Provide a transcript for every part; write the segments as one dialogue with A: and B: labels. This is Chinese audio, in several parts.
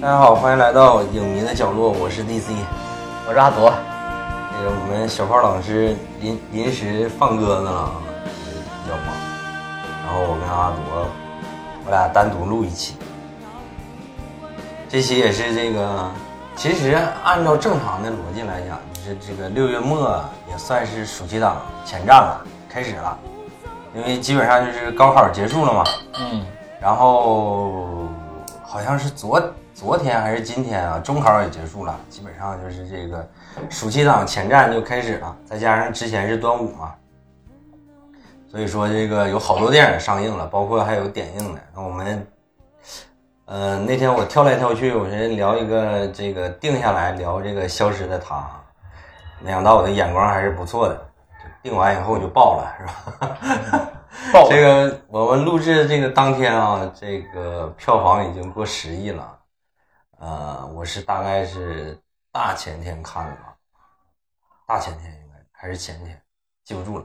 A: 大家好，欢迎来到影迷的角落，我是 DC。
B: 我是阿铎，
A: 那个我们小胖老师临临时放鸽子了，比较忙，然后我跟阿铎，我俩单独录一期。这期也是这个，其实按照正常的逻辑来讲，就是这个六月末也算是暑期档前站了，开始了，因为基本上就是高考结束了嘛。
B: 嗯，
A: 然后好像是昨昨天还是今天啊，中考也结束了，基本上就是这个暑期档前站就开始了，再加上之前是端午嘛，所以说这个有好多电影上映了，包括还有点映的。那我们，呃，那天我跳来跳去，我是聊一个这个定下来聊这个《消失的她》，没想到我的眼光还是不错的，定完以后就爆了，是吧？
B: 爆
A: 这个我们录制这个当天啊，这个票房已经过十亿了。呃，我是大概是大前天看的吧，大前天应该还是前天，记不住了。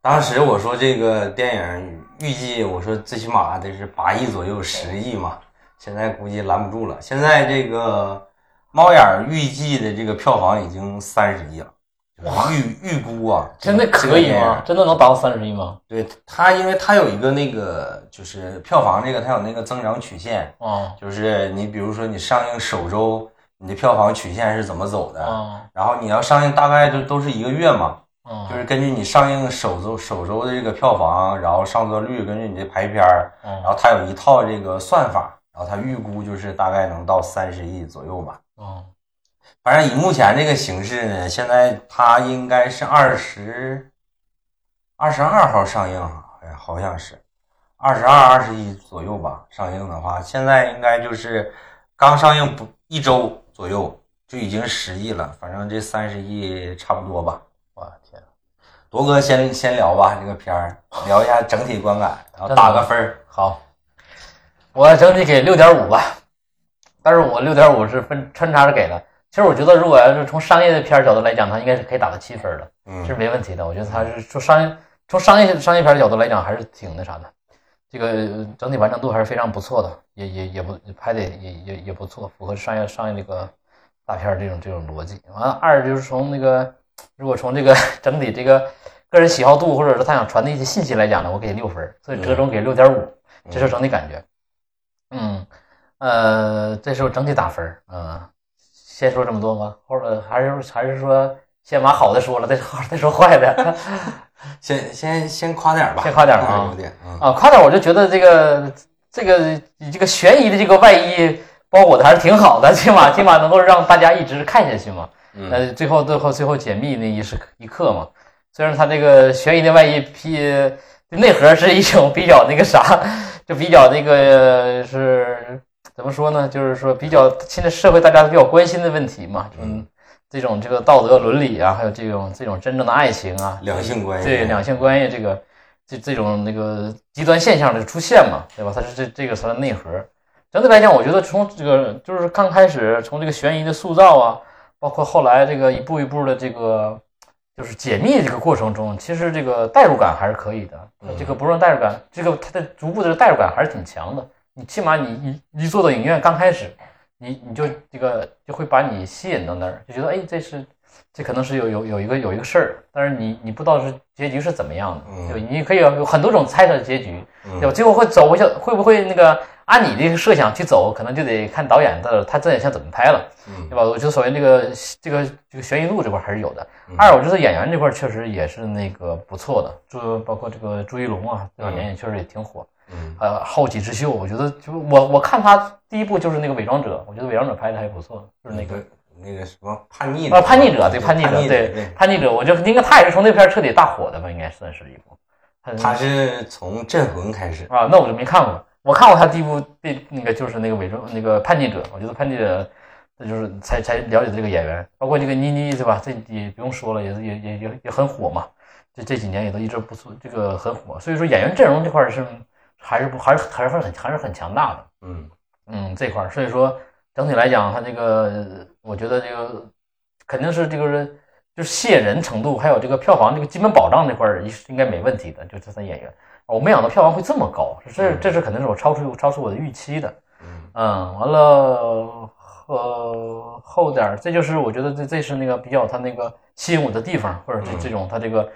A: 当时我说这个电影预计，我说最起码得是八亿左右，十亿嘛。现在估计拦不住了。现在这个猫眼儿预计的这个票房已经三十亿了，预预估啊，
B: 真的
A: 这个
B: 可以
A: 电影
B: 吗？真的能达到三十亿吗？
A: 对它，因为它有一个那个，就是票房这个，它有那个增长曲线，
B: 啊
A: 就是你比如说你上映首周，你的票房曲线是怎么走的，
B: 啊
A: 然后你要上映大概就都是一个月嘛，
B: 啊！
A: 就是根据你上映首周首周的这个票房，然后上座率，根据你的排片儿，
B: 嗯
A: 然后它有一套这个算法，然后它预估就是大概能到三十亿左右吧。
B: 嗯
A: 反正以目前这个形势呢，现在它应该是二十二十二号上映，哎，好像是二十二、二十一左右吧。上映的话，现在应该就是刚上映不一周左右就已经十亿了，反正这三十亿差不多吧。
B: 我天，
A: 铎哥先先聊吧，这个片儿聊一下整体观感，然后打个分儿。
B: 好，我整体给六点五吧，但是我六点五是分穿插着给的。其实我觉得，如果要是从商业的片儿角度来讲，它应该是可以打到七分的，是
A: 嗯
B: 没问题的。我觉得它是从商业从商业商业片儿角度来讲，还是挺那啥的。这个呃整体完成度还是非常不错的，也也也不拍的也也也不错，符合商业商业这个大片儿这种这种逻辑。完了，二就是从那个，如果从这个 整体这个个人喜好度，或者是他想传递一些信息来讲呢，我给六分儿，所以折中给六点五，这是整体感觉。嗯，呃，这是我整体打分儿。嗯，先说这么多吗？或者还是还是说先把好的说了，再说再说坏的？
A: 先先先夸点儿吧，
B: 先夸点儿啊
A: 有点嗯
B: 啊，夸点我就觉得这个这个以这个悬疑的这个外衣包裹的还是挺好的， 起码起码能够让大家一直看下去嘛。
A: 嗯
B: 呃，最后最后最后解密那一时刻一刻嘛，虽然它这个悬疑的外衣披内核是一种比较那个啥，就比较那个是怎么说呢？就是说比较现在社会大家比较关心的问题嘛，
A: 嗯
B: 嗯，这种这个道德伦理啊，还有这种这种真正的爱情啊，
A: 两性关系
B: 对两性关系这个这这种那个极端现象的出现嘛，对吧？它是这这个它的内核。整体来讲，我觉得从这个就是刚开始从这个悬疑的塑造啊，包括后来这个一步一步的这个就是解密这个过程中，其实这个代入感还是可以的。
A: 嗯
B: 这个不论代入感，这个它的逐步的代入感还是挺强的。你起码你一一坐到影院刚开始，你你就这个就会把你吸引到那儿，就觉得哎，这是这可能是有有有一个有一个事儿，但是你你不知道是结局是怎么样
A: 嗯
B: 的，对，你可以有很多种猜测结局，
A: 嗯
B: 对吧？最后会走回去，会不会那个按你这个设想去走，可能就得看导演的他这也想怎么拍了，
A: 嗯
B: 对吧？我觉得首先这个这个这个悬疑度这块还是有的。
A: 嗯
B: 二，我觉得演员这块确实也是那个不错的，就包括这个朱一龙啊，这两年也确实也挺火。
A: 嗯
B: 呃，后起之秀，我觉得就是我我看他第一部就是那个伪装者，我觉得伪装者拍的还不错，就是那个
A: 呃那个什么叛逆
B: 啊，叛逆者，对，叛逆者，
A: 对
B: 对，，叛逆者，我觉得应该他也是从那片儿彻底大火的吧，应该算是一部。他
A: 他是从镇魂开始，
B: 啊，那我就没看过，我看过他第一部第那个就是那个伪装那个叛逆者，我觉得叛逆者，那就是才才了解这个演员，包括这个妮妮对吧？这也不用说了，也是也也也也很火嘛，这这几年也都一直不错，这个很火，所以说演员阵容这块儿是嗯还是不还是还是很还是很强大的。
A: 嗯
B: 嗯，这块儿，所以说整体来讲，它这个我觉得这个肯定是这个是就是吸引人程度，还有这个票房这个基本保障这块儿是应该没问题的，就这三演员，我没想到票房会这么高，这这这是肯定是我超出超出我的预期的。
A: 嗯
B: 嗯，完了后后点儿，这就是我觉得这这是那个比较它那个吸引我的地方，或者
A: 嗯
B: 是这种它这个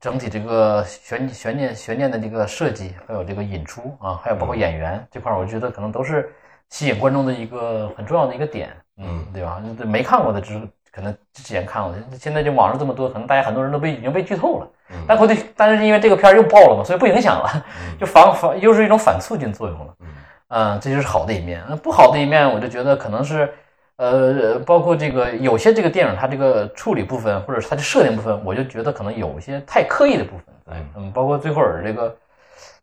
B: 整体这个悬悬念悬念的这个设计，还有这个引出啊，还有
A: 嗯
B: 包括演员、这块儿，我觉得可能都是吸引观众的一个很重要的一个点，
A: 嗯，
B: 对吧？没看过的只可能之前看过的，现在就网上这么多，可能大家很多人都被已经被剧透了，
A: 嗯
B: 但回头但是因为这个片儿又爆了嘛，所以不影响了，
A: 嗯
B: 就反反又是一种反促进作用了。
A: 嗯
B: 嗯，这就是好的一面。那不好的一面，我就觉得可能是，呃，包括这个有些这个电影它这个处理部分，或者是它的设定部分，我就觉得可能有一些太刻意的部分。
A: 对
B: 嗯，包括最后儿这个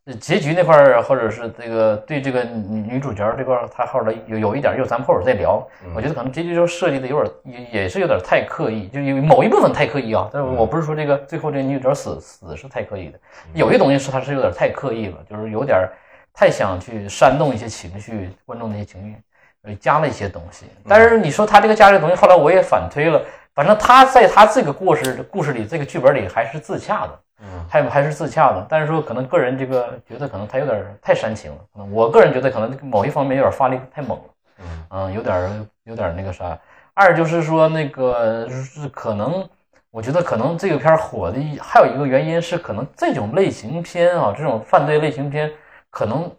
B: 呃结局那块儿，或者是这个对这个女女主角这块儿，她后来有有一点儿，一会儿咱们后边儿再聊。我觉得可能结局就设计的有点儿也也是有点儿太刻意，就有某一部分太刻意啊。但是我不是说这个最后这个女主角死死是太刻意的，有些东西是它是有点儿太刻意了，就是有点儿太想去煽动一些情绪，观众的一些情绪。呃加了一些东西，但是你说他这个加这个东西，后来我也反推了。反正他在他这个故事故事里，这个剧本里还是自洽的，
A: 嗯
B: 还还是自洽的，但是说可能个人这个觉得可能他有点儿太煽情了，可能我个人觉得可能某一方面有点儿发力太猛了，
A: 嗯
B: 嗯，有点儿有点儿那个啥。二就是说那个是可能，我觉得可能这个片儿火的一还有一个原因是，可能这种类型片啊，这种犯罪类型片，可能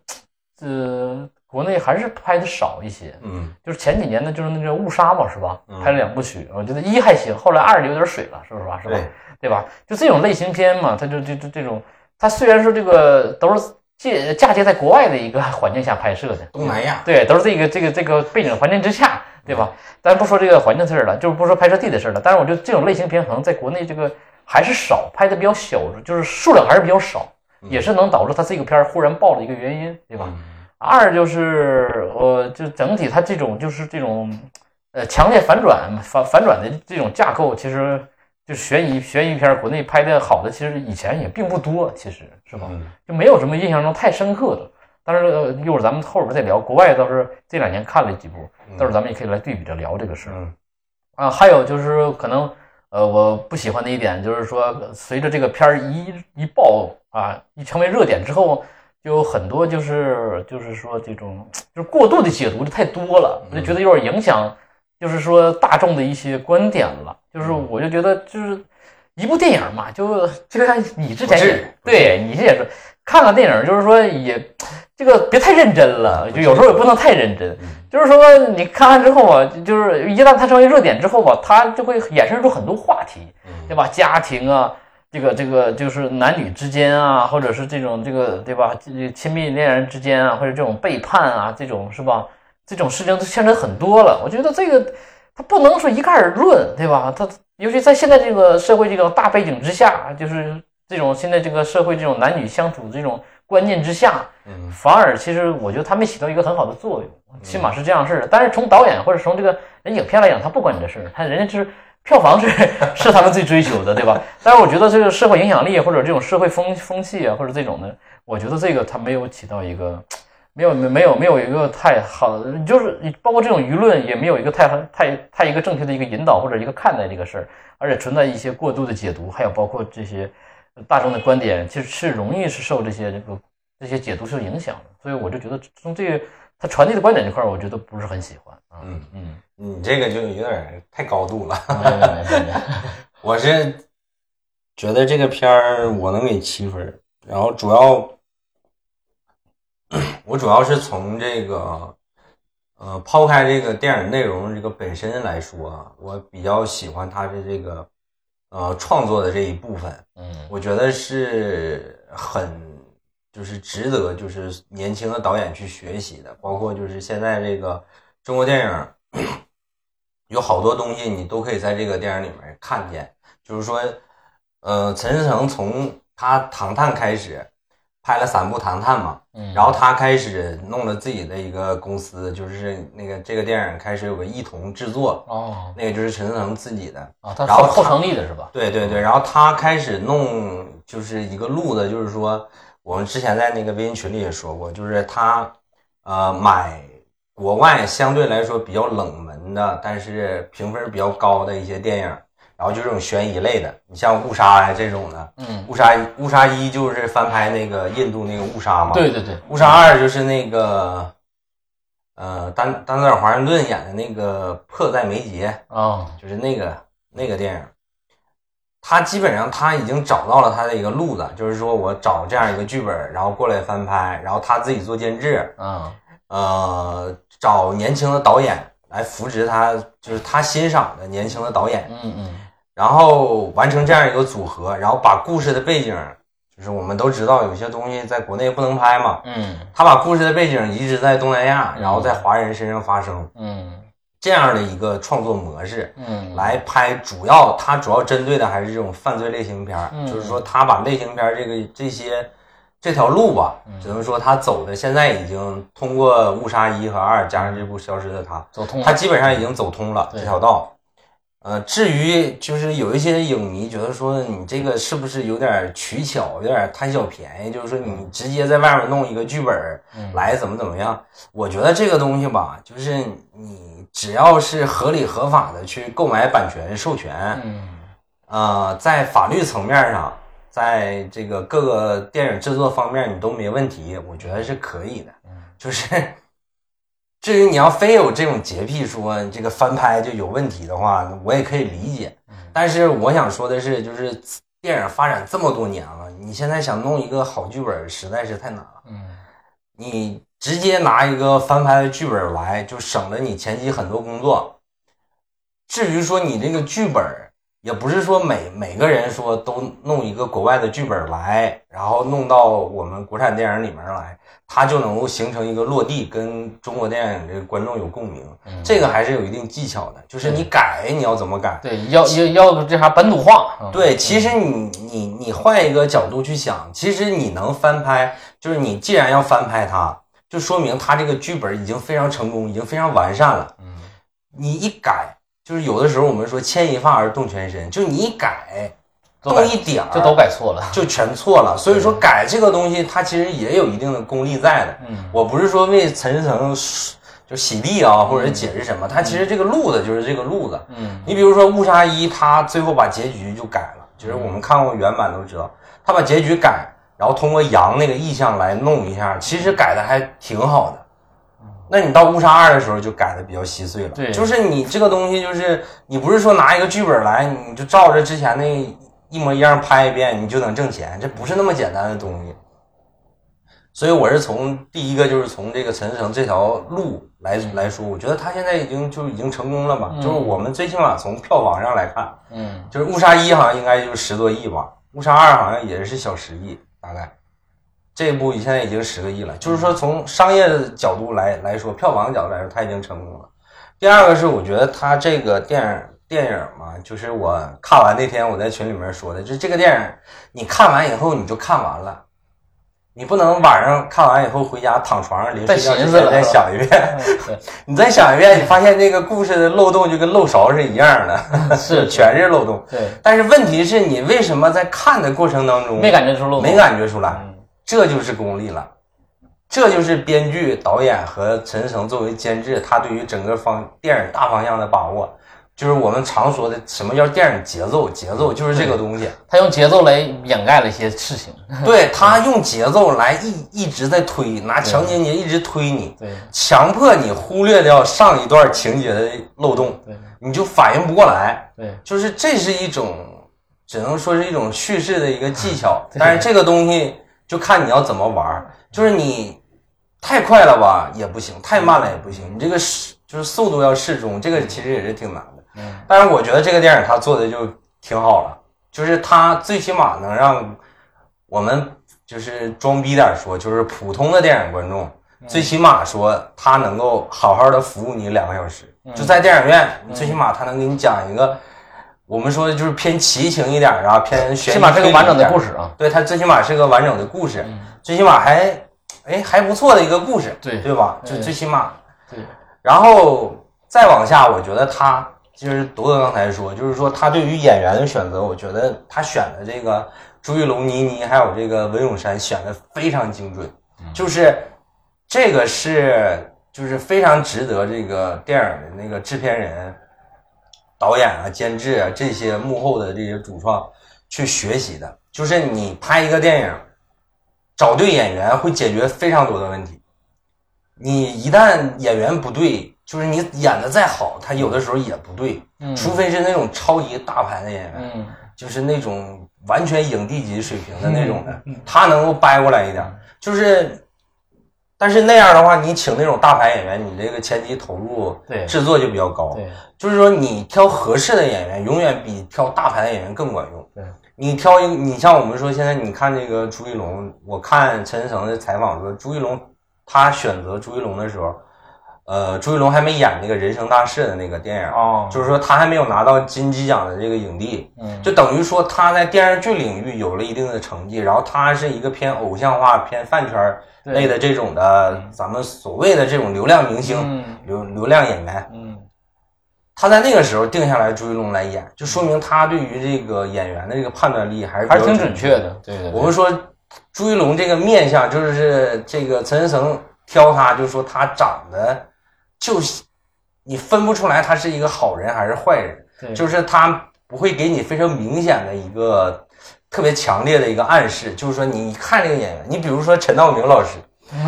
B: 呃国内还是拍的少一些，
A: 嗯
B: 就是前几年呢，就是那个误杀嘛，是吧
A: 嗯？
B: 拍了两部曲，我觉得一还行，后来二就有点水了，是不是吧？是吧？
A: 对
B: 对吧？就这种类型片嘛，它就就就这种，它虽然说这个都是借嫁接在国外的一个环境下拍摄的，
A: 东南亚
B: 对，都是这个这个这个背景环境之下，对
A: 嗯
B: 吧？咱不说这个环境的事儿了，就是不说拍摄地的事儿了，但是我觉得这种类型片可能在国内这个还是少，拍的比较小，就是数量还是比较少，
A: 嗯
B: 也是能导致它这个片儿忽然爆的一个原因，对吧？二就是呃，就整体它这种就是这种呃强烈反转反反转的这种架构，其实就是悬疑悬疑片儿国内拍的好的，其实以前也并不多，其实是吧？
A: 嗯
B: 就没有什么印象中太深刻的。但是呃一会儿咱们后边再聊，国外倒是这两年看了几部，到时候咱们也可以来对比着聊这个事儿。
A: 嗯
B: 啊，还有就是可能呃，我不喜欢的一点就是说，呃随着这个片儿一一爆啊，一成为热点之后，就有很多就是就是说这种就是过度的解读的太多了，我就觉得有点影响，就是说大众的一些观点了。就是
A: 嗯
B: 我就觉得就是一部电影嘛，就就像你之前
A: 不至于
B: 也对你也是看看电影，就是说也这个别太认真了，就有时候也不能太认真。
A: 嗯
B: 就是说，你看完之后啊，就就是一旦它成为热点之后吧，它就会衍生出很多话题，
A: 嗯
B: 对吧？家庭啊，这个这个就是男女之间啊，或者是这种这个对吧？这这亲密恋人之间啊，或者这种背叛啊，这种是吧？这种事情都牵扯很多了。我觉得这个它不能说一概而论，对吧？它尤其在现在这个社会这种大背景之下，就是这种现在这个社会这种男女相处这种观念之下，
A: 嗯
B: 反而其实我觉得它没起到一个很好的作用，起码是这样式的。但是从导演或者从这个人影片来讲，他不管你这事儿，他人家是票房是 是他们最追求的，对吧？但是我觉得这个社会影响力或者这种社会风风气啊，或者这种的，我觉得这个它没有起到一个。没有没有没有一个太好的，就是包括这种舆论也没有一个太太太一个正确的一个引导或者一个看待这个事儿，而且存在一些过度的解读，还有包括这些大众的观点，其实是容易是受这些这个这些解读是有影响的，所以我就觉得从这个他传递的观点这块儿，我觉得不是很喜欢啊。
A: 嗯
B: 嗯，
A: 你这个就有点太高度了。
B: 没有没有没有没有
A: 我是觉得这个片儿我能给七分儿，然后主要 我主要是从这个呃抛开这个电影内容这个本身来说啊，我比较喜欢它的这个呃创作的这一部分，
B: 嗯
A: 我觉得是很就是值得就是年轻的导演去学习的，包括就是现在这个中国电影有好多东西你都可以在这个电影里面看见，就是说，呃，陈思诚从他《唐探》开始拍了三部《唐探》嘛，
B: 嗯，
A: 然后他开始弄了自己的一个公司，就是那个这个电影开始有个一同制作，
B: 哦
A: 那个就是陈思诚自己的，
B: 啊，他
A: 然后
B: 后后成立的是吧？
A: 对对对，然后他开始弄就是一个路子，就是说我们之前在那个微信群里也说过，就是他呃买国外相对来说比较冷门的，但是评分比较高的一些电影，然后就这种悬疑类的，你像误杀呀这种的，
B: 嗯，
A: 误杀一误杀一就是翻拍那个印度那个误杀嘛，
B: 对对对，
A: 误杀二就是那个呃，丹丹泽尔华盛顿演的那个《迫在眉睫》，
B: 啊，
A: 就是那个那个电影，他基本上他已经找到了他的一个路子，就是说我找这样一个剧本，然后过来翻拍，然后他自己做监制，
B: 啊，
A: 呃，找年轻的导演来扶植他，就是他欣赏的年轻的导演，
B: 嗯嗯，
A: 然后完成这样一个组合，然后把故事的背景，就是我们都知道有些东西在国内不能拍嘛，
B: 嗯
A: 他把故事的背景移植在东南亚，然后在华人身上发生
B: 嗯
A: 这样的一个创作模式，
B: 嗯，
A: 来拍，主要他主要针对的还是这种犯罪类型片儿，
B: 嗯
A: 就是说他把类型片儿这个这些这条路吧，只能说他走的现在已经通过《误杀一》和《二》加上这部《消失的他》，
B: 走通了
A: 他基本上已经走通了
B: 对
A: 这条道。呃，至于就是有一些影迷觉得说你这个是不是有点取巧，有点贪小便宜，就是说你直接在外面弄一个剧本儿
B: 嗯
A: 来怎么怎么样？我觉得这个东西吧，就是你只要是合理合法的去购买版权授权，
B: 嗯
A: 呃，在法律层面上，在这个各个电影制作方面你都没问题，我觉得是可以的。就是至于你要非有这种洁癖说你这个翻拍就有问题的话，我也可以理解。但是我想说的是，就是电影发展这么多年了，你现在想弄一个好剧本实在是太难了。
B: 嗯
A: 你直接拿一个翻拍的剧本来，就省了你前期很多工作。至于说你这个剧本，也不是说每每个人说都弄一个国外的剧本来，然后弄到我们国产电影里面来，它就能够形成一个落地，跟中国电影这个观众有共鸣。
B: 嗯，
A: 这个还是有一定技巧的，就是你改你要怎么改。
B: 对要要要这啥本土化，嗯
A: 对，其实你你你换一个角度去想，其实你能翻拍，就是你既然要翻拍它，就说明它这个剧本已经非常成功，已经非常完善了。
B: 嗯
A: 你一改，就是有的时候我们说牵一发而动全身，就你一改，
B: 都改
A: 动一点儿
B: 这都改错了，
A: 就全错了。所以说改这个东西，它其实也有一定的功力在的。
B: 嗯
A: 我不是说为陈思诚就洗地啊，或者解释什么，它其实这个路子就是这个路子。
B: 嗯
A: 你比如说《误杀一》，他最后把结局就改了，就是我们看过原版都知道，他把结局改，然后通过羊那个意象来弄一下，其实改的还挺好的。那你到《误杀二》的时候就改的比较稀碎了，
B: 对
A: 就是你这个东西，就是你不是说拿一个剧本来，你就照着之前那一模一样拍一遍，你就能挣钱，这不是那么简单的东西。所以我是从第一个就是从这个陈思诚这条路来来说，我觉得他现在已经就已经成功了吧，就是我们最起码从票房上来看，
B: 嗯
A: 就是《误杀一》好像应该就是十多亿吧，《误杀二》好像也是小十亿，大概。这部现在已经十个亿了，就是说从商业的角度来来说，票房的角度来说，它已经成功了。第二个是我觉得它这个电影电影嘛，就是我看完那天我在群里面说的，就是这个电影你看完以后你就看完了，你不能晚上看完以后回家躺床上临睡觉
B: 再寻
A: 之
B: 思
A: 前
B: 了
A: 再
B: 是吧
A: 想一遍，
B: 嗯对
A: 你再想一遍，你发现这个故事的漏洞就跟漏勺是一样的，
B: 是
A: 全是漏洞。
B: 对，
A: 但是问题是你为什么在看的过程当中
B: 没感觉出漏洞，
A: 没感觉出来？
B: 嗯
A: 这就是功力了，这就是编剧、导演和陈思诚作为监制，他对于整个方电影大方向的把握，就是我们常说的什么叫电影节奏？节奏就是这个东西。
B: 他用节奏来掩盖了一些事情，
A: 对他用节奏来一一直在推，拿强情节一直推你，
B: 对
A: 强迫你忽略掉上一段情节的漏洞，
B: 对
A: 你就反应不过来。
B: 对，
A: 就是这是一种，只能说是一种叙事的一个技巧，
B: 对
A: 但是这个东西就看你要怎么玩儿，就是你太快了吧也不行，太慢了也不行，你这个是就是速度要适中，这个其实也是挺难的。
B: 嗯
A: 但是我觉得这个电影它做的就挺好了，就是它最起码能让我们就是装逼点儿说，就是普通的电影观众，
B: 嗯
A: 最起码说他能够好好的服务你两个小时，
B: 嗯
A: 就在电影院，最起码他能给你讲一个。我们说的就是偏奇情一点儿啊，偏悬疑，
B: 起码是个完整的故事啊，
A: 对，它最起码是个完整的故事，最起码还，哎，还不错的一个故事，
B: 对
A: 对吧？
B: 对
A: 就最起码，
B: 对，
A: 然后再往下，我觉得他就是铎哥刚才说，就是说他对于演员的选择，我觉得他选的这个朱一龙、倪妮还有这个文咏珊选的非常精准，
B: 嗯
A: 就是这个是就是非常值得这个电影的那个制片人、导演啊、监制啊这些幕后的这些主创去学习的，就是你拍一个电影。找对演员会解决非常多的问题，你一旦演员不对，就是你演的再好，他有的时候也不对，
B: 嗯
A: 除非是那种超级大牌的演员，
B: 嗯
A: 就是那种完全影帝级水平的那种
B: 嗯
A: 的，他能够掰过来一点儿。就是，但是那样的话，你请那种大牌演员，你这个前期投入
B: 对
A: 制作就比较高。
B: 对
A: 就是说你挑合适的演员，永远比挑大牌的演员更管用。
B: 对，
A: 你挑一个，你像我们说现在你看这个朱一龙，我看陈思诚的采访说，朱一龙他选择朱一龙的时候，呃，朱一龙还没演那个《人生大事》的那个电影，
B: 哦
A: 就是说他还没有拿到金鸡奖的这个影帝，
B: 嗯
A: 就等于说他在电视剧领域有了一定的成绩，然后他是一个偏偶像化、偏饭圈儿
B: 对
A: 类的这种的，咱们所谓的这种流量明星、
B: 嗯
A: 流流量演员，
B: 嗯
A: 他在那个时候定下来朱一龙来演，就说明他对于这个演员的这个判断力还是比较
B: 嗯还是挺准确。的，对对
A: 我
B: 对
A: 们说朱一龙这个面相，就是这个陈思诚挑他，就说他长得就是你分不出来他是一个好人还是坏人，
B: 对，
A: 就是他不会给你非常明显的一个特别强烈的一个暗示，就是说你一看这个演员，你比如说陈道明老师，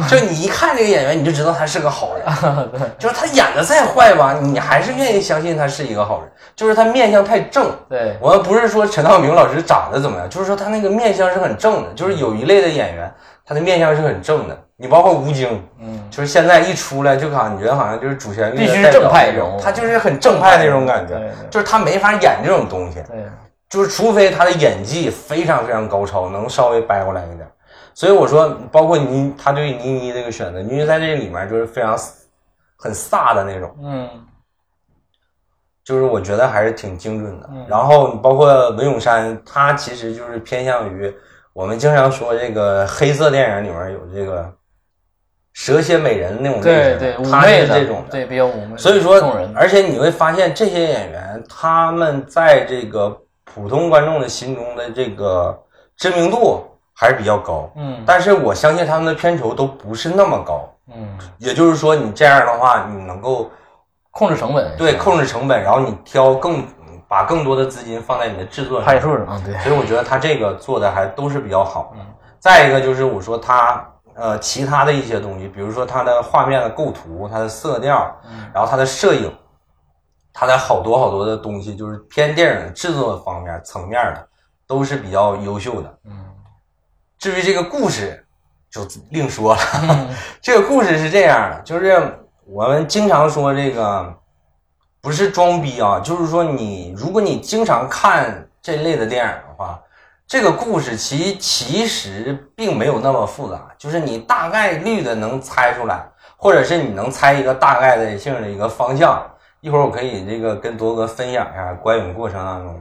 A: 就你一看这个演员，你就知道他是个好人。就是他演的再坏吧，你还是愿意相信他是一个好人。就是他面相太正，
B: 对
A: 我们不是说陈道明老师长得怎么样，就是说他那个面相是很正的。
B: 嗯
A: 就是有一类的演员，他的面相是很正的。你包括吴京，
B: 嗯，
A: 就是现在一出来就感觉好像就是主旋律的
B: 必须是
A: 代表
B: 正派
A: 那种
B: 人物
A: 他就是很正派那种感觉
B: 对对，
A: 就是他没法演这种东西。
B: 对
A: 就是除非他的演技非常非常高超，能稍微掰过来一点。所以我说，包括倪，他对倪妮这个选择，倪妮在这里面就是非常很飒的那种，
B: 嗯
A: 就是我觉得还是挺精准的。
B: 嗯
A: 然后你包括文咏珊，她其实就是偏向于我们经常说这个黑色电影里面有这个蛇蝎美人那种类
B: 对
A: 型，
B: 对妩
A: 她
B: 媚
A: 是
B: 的
A: 这种的。
B: 对比较妩媚，
A: 所以说
B: 动人，
A: 而且你会发现这些演员他们在这个普通观众的心中的这个知名度还是比较高，
B: 嗯
A: 但是我相信他们的片酬都不是那么高。
B: 嗯
A: 也就是说，你这样的话，你能够
B: 控制成本
A: 对控制成本，然后你挑更把更多的资金放在你的制作上
B: 拍。数上对
A: 所以我觉得他这个做的还都是比较好的。再一个就是我说他呃其他的一些东西，比如说他的画面的构图、他的色调，然后他的摄影，他的好多好多的东西，就是偏电影制作方面层面的，都是比较优秀的。嗯，至于这个故事就另说了。这个故事是这样的，就是我们经常说这个。不是装逼啊，就是说你如果你经常看这类的电影的话，这个故事其其实并没有那么复杂，就是你大概率的能猜出来，或者是你能猜一个大概的性的一个方向。一会儿我可以这个跟多哥分享一下观影过程当中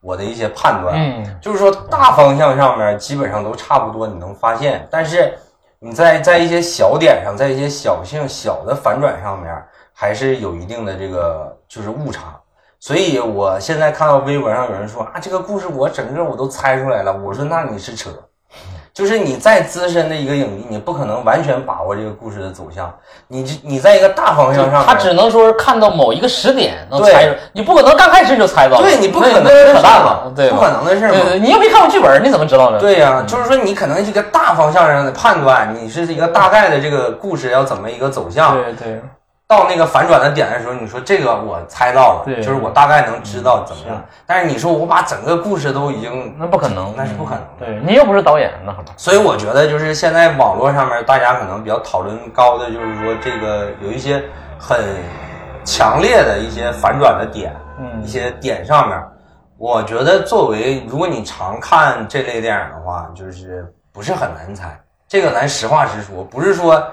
A: 我的一些判断。啊
B: 嗯
A: 就是说大方向上面基本上都差不多，你能发现。但是你在在一些小点上，在一些小性小的反转上面，还是有一定的这个就是误差。所以我现在看到微博上有人说啊，这个故事我整个我都猜出来了。我说那你是扯，就是你再资深的一个影帝，你不可能完全把握这个故事的走向。你这你在一个大方向上面，
B: 他只能说是看到某一个时点能
A: 对
B: 猜出，你不可能刚开始就猜到，
A: 对你不
B: 那
A: 可能
B: 那
A: 的事
B: 扯淡
A: 嘛
B: 了，，对吧
A: 不可能的事嘛。
B: 对对，你又没看过剧本，你怎么知道的？嗯
A: 对呀、就是说你可能一个大方向上的判断，你是一个大概的这个故事要怎么一个走向，
B: 对对
A: 到那个反转的点的时候，你说这个我猜到了，
B: 对
A: 就是我大概能知道怎么样。但是你说我把整个故事都已经，
B: 那不可能，嗯
A: 那是不可能的。
B: 对你又不是导演，那好吧，
A: 所以我觉得就是现在网络上面大家可能比较讨论高的，就是说这个有一些很强烈的一些反转的点，
B: 嗯
A: 一些点上面，我觉得作为如果你常看这类电影的话，就是不是很难猜。这个咱实话实说，不是说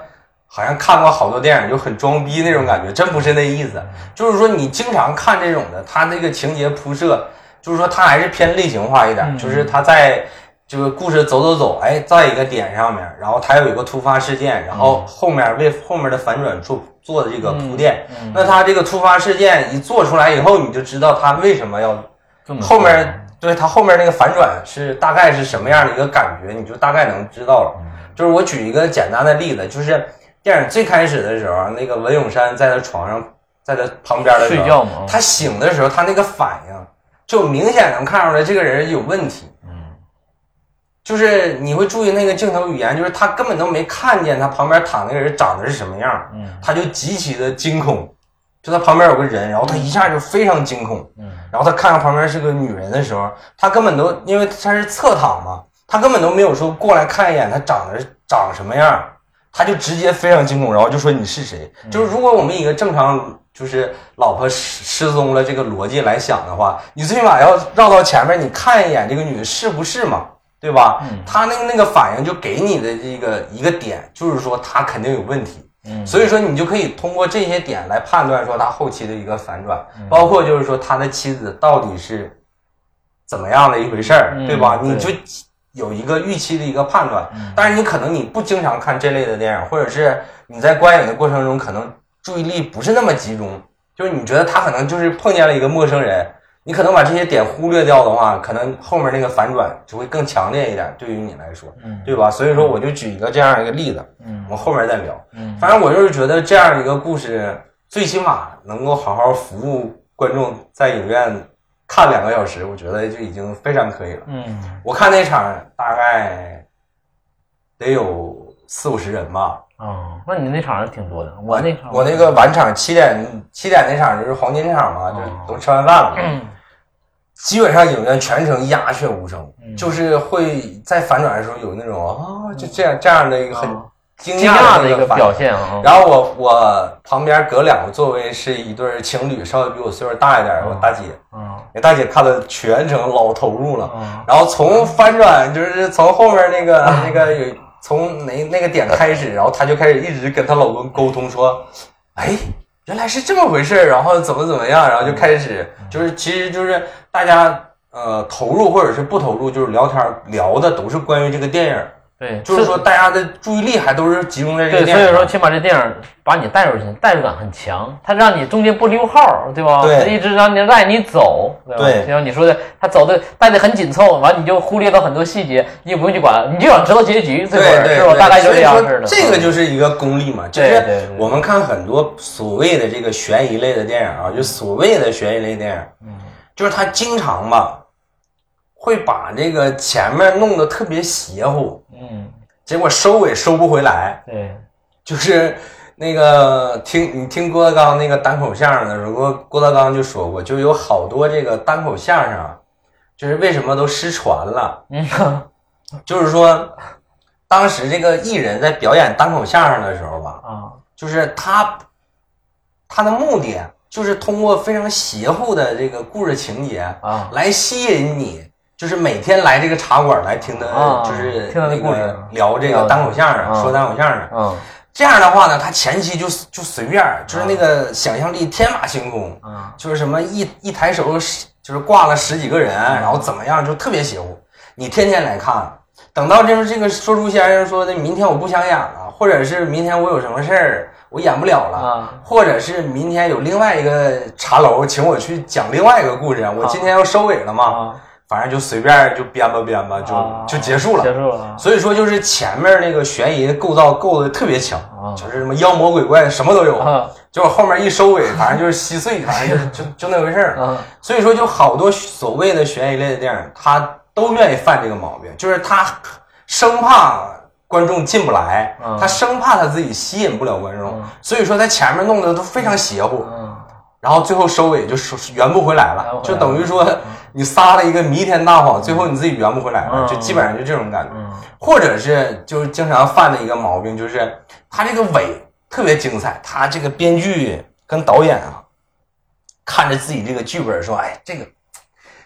A: 好像看过好多电影就很装逼那种感觉，真不是那意思。就是说你经常看这种的，它那个情节铺设，就是说它还是偏类型化一点，就是它在这个故事走走走，哎，在一个点上面，然后它有一个突发事件，然后后面为后面的反转做做的这个铺垫。那它这个突发事件一做出来以后，你就知道它为什么要
B: 这么
A: 后面对它后面那个反转是大概是什么样的一个感觉，你就大概能知道
B: 嗯
A: 了。就是我举一个简单的例子，就是电影最开始的时候，那个文咏珊在她床上，在她旁边的时候，
B: 睡觉嘛
A: 她醒的时候，她那个反应就明显能看出来这个人有问题。嗯，就是你会注意那个镜头语言，就是他根本都没看见他旁边躺那个人长得是什么样，
B: 嗯
A: 他就极其的惊恐，就他旁边有个人，然后他一下就非常惊恐，
B: 嗯
A: 然后他看到旁边是个女人的时候，他根本都因为他是侧躺嘛，他根本都没有说过来看一眼他长得是长什么样，他就直接非常惊恐，然后就说你是谁？就是如果我们以一个正常就是老婆失失踪了这个逻辑来想的话，你最起码要绕到前面，你看一眼这个女的是不是嘛？对吧？他那个那个反应就给你的这个一个点，就是说他肯定有问题。
B: 嗯
A: 所以说你就可以通过这些点来判断说他后期的一个反转，
B: 嗯
A: 包括就是说他的妻子到底是怎么样的一回事儿，
B: 嗯
A: 对吧？
B: 对嗯
A: 你就有一个预期的一个判断。但是你可能你不经常看这类的电影，或者是你在观影的过程中可能注意力不是那么集中，就是你觉得他可能就是碰见了一个陌生人。你可能把这些点忽略掉的话，可能后面那个反转只会更强烈一点，对于你来说，
B: 嗯
A: 对吧？所以说，我就举一个这样一个例子，
B: 嗯
A: 我们后面再聊。
B: 嗯
A: 反正我就是觉得这样一个故事，最起码能够好好服务观众，在影院看两个小时，我觉得就已经非常可以了。
B: 嗯
A: 我看那场大概得有四五十人吧，
B: 哦，那你那场人挺多的，我那场
A: 我那个晚场七点七点那场就是黄金场嘛，就都吃完饭了，
B: 哦嗯
A: 基本上影院全程鸦雀无声，
B: 嗯
A: 就是会在反转的时候有那种啊，就这样这样的一个很
B: 哦
A: 惊
B: 惊讶
A: 讶的
B: 的
A: 一
B: 一个
A: 反
B: 表现啊，
A: 然后我我旁边隔两个座位是一对儿情侣，稍微比我岁数大一点儿，我大姐，
B: 嗯
A: 那大姐看的全程老投入了。
B: 嗯
A: 然后从翻转就是从后面那个
B: 啊
A: 那个有从哪那个点开始，然后她就开始一直跟她老公沟通说，哎，原来是这么回事儿，然后怎么怎么样，然后就开始就是其实就是大家呃投入或者是不投入，就是聊天儿聊的都是关于这个电影儿，
B: 对，
A: 就是说大家的注意力还都是集中在这
B: 对，
A: 个电影啊
B: 所
A: 儿
B: 以
A: 上
B: 说，起码这电影把你带入进去，代入感很强，它让你中间不溜号儿，对吧？
A: 对
B: 它一直让你带你走，对吧？
A: 对
B: 就像你说的，他走的带的很紧凑，完你就忽略到很多细节，你也不用去管，你就想知道结局，最后
A: 对对
B: 是吧？
A: 对
B: 大概就
A: 所以
B: 这样
A: 说
B: 式的。嗯
A: 这个就是一个功力嘛，就
B: 对
A: 是
B: 对对
A: 我们看很多所谓的这个悬疑类的电影啊，就所谓的悬疑类电影，
B: 嗯
A: 就是它经常吧会把这个前面弄得特别邪乎，
B: 嗯，
A: 结果收尾收不回来，
B: 对，
A: 就是。那个听你听郭德纲那个单口相声的时候，郭郭德纲就说过，就有好多这个单口相声啊，就是为什么都失传了，
B: 嗯
A: 就是说，当时这个艺人在表演单口相声的时候吧，
B: 啊，
A: 就是他他的目的就是通过非常邪乎的这个故事情节
B: 啊
A: 来吸引你。就是每天来这个茶馆来听他，
B: 啊
A: 就是
B: 听他的
A: 那
B: 故事
A: 个聊这个单口相声，
B: 啊
A: 说单口相声。
B: 嗯
A: 这样的话呢，他前期就就随便儿，就是
B: 啊
A: 那个想象力天马行空，
B: 嗯
A: 就是什么一一抬手十就是挂了十几个人，
B: 嗯
A: 然后怎么样就特别邪乎。你天天来看，等到就是这个说书先生说的，明天我不想演了，或者是明天我有什么事儿我演不了了，
B: 啊
A: 或者是明天有另外一个茶楼请我去讲另外一个故事，我今天要收尾了嘛，
B: 啊，
A: 反正就随便就编吧编吧，就、
B: 啊
A: 就结束了。
B: 结束了，
A: 所以说，就是前面那个悬疑构造构的特别强，
B: 啊
A: 就是什么妖魔鬼怪什么都有，
B: 啊
A: 结果后面一收尾，反正就是稀碎，反正就是就就那回事儿。
B: 嗯
A: 所以说，就好多所谓的悬疑类的电影，他都愿意犯这个毛病，就是他生怕观众进不来，
B: 嗯
A: 他生怕他自己吸引不了观众，所以说他前面弄得都非常邪乎，
B: 嗯，
A: 然后最后收尾就收圆不回来
B: 圆
A: 了
B: 不，回
A: 就
B: 来了嗯
A: 等于说你撒了一个弥天大谎，最后你自己圆不回来了，
B: 嗯
A: 就基本上就这种感觉
B: 嗯。
A: 或者是就是经常犯的一个毛病，就是他这个尾特别精彩，他这个编剧跟导演啊，看着自己这个剧本说，哎，这个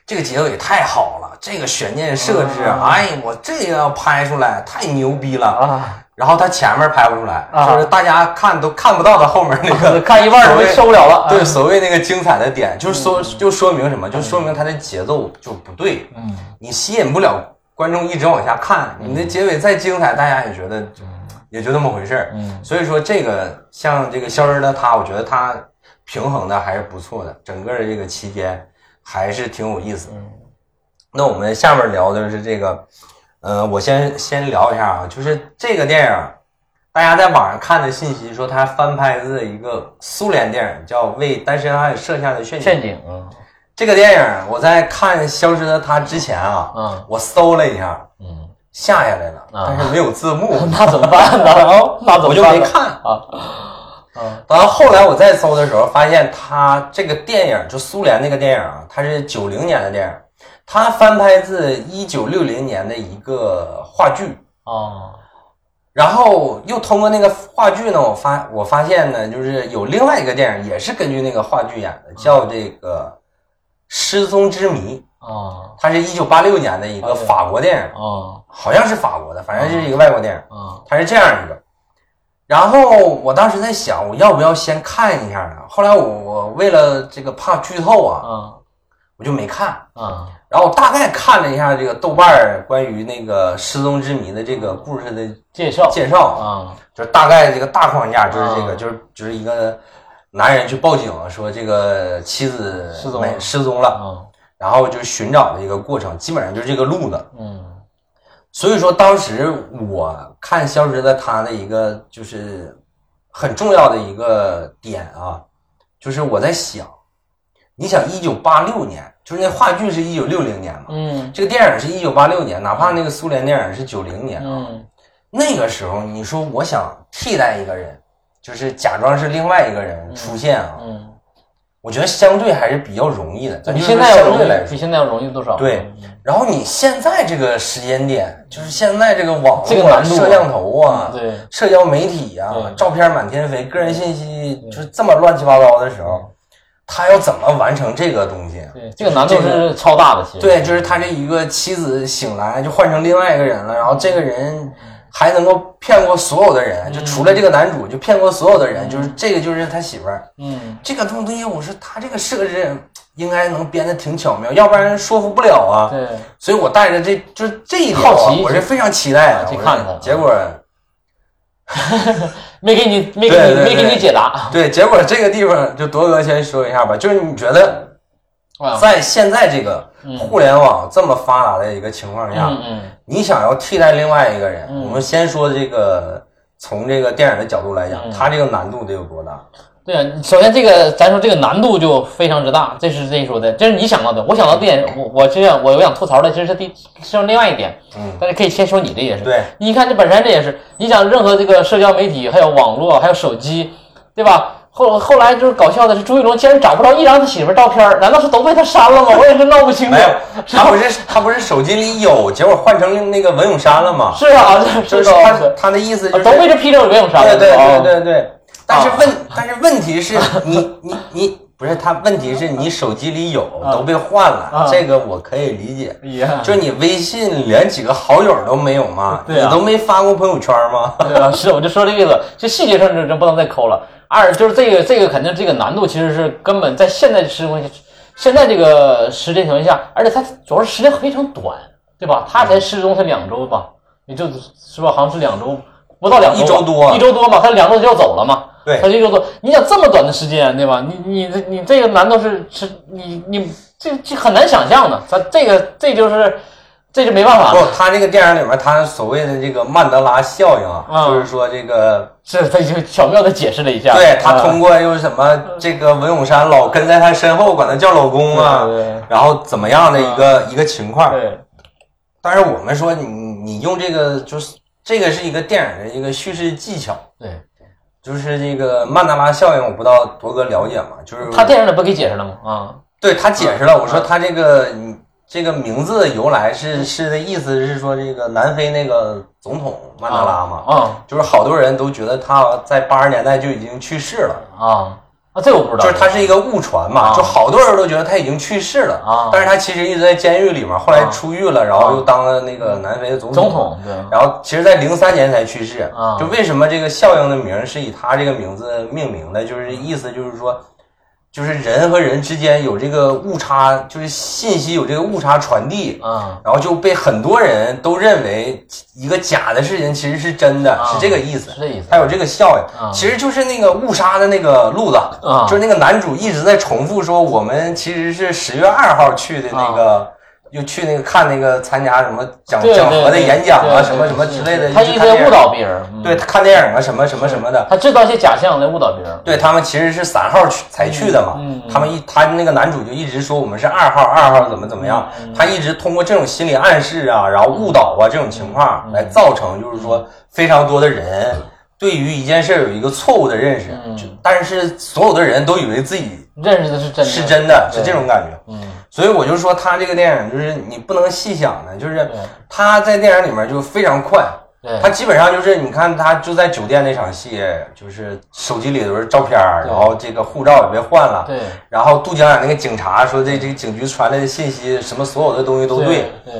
A: 这个结尾太好了，这个悬念设置，哎，我这个要拍出来太牛逼了。
B: 嗯啊，
A: 然后他前面拍不出来，
B: 啊
A: 就是大家看都看不到他后面那 个
B: 看一半儿
A: 所
B: 就
A: 谓
B: 受不了了，
A: 对，所谓那个精彩的点，就是说，就说明什么？就说明它的节奏就不对，
B: 嗯，
A: 你吸引不了观众一直往下看，你的结尾再精彩，大家也觉得就也就那么回事儿。
B: 嗯
A: 所以说，这个像这个《消失的她》，我觉得它平衡的还是不错的，整个的这个期间还是挺有意思的。那我们下面聊的是这个，呃，我先先聊一下啊，就是这个电影，大家在网上看的信息说它翻拍自一个苏联电影，叫《为单身汉设下的陷阱》。
B: 陷阱啊，
A: 这个电影我在看《消失的她》之前啊，
B: 嗯
A: 我搜了一下，
B: 嗯
A: 下下来了，
B: 啊
A: 但是没有字 幕，
B: 那怎么办 呢？哦，那怎么办呢
A: 我就没看。
B: 啊。
A: 然后后来我再搜的时候，发现他这个电影就苏联那个电影啊，它是九零年的电影，它翻拍自一九六零年的一个话剧，
B: 哦，
A: 然后又通过那个话剧呢，我发我发现呢，就是有另外一个电影也是根据那个话剧演的，叫这个《失踪之谜》，
B: 哦，
A: 它是一九八六年的一个
B: 86
A: 法国电影，
B: 哦，
A: 好像是法国的，反正是一个外国电影。
B: 哦，
A: 它是这样一个。然后我当时在想，我要不要先看一下呢？后来我我为了这个怕剧透啊，
B: 哦，
A: 我就没看。
B: 哦，
A: 然后我大概看了一下这个豆瓣儿关于那个失踪之谜的这个故事的
B: 介绍，
A: 介绍啊，
B: 啊，
A: 就是大概这个大框架就是这个，
B: 嗯
A: 就是就是一个男人去报警说这个妻子
B: 失踪
A: 没
B: 了
A: 失踪了，
B: 嗯，
A: 然后就寻找的一个过程，基本上就是这个路子。
B: 嗯，
A: 所以说，当时我看《消失的她》的一个就是很重要的一个点啊，就是我在想，你想，一九八六年，就是那话剧是一九六零年嘛，
B: 嗯，
A: 这个电影是一九八六年，哪怕那个苏联电影是九零年，
B: 嗯，
A: 那个时候你说我想替代一个人，就是假装是另外一个人出现啊，
B: 嗯，
A: 我觉得相对还是比较容易的。咱
B: 比
A: 就
B: 现
A: 是
B: 在要
A: 相
B: 容
A: 对来
B: 易，
A: 说
B: 比，现在要容易多少？嗯
A: 对，然后你现在这个时间点，就是现在这个网
B: 这个
A: 络、啊、
B: 难度啊
A: 摄像头啊、
B: 对，
A: 社交媒体啊、
B: 对
A: 照片满天飞，个人信息就是这么乱七八糟的时候，他要怎么完成这个东西？啊
B: 对，这个难度是超大的，其实。
A: 对，就是他这一个妻子醒来就换成另外一个人了，然后这个
B: 嗯
A: 人还能够骗过所有的人，就除了这个男主就骗过所有的人，就是这个就是他媳妇儿。
B: 嗯，
A: 这个东西，我说他这个设置应该能编得挺巧妙，要不然说服不了啊。
B: 对，
A: 所以我带着这就是这一点啊
B: 好奇
A: 我是非常期待的
B: 去
A: 我是
B: 看看啊
A: 结果
B: 没给你，没给
A: 对
B: 你，
A: 对
B: 没给
A: 对
B: 你解答。
A: 对，结果这个地方就铎哥先说一下吧，就是你觉得
B: 啊
A: 在现在这个互联网这么发达的一个情况下，
B: 嗯嗯
A: 你想要替代另外一个人，我们先说这个从这个电影的角度来讲，
B: 嗯
A: 他这个难度得有多大？
B: 对啊，首先这个咱说这个难度就非常之大，这是这一说的，这是你想到的。我想到电影，我我这样我我想吐槽的，其实是第是另外一点，
A: 嗯，
B: 但是可以先说你的也是。
A: 对，
B: 你看这本身这也是，你想任何这个社交媒体，还有网络，还有手机，对吧？后后来就是搞笑的是，朱一龙竟然找不着一张他媳妇儿照片儿，难道是都被他删了吗？我也是闹不清楚
A: 没。有，他不是他不是手机里有，结果换成那个文咏珊了吗？
B: 是啊，这
A: 就是
B: 知道
A: 他
B: 是啊
A: 他的意思就是
B: 都被这批证袁咏删了。
A: 对对
B: 哦
A: 对对对。但是
B: 啊
A: 问，但是问题是你你你不是他，问题是你手机里有都被换了
B: 啊，
A: 这个我可以理解。
B: 哎呀
A: 就你微信连几个好友都没有吗？
B: 对啊
A: 你都没发过朋友圈吗？
B: 对吧？是，我就说这意思，就细节上这这不能再抠了。二就是这个这个肯定这个难度其实是根本在现在时空下，现在这个时间条件下，而且它主要是时间非常短，对吧？他才失踪才两周吧，也就是吧，好像是两周不到两周吧，
A: 一周多啊
B: 一周多嘛，他两周就要走了嘛。
A: 对
B: 他就一周多。你想这么短的时间，对吧？你你这你这个难道是是你你这这很难想象的，咱这个这就是这就没办法
A: 不
B: 了，，
A: 他这个电影里面，他所谓的这个曼德拉效应啊，
B: 嗯
A: 就是说这个，
B: 是他就巧妙的解释了一下，
A: 对他
B: 嗯
A: 通过又什么这个文咏珊老跟在他身后，管他叫老公啊
B: 对对对，啊
A: 然后怎么样的一个一个情况？
B: 对。
A: 但是我们说你你用这个就是这个是一个电影的一个叙事技巧，
B: 对，
A: 就是这个曼德拉效应，我不知道铎哥了解吗？就是
B: 他电影里不给解释了吗？啊，
A: 对他解释了，我说他这个你这个名字的由来是是的意思是说这个南非那个总统曼德拉嘛，
B: 啊
A: 就是好多人都觉得他在八十年代就已经去世了。
B: 啊啊，这我不知道。
A: 就是他是一个误传嘛，
B: 啊
A: 就好多人都觉得他已经去世了，
B: 啊
A: 但是他其实一直在监狱里面，后来出狱了，然后又当了那个南非的总
B: 总统，对，
A: 然后其实，在零三年才去世。
B: 啊
A: 就为什么这个效应的名儿是以他这个名字命名的？就是意思就是说，就是人和人之间有这个误差，就是信息有这个误差传递，
B: 啊
A: 然后就被很多人都认为一个假的事情其实是真的，
B: 啊
A: 是这个意思。
B: 是这意思
A: 还有这个效应，
B: 啊
A: 其实就是那个误杀的那个路子，
B: 啊
A: 就是那个男主一直在重复说，我们其实是十月二号去的那个。又去那个看那个参加什么讲
B: 啊对对
A: 讲和的
B: 对
A: 演讲啊，
B: 对
A: 什么什么之类的，
B: 他
A: 去
B: 一直
A: 看电
B: 在
A: 影
B: 误导别人，嗯
A: 对，看电影啊，什么什么什么的，
B: 他制造一些假象来误导别人。
A: 对他们其实是三号去才去的嘛，
B: 嗯嗯
A: 他们一他那个男主就一直说我们是二号，二号怎么怎么样，
B: 嗯
A: 他一直通过这种心理暗示啊，然后误导啊这种情
B: 嗯
A: 况来造成，就是说非常多的人对于一件事儿有一个错误的认识，
B: 嗯
A: 就但是所有的人都以为自己
B: 认识的是真的，
A: 是真的，是这种感觉。
B: 嗯，
A: 所以我就说他这个电影就是你不能细想的，就是他在电影里面就非常快。
B: 对
A: 他基本上就是，你看他就在酒店那场戏，就是手机里都是照片儿，
B: 对
A: 然后这个护照也被换了，
B: 对
A: 然后杜江演那个警察说这这个警局传来的信息，什么所有的东西都对，
B: 对，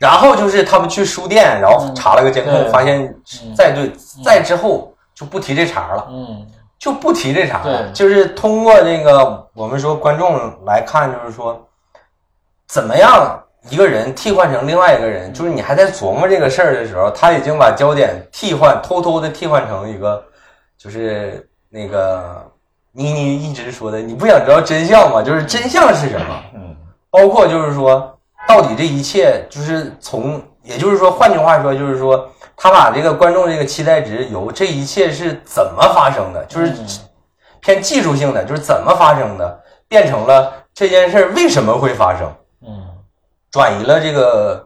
A: 然后就是他们去书店，然后查了个监控，
B: 对
A: 发现再对，再之后就不提这茬了，
B: 嗯，
A: 就不提这茬了，
B: 对
A: 就是通过那个我们说观众来看，就是说怎么样一个人替换成另外一个人，就是你还在琢磨这个事儿的时候，他已经把焦点替换，偷偷的替换成一个，就是那个妮妮一直说的，你不想知道真相吗？就是真相是什么？
B: 嗯，
A: 包括就是说，到底这一切就是从，也就是说，换句话说，就是说，他把这个观众这个期待值由这一切是怎么发生的，就是
B: 嗯
A: 偏技术性的，就是怎么发生的，变成了这件事儿为什么会发生，
B: 嗯，
A: 转移了这个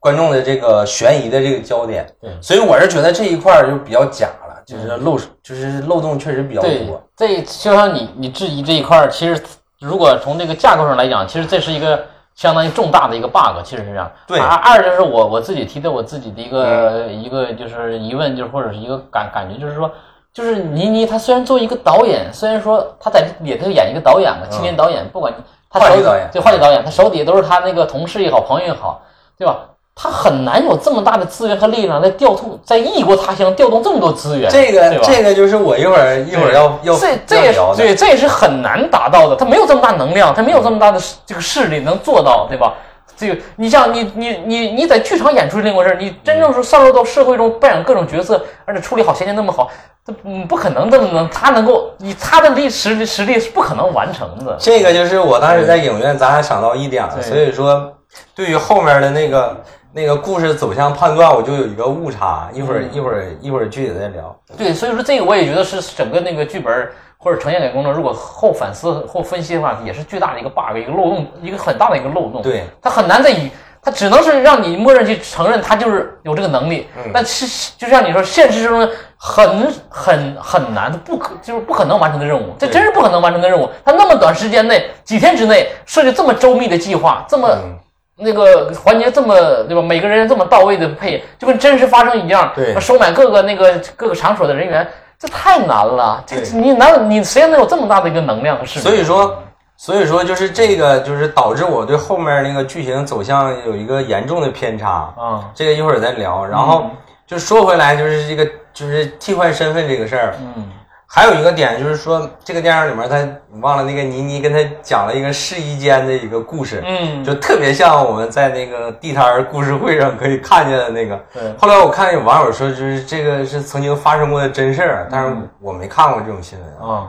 A: 观众的这个悬疑的这个焦点。
B: 对嗯
A: 所以我是觉得这一块儿就比较假了，就是漏，就是漏洞确实比较
B: 对
A: 多。，
B: 这就像你你质疑这一块儿，其实如果从这个架构上来讲，其实这是一个相当于重大的一个 bug，其实是这样。
A: 对嗯
B: 啊二就是我我自己提的我自己的一个、一个就是疑问，就是或者是一个感感觉，就是说。就是倪妮，她虽然作为一个导演，虽然说她在里头演一个导演嘛，青年导演，不管她
A: 嗯话剧
B: 手底
A: 导演嗯
B: 对话剧导演，她手底下都是她那个同事也好，朋友也好，对吧？她很难有这么大的资源和力量来调动，在异国他乡调动这么多资源，
A: 这
B: 对
A: 个
B: 吧
A: 这个就是我一会儿一会儿要要
B: 这这
A: 要
B: 也是
A: 聊的。
B: 对，这也是很难达到的。他没有这么大能量，他没有这么大的
A: 嗯
B: 势这个势力能做到，对吧？这个，你像你你你你在剧场演出是另一回事儿，你真
A: 嗯
B: 正是上落到社会中扮演各种角色，而且处理好衔接那么好，这嗯不可能这么能，他能够以他的力实力实力是不可能完成的。
A: 这个就是我当时在影院，咱还想到一点了，
B: 对
A: 所以说对于后面的那个那个故事走向判断，我就有一个误差。一
B: 嗯
A: 会儿、一会儿一会儿具体再聊。
B: 对，所以说这个我也觉得是整个那个剧本儿或者呈现给观众，如果后反思、后分析的话，也是巨大的一个 bug，一个漏洞，一个很大的一个漏洞。
A: 对，
B: 他很难再以，他只能是让你默认去承认他就是有这个能力。嗯但是就像你说，现实中很很很难，不可就是不可能完成的任务，这真是不可能完成的任务。他那么短时间内，几天之内设计这么周密的计划，这么。
A: 嗯
B: 那个环节这么对吧？每个人这么到位的配，就跟真实发生一样。
A: 对
B: 收买各个那个各个场所的人员，这太难了。这
A: 对
B: 你哪有你谁能有这么大的一个能量和势力？
A: 所以说，所以说就是这个，就是导致我对后面那个剧情走向有一个严重的偏差。
B: 啊，
A: 这个一会儿再聊。然
B: 嗯
A: 后就说回来，就是这个就是替换身份这个事儿。
B: 嗯，
A: 还有一个点就是说，这个电影里面他你忘了那个倪妮跟他讲了一个试衣间的一个故事。
B: 嗯
A: 就特别像我们在那个地摊儿故事会上可以看见的那个。
B: 对
A: 后来我看有网友说，就是这个是曾经发生过的真事儿，但是
B: 嗯
A: 我没看过这种新闻啊。
B: 啊，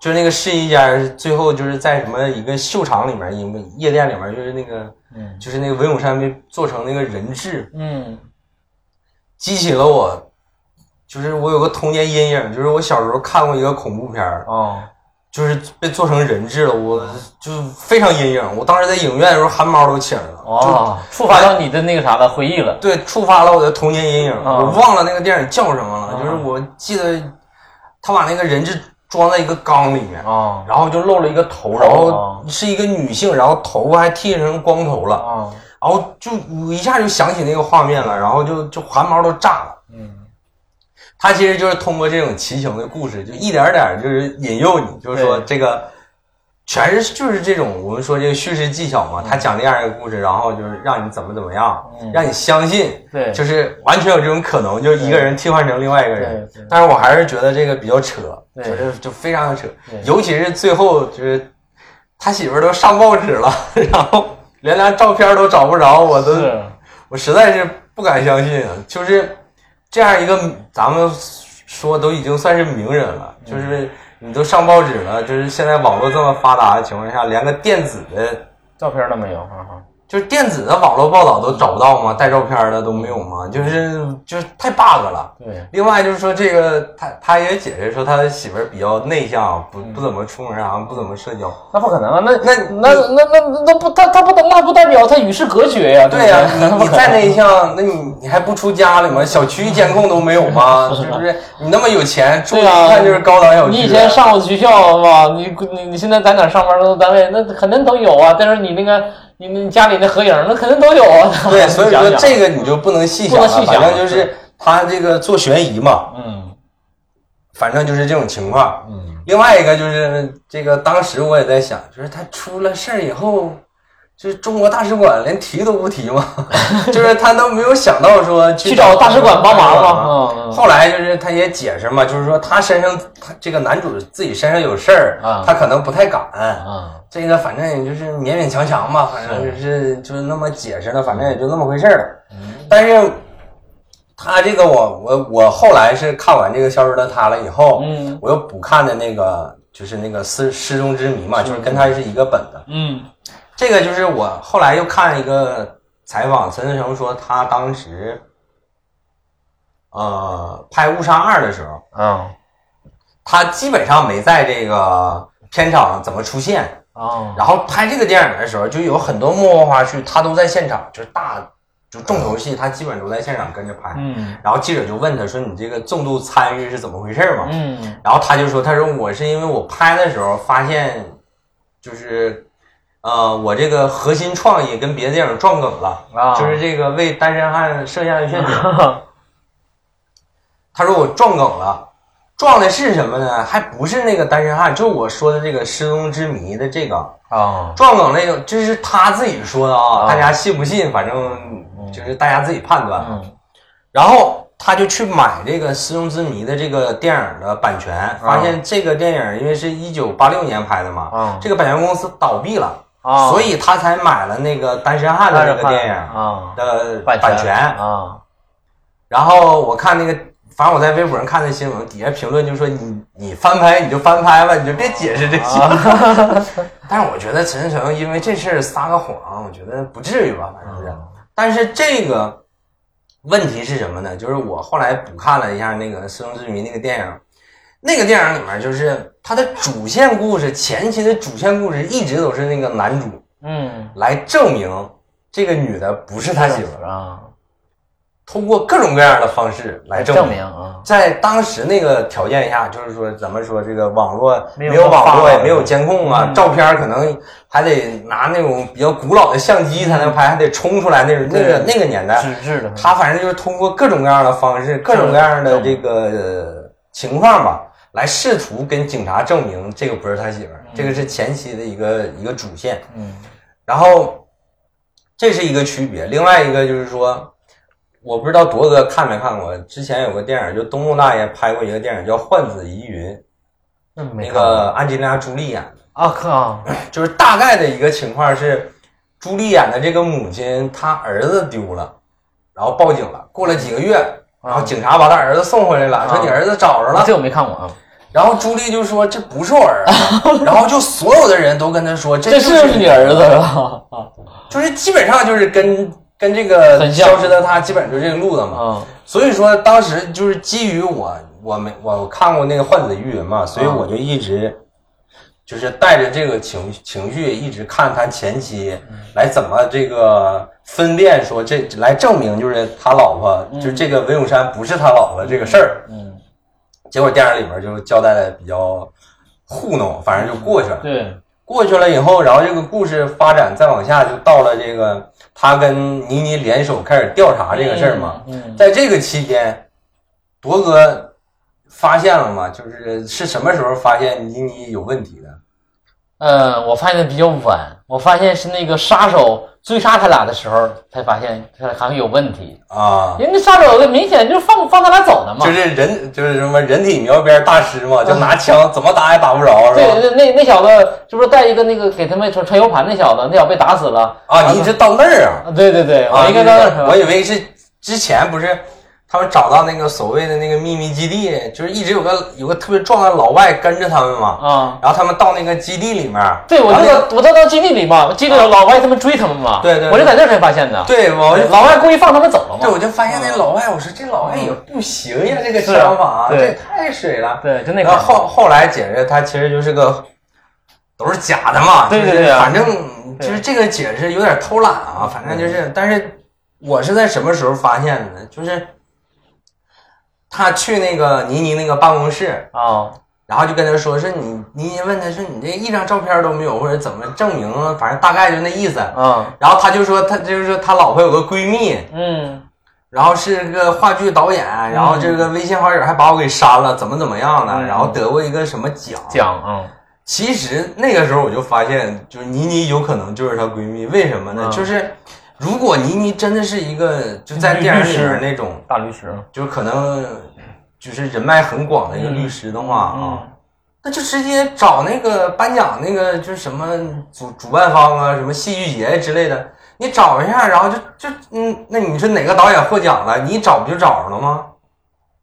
A: 就是那个试衣间儿，最后就是在什么一个秀场里面，一个夜店里面，就是那个，
B: 嗯
A: 就是那个文咏珊被做成那个人质，
B: 嗯
A: 激起了我，就是我有个童年阴影，就是我小时候看过一个恐怖片儿，
B: 哦，
A: 就是被做成人质了，我就是非常阴影。我当时在影院的时候汗毛都起来了，就
B: 哦，触发到你的那个啥了，回忆了。
A: 对，触发了我的童年阴影。
B: 啊
A: 我忘了那个电影叫什么了，就是我记得他把那个人质装在一个缸里面，
B: 哦
A: 然后就露了一个头，然后是一个女性，然后头发还剃成光头了，
B: 哦，
A: 然后就我一下就想起那个画面了，然后就就汗毛都炸了。
B: 嗯，
A: 他其实就是通过这种奇情的故事，就一点儿点儿就是引诱你，就是说
B: 对
A: 这个全是就是这种我们说这个叙事技巧嘛。他讲这样一个故事，然后就是让你怎么怎么样，让你相信，
B: 对
A: 就是完全有这种可能，就是一个人替换成另外一个人
B: 对对。
A: 但是我还是觉得这个比较扯，
B: 对
A: 就是就非常的扯
B: 对，
A: 尤其是最后就是他媳妇儿都上报纸了， 然后连张照片都找不着，我都
B: 是，
A: 我实在是不敢相信，啊！就是这样一个咱们说都已经算是名人了，
B: 嗯
A: 就是你都上报纸了，就是现在网络这么发达的情况下，连个电子的
B: 照片了没有？啊哈，
A: 就是电子的网络报道都找不到吗？带照片的都没有吗？就是就是太 bug 了。
B: 对，
A: 另外就是说，这个他他也解释说，他媳妇儿比较内向，不
B: 嗯
A: 不怎么出门啊，不怎么社交。
B: 那不可能啊，那
A: 那
B: 那那那那不他他不那不代表他与世隔绝呀、
A: 对呀、
B: 呀、
A: 你你再内向，那你你还不出家里吗？小区监控都没有 吗？是不是？你那么有钱，住
B: 对
A: 一
B: 呀
A: 看就是高档小区。啊
B: 你以前上过学校是吧？你你你现在在哪儿上班都单位，那肯定都有啊。但是你那个你你家里那合影，那肯定都有啊。
A: 对，所以
B: 讲
A: 说
B: 讲
A: 这个你就不能细想
B: 不
A: 了，
B: 能细想
A: 反正就是他这个做悬疑嘛，
B: 嗯
A: 反正就是这种情况。
B: 嗯，
A: 另外一个就是这个，当时我也在想，就是他出了事儿以后，就是中国大使馆连提都不 提嘛，就是他都没有想到说去
B: 去找大使馆帮忙
A: 大使馆嘛
B: 嘛。嗯嗯，
A: 啊后来就是他也解释嘛，就是说他身上他这个男主自己身上有事儿，
B: 啊
A: 他可能不太敢。
B: 嗯
A: 这个反正也就是勉勉强强吧，反正就是就是那么解释了，反正也就那么回事儿了。但是他这个我我我后来是看完这个《消失的她》了以后，
B: 嗯
A: 我又补看的那个就是那个失失踪之谜嘛，就是跟他是一个本的。
B: 嗯
A: 这个就是我后来又看了一个采访，陈思诚说他当时呃拍《误杀二》的时候，
B: 啊
A: 他基本上没在这个片场怎么出现。
B: 啊
A: 然后拍这个电影的时候，就有很多幕后花絮，他都在现场，就是大就重头戏，他基本都在现场跟着拍。
B: 嗯
A: 然后记者就问他说：“你这个重度参与是怎么回事嘛？”
B: 嗯
A: 然后他就说：“他说我是因为我拍的时候发现，就是，呃，我这个核心创意跟别的电影撞梗了，
B: 啊
A: 就是这个为单身汉设下的陷 阱。”他说我撞梗了，撞的是什么呢？还不是那个单身汉，就是我说的这个失踪之谜的这个。
B: 啊
A: 撞梗那个，这是他自己说的啊，
B: 啊
A: 大家信不信，反正就是大家自己判断。
B: 嗯
A: 然后他就去买这个《失踪之谜》的这个电影的版权，发
B: 嗯
A: 现这个电影因为是一九八六年拍的嘛，
B: 啊
A: 这个版权公司倒闭了，
B: 啊，
A: 所以他才买了那个《单身汉》的这个电影
B: 啊
A: 的
B: 版
A: 版
B: 权啊
A: 然后我看那个，反正我在微博上看那新闻，底下评论就说你你翻拍你就翻拍吧，你就别解释这些。啊 但是我觉得陈思诚因为这事儿撒个谎，我觉得不至于吧，反正是。但是这个问题是什么呢？就是我后来补看了一下那个《失踪之谜》那个电影，那个电影里面就是它的主线故事，前期的主线故事一直都是那个男主
B: 嗯
A: 来证明这个女的不是他媳妇儿，
B: 啊
A: 通过各种各样的方式来证
B: 证
A: 明
B: 明。啊
A: 在当时那个条件下，就是说咱们说这个网络
B: 没有
A: 没有
B: 发嗯
A: 网络
B: 达
A: 也没有监控啊，照片可能还得拿那种比较古老的相机才能拍，还得冲出来那种那个那个年代，
B: 纸质的
A: 哎他反正就是通过各种各样的方式、各种各样的这个呃情况吧，来试图跟警察证明这个不是他媳妇儿，这个是前期的一个一个主线。
B: 嗯
A: 然后这是一个区别，另外一个就是说，我不知道铎哥看没看过，之前有个电影，就东木大爷拍过一个电影叫《幻子疑云》，
B: 那嗯没
A: 那
B: 看过
A: 个安吉丽娜·朱莉演的，
B: 啊靠
A: 就是大概的一个情况是，朱莉演的这个母亲，她儿子丢了，然后报警了，过了几个月，然
B: 嗯
A: 后警察把她儿子送回来了，说你儿子找着了
B: 啊，这我没看过啊，
A: 然后朱莉就说这不是我儿子，然后就所有的人都跟她说这
B: 这
A: 就是
B: 不是你儿子是吧？啊
A: 就是基本上就是跟跟这个《
B: 很像
A: 消失的她》基本上就这个路子嘛。
B: 啊
A: 所以说当时就是基于我我没我看过那个《幻子疑云》
B: 嗯
A: 嘛，所以我就一直就是带着这个情情绪一直看他前期
B: 嗯
A: 来怎么这个分辨说这来证明就是他老婆就是这个文咏珊不是他老婆这个事儿。
B: 嗯
A: 结果电影里面就交代的比较糊弄，反正就过去了。
B: 对
A: 过去了以后，然后这个故事发展再往下，就到了这个他跟倪妮联手开始调查这个事儿嘛。
B: 嗯
A: 在这个期间，铎哥发现了嘛，就是是什么时候发现倪妮有问题的？
B: 呃，我发现的比较晚，我发现是那个杀手追杀他俩的时候才发现他好像有问题，
A: 啊，
B: 因为那杀手明显就是放放他俩走的嘛
A: 就。是人就是什么人体描边大师嘛，就拿枪怎么打也打不着，是
B: 对，
A: 吧？
B: 那那那小子是不是带一个那个给他们传传 U 盘那小子？那小子被打死了
A: 啊，你一直到那儿啊？
B: 啊！对对对，
A: 啊，
B: 我应该当时
A: 我以为是之前不是他们找到那个所谓的那个秘密基地，就是一直有个有个特别壮的老外跟着他们嘛。
B: 啊。
A: 然后他们到那个基地里面，
B: 对，我
A: 然
B: 就
A: 后那个
B: 到我到到基地里嘛，基地老老外他们追他们嘛，
A: 对对对
B: 我就在那儿才发现的。
A: 对，我就
B: 老外故意放他们走了
A: 对，我
B: 嘛。
A: 就发现那老外，我说这老外也不行呀，这个
B: 嗯是啊
A: 想法啊这
B: 对
A: 也太水了。
B: 对，就那
A: 然
B: 块儿
A: 后后后来解释，他其实就是个都是假的嘛，
B: 对对
A: 就是
B: 对嗯啊
A: 反正就是这个解释有点偷懒啊，反正就是，但是我是在什么时候发现的呢？就是他去那个倪妮那个办公室，
B: 啊，
A: 然后就跟他说是你，倪妮问他是你这一张照片都没有，或者怎么证明啊？反正大概就那意思。
B: 嗯
A: 然后他就说他就是说他老婆有个闺蜜，
B: 嗯
A: 然后是个话剧导演，然后这个微信好友还把我给删了，怎么怎么样的，
B: 嗯
A: 然后得过一个什么奖。
B: 讲嗯
A: 其实那个时候我就发现，就是倪妮有可能就是她闺蜜，为什么呢？
B: 嗯
A: 就是如果倪妮真的是一个就在电影里面那种，
B: 大律师
A: 就是可能就是人脉很广的一个律师的话啊，
B: 嗯
A: 那就直接找那个颁奖那个就是什么主主办方啊，什么戏剧节之类的，你找一下，然后就就嗯，那你说哪个导演获奖了，你找不就找着了吗？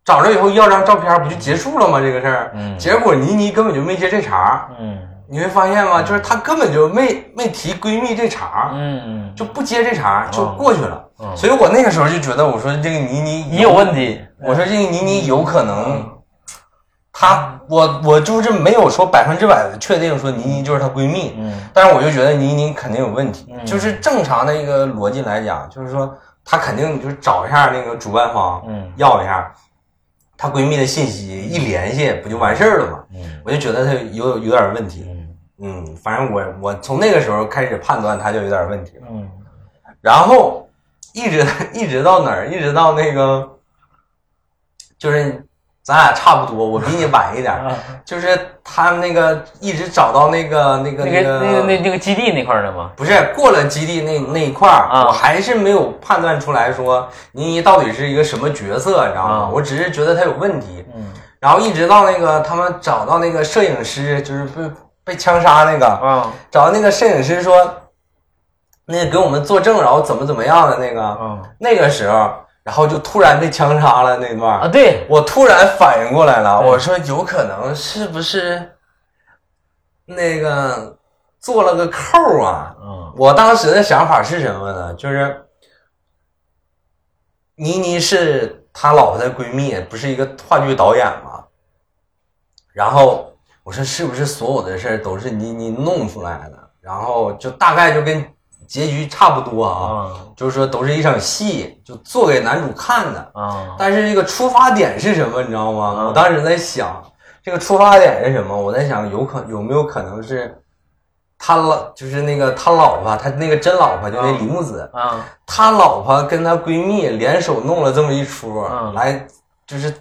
A: 找着以后要张照片不就结束了吗？这个事儿，
B: 嗯
A: 结果倪妮根本就没接这茬儿。
B: 嗯
A: 你会发现吗？就是她根本就没没提闺蜜这茬儿，
B: 嗯
A: 就不接这茬儿，就
B: 哦
A: 过去了。
B: 嗯
A: 所以我那个时候就觉得，我说这个倪妮，
B: 你有问题，
A: 我说这个倪
B: 嗯
A: 妮有可能，她我我就是没有说百分之百的确定说倪妮就是她闺蜜，
B: 嗯
A: 但是我就觉得倪妮肯定有问题。
B: 嗯
A: 就是正常的一个逻辑来讲，就是说她肯定就是找一下那个主办方，
B: 嗯
A: 要一下她闺蜜的信息，一联系不就完事儿了吗？
B: 嗯
A: 我就觉得她有有点问题。
B: 嗯
A: 嗯，反正我我从那个时候开始判断他就有点问题了，
B: 嗯
A: 然后一直 一直到哪儿，一直到那个，就是咱俩差不多，我比你晚一点儿，
B: 啊，
A: 就是他们那个一直找到那个那个
B: 那个
A: 个
B: 那个那那个基地那块儿的吗？
A: 不是过了基地那那一块儿，
B: 啊
A: 我还是没有判断出来说倪妮到底是一个什么角色，你知道吗？
B: 啊
A: 我只是觉得她有问题，
B: 嗯
A: 然后一直到那个他们找到那个摄影师，就是被被枪杀那个，
B: 啊
A: 找那个摄影师说，那个给我们作证，然后怎么怎么样的那个，
B: 啊
A: 那个时候，然后就突然被枪杀了那段
B: 啊
A: 儿，
B: 对，
A: 我突然反应过来了，
B: 对
A: 我说有可能是不是那个做了个扣儿啊？
B: 嗯
A: 我当时的想法是什么呢？就是倪妮是她老婆的闺蜜，不是一个话剧导演嘛。然后我说，是不是所有的事儿都是倪妮弄出来的？然后就大概就跟结局差不多啊，
B: 啊
A: 就是说都是一场戏，就做给男主看的。
B: 啊
A: 但是这个出发点是什么，你知道吗？
B: 嗯
A: 我当时在想，这个出发点是什么？我在想，有可有没有可能是他老，就是那个他老婆，他那个真老婆，就那
B: 嗯
A: 李木子，
B: 啊
A: 他老婆跟她闺蜜联手弄了这么一出，
B: 嗯
A: 来就是，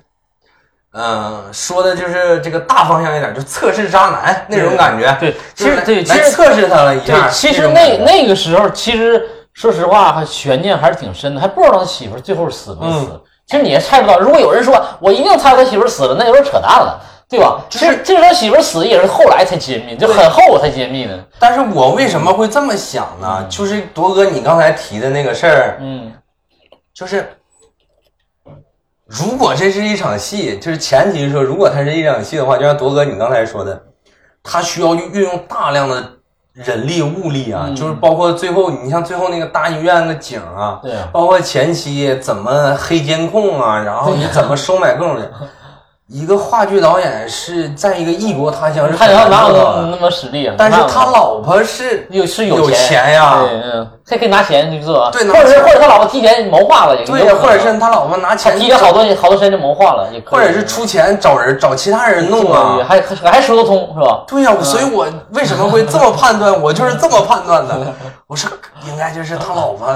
A: 嗯、说的就是这个大方向一点，就测试渣男那种感觉。
B: 对，其
A: 就是
B: 实
A: 来
B: 对，其
A: 来
B: 实
A: 测试他了一下。
B: 对，其实
A: 种感
B: 那
A: 觉
B: 那个时候，其实说实话，还悬念还是挺深的，还不知道他媳妇儿最后死没
A: 嗯
B: 死。其实你也猜不到。如果有人说我一定猜他媳妇儿死了，那有点扯淡了，对吧？
A: 就
B: 其
A: 是
B: 实这个他媳妇儿死也是后来才揭秘，就很后才揭秘的。
A: 但是我为什么会这么想呢？就是铎哥你刚才提的那个事儿，
B: 嗯
A: 就是如果这是一场戏，就是前提是说，如果它是一场戏的话，就像铎哥你刚才说的，他需要运用大量的人力物力啊，
B: 嗯
A: 就是包括最后你像最后那个大医院的景啊，
B: 对啊
A: 包括前期怎么黑监控啊，然后你怎么收买各种 人。一个话剧导演是在一个异国他乡是
B: 他
A: 很难
B: 哪
A: 做
B: 有
A: 到
B: 那
A: 的，
B: 那么实力啊？
A: 但是
B: 哪有
A: 他老婆是
B: 有是
A: 有
B: 钱
A: 钱呀
B: 对，嗯，他可以拿钱去做啊，
A: 对拿
B: 或者是
A: 钱
B: 或者他老婆提前谋划了，也
A: 对
B: 也
A: 呀，
B: 有可
A: 或者
B: 能
A: 是他老婆拿
B: 他
A: 钱
B: 提前好多好多时间就谋划了，也可
A: 或
B: 以
A: 者是出钱找人找其他人弄啊
B: 对，嗯还还还说得通是吧？
A: 对呀、我所以我为什么会这么判断？我就是这么判断 的。我说应该就是他老婆，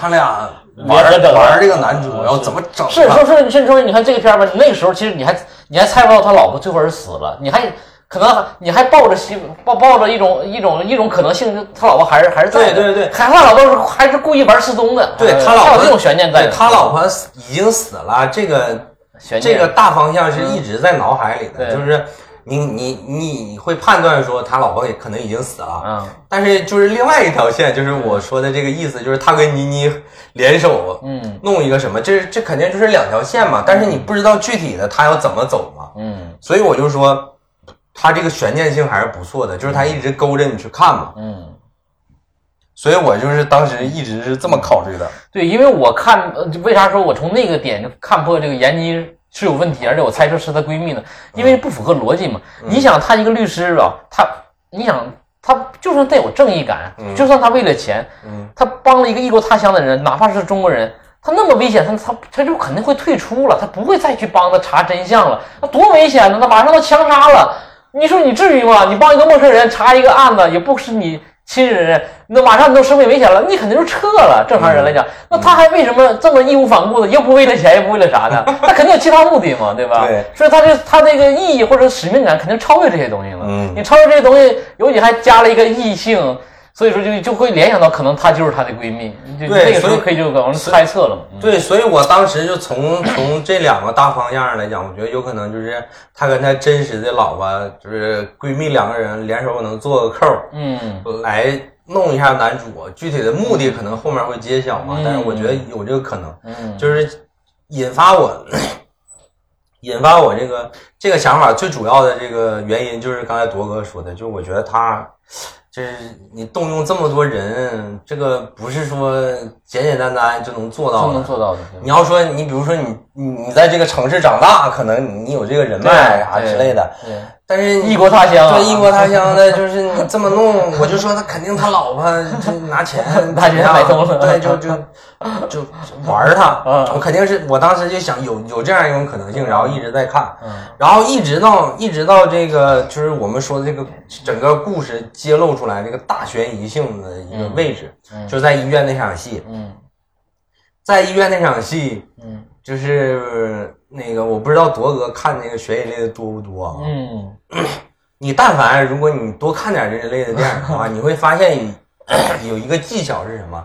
A: 他俩玩
B: 玩这个
A: 玩这个男主，然后怎么整啊？
B: 啊嗯是说说，甚至说你看这个片儿吧，你那个时候其实你还你还猜不到他老婆最后是死了，你还可能你还抱着希抱抱着一种一种一种可能性，他老婆还是还是在的
A: 对对对
B: 还他老婆是还是故意玩失踪的，
A: 对
B: 呃
A: 他老
B: 还有
A: 婆
B: 这种悬念在
A: 对
B: 的，
A: 他老婆已经死了，这个
B: 悬念嗯
A: 这个大方向是一直在脑海里的，
B: 对
A: 就是。你你你会判断说他老婆也可能已经死了，
B: 啊，
A: 但是就是另外一条线，就是我说的这个意思，就是他跟倪妮联手
B: 嗯
A: 弄一个什么，这这肯定就是两条线嘛。但是你不知道具体的他要怎么走嘛，
B: 嗯
A: 所以我就说他这个悬念性还是不错的，就是他一直勾着你去看嘛。
B: 嗯，
A: 所以我就是当时一直是这么考虑的。
B: 对，因为我看，呃，为啥说我从那个点就看破这个闫妮是有问题，而且我猜测是她闺蜜呢？
A: 嗯
B: 因为不符合逻辑嘛。你想，她一个律师啊，她，你想，她就算她有正义感，就算她为了钱，
A: 嗯
B: 她帮了一个异国他乡的人，哪怕是中国人。她那么危险，她她她就肯定会退出了，她不会再去帮他查真相了。那多危险呢！那马上都枪杀了，你说你至于吗？你帮一个陌生人查一个案子，也不是你亲人，那马上你都生命危险了，你肯定就撤了。正常人
A: 嗯
B: 来讲，那他还为什么这么义无反顾的，又不为了钱，也不为了啥 呢？他肯定有其他目的嘛，对吧？
A: 对
B: 所以他这他这个意义或者使命感肯定超越这些东西了。
A: 嗯
B: 你超越这些东西，尤其还加了一个异性。所以说就就会联想到，可能她就是她的闺蜜，就
A: 对
B: 那个时
A: 所
B: 候
A: 以
B: 可以就往上猜测了嘛。嗯
A: 对，所以我当时就从从这两个大方向上来讲，我觉得有可能就是他跟他真实的老婆，就是闺蜜两个人联手可能做个扣儿
B: 嗯，
A: 来弄一下男主，具体的目的可能后面会揭晓嘛，
B: 嗯
A: 但是我觉得有这个可能，
B: 嗯
A: 就是引发我 引发我这个这个想法最主要的这个原因就是刚才铎哥说的，就是我觉得他。就是你动用这么多人，这个不是说简简单单就能做到
B: 都
A: 的
B: 能。做到的。对吧
A: 你要说你比如说你你你在这个城市长大，可能你有这个人脉
B: 对
A: 啥
B: 对
A: 之类的，
B: 对，
A: 但是你
B: 异国他乡啊
A: 对异国他乡的，就是你这么弄，我就说他肯定他老婆就拿钱
B: 拿钱买通了
A: 对，就就就就玩儿他
B: 嗯，
A: 我肯定是我当时就想有有这样一种可能性，然后一直在看
B: 嗯，
A: 然后一直到一直到这个就是我们说的这个整个故事揭露出来这个大悬疑性的一个位置，就是在医院那场戏，
B: 嗯
A: 在医院那场戏。
B: 嗯
A: 就是那个，我不知道铎哥看那个悬疑类的多不多啊？
B: 嗯
A: 你但凡如果你多看点这类的电影的 话，你会发现 有有一个技巧是什么？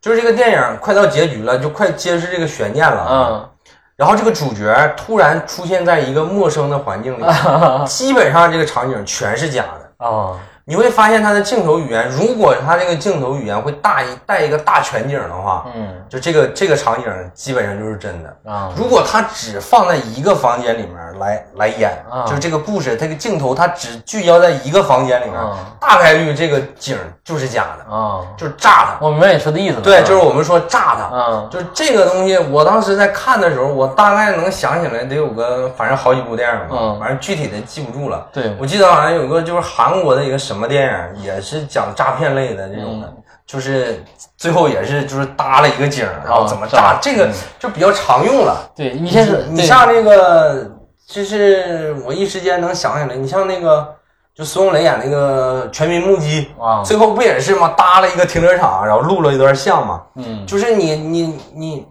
A: 就是这个电影快到结局了，就快揭示这个悬念了啊。
B: 嗯
A: 然后这个主角突然出现在一个陌生的环境里， 基本上这个场景全是假的。
B: 啊
A: 你会发现他的镜头语言，如果他这个镜头语言会大一带一个大全景的话，
B: 嗯
A: 就这个这个场景基本上就是真的。
B: 啊
A: 如果他只放在一个房间里面来来演，
B: 啊
A: 就是这个故事，这个镜头它只聚焦在一个房间里面，
B: 啊
A: 大概率这个景儿就是假的，
B: 啊！
A: 就是炸他。
B: 我明白你说的意思了。
A: 对，就是我们说炸他，
B: 啊
A: 就是这个东西。我当时在看的时候，我大概能想起来得有个，反正好几部电影吧，
B: 嗯
A: 反正具体的记不住了。
B: 对
A: 我记得好像有个就是韩国的一个什么电影，也是讲诈骗类的这种
B: 嗯
A: 的，就是最后也是就是搭了一个景儿，然
B: 啊
A: 后怎么炸，
B: 炸
A: 这个就比较常用了。
B: 嗯对你先是
A: 你像那个，就是我一时间能想起来，你像那个，就孙红雷演那个《全民目击》
B: 啊
A: 最后不也是吗？搭了一个停车场，然后录了一段像嘛。
B: 嗯
A: 就是你你你，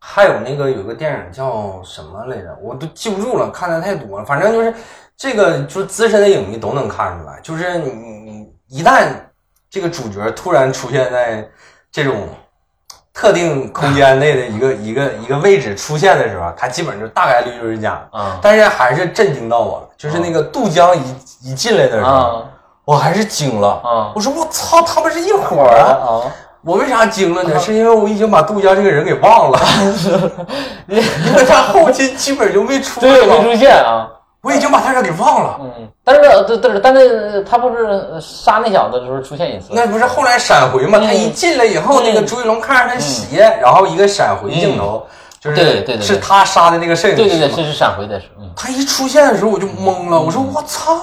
A: 还有那个有个电影叫什么来着，我都记不住了，看的太多了。反正就是这个，就是资深的影迷都能看出来，就是你你一旦这个主角突然出现在这种特定空间内的一个一个一个位置出现的时候，他基本就大概率就是假的。
B: 啊
A: 但是还是震惊到我了，就是那个杜江一一进来的时候，
B: 啊
A: 我还是惊了。
B: 啊
A: 我说我操，他们是嗯一伙儿啊！
B: 啊！
A: 我为啥惊了 呢？是因为我已经把杜江这个人给忘了，因为他后期基本就没出来
B: 对，没
A: 嘛，
B: 出现啊。
A: 我已经把他人给忘了。
B: 嗯，但是但但是但是他不是杀那小子的时候出现一次，
A: 那不是后来闪回嘛？他一进来以后，
B: 嗯
A: 那个朱一龙看着他鞋，然后一个闪回镜头，就是
B: 嗯对对对对
A: 是他杀的那个摄影师
B: 对
A: 嘛。
B: 对对，这是嗯闪回的时候，嗯，
A: 他一出现的时候我就懵了，我说我操，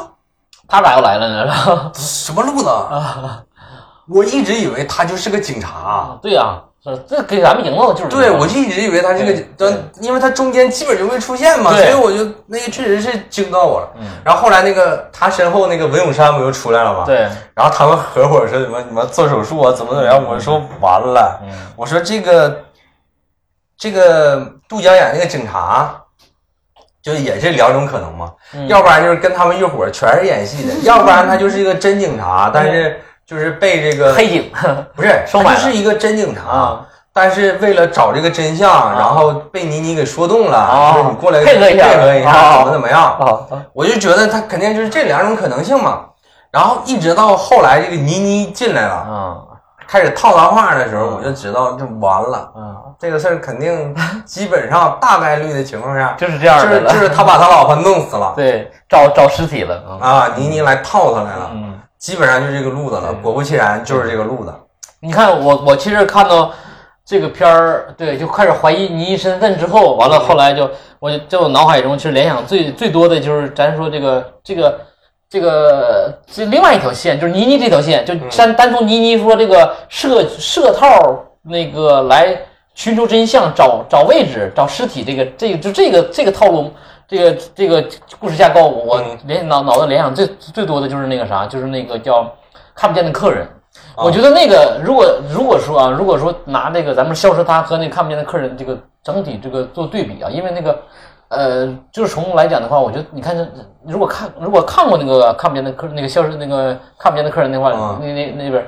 B: 他咋又来了呢？是吧？
A: 什么路子？啊 我一直以为他就是个警察，
B: 对呀，是这给咱们营造的就是
A: 对我就一直以为他是个
B: 对，
A: 但因为他中间基本就没出现嘛，所
B: 对
A: 以我就那个确实是惊到我了。然后后来那个他身后那个文咏珊不就出来了吗？。
B: 嗯对
A: 然后他们合伙说你们你们做手术啊，怎么怎么样？我说完了，
B: 呃
A: 我说这个这个杜江演那个警察，就也是两种可能嘛，
B: 嗯
A: 要不然就是跟他们一伙儿全是演 戏的，要不然他就是一个真警察，但是就是被这个
B: 嗯黑警
A: 不是
B: 收
A: 他
B: 买了
A: 就是一个真警察，
B: 啊
A: 但是为了找这个真相，然后被倪妮给说动了，
B: 啊
A: 说你过来
B: 配合一下
A: 配合一下，
B: 啊
A: 怎么怎么样？
B: 啊啊
A: 我就觉得他肯定就是这两种可能性嘛。然后一直到后来这个倪妮进来了，
B: 啊
A: 开始套脏话的时候，我就知道这完了，
B: 啊，
A: 这个事儿肯定基本上大概率的情况 下，
B: 就是这样
A: 就
B: 的
A: 是
B: 了。
A: 就是他把他老婆弄死了
B: 对，找找尸体了啊。
A: 啊，倪妮来套他来了，
B: 嗯，
A: 基本上就是这个路子了。
B: 对
A: 果不其然，就是这个路子。
B: 你看我我其实看到这个片儿，对，就开始怀疑倪妮身份之后，完了后来就我就在我脑海中其实联想最最多的就是咱说这个这个。这个这另外一条线就是倪妮这条线，就单单从倪妮说这个设设套那个来寻求真相、找找位置、找尸体，这个这个就这个这个套路，这个这个故事架构，我
A: 嗯
B: 联脑脑子联想最最多的就是那个啥，就是那个叫看不见的客人。
A: 啊
B: 我觉得那个如果如果说啊，如果说拿那个咱们消失他和那个看不见的客人这个整体这个做对比啊，因为那个呃，就是从来讲的话，我觉得你看这如果看如果看过那个看不见的客那个消失那个看不见的客人的话，
A: 嗯
B: 那那那边儿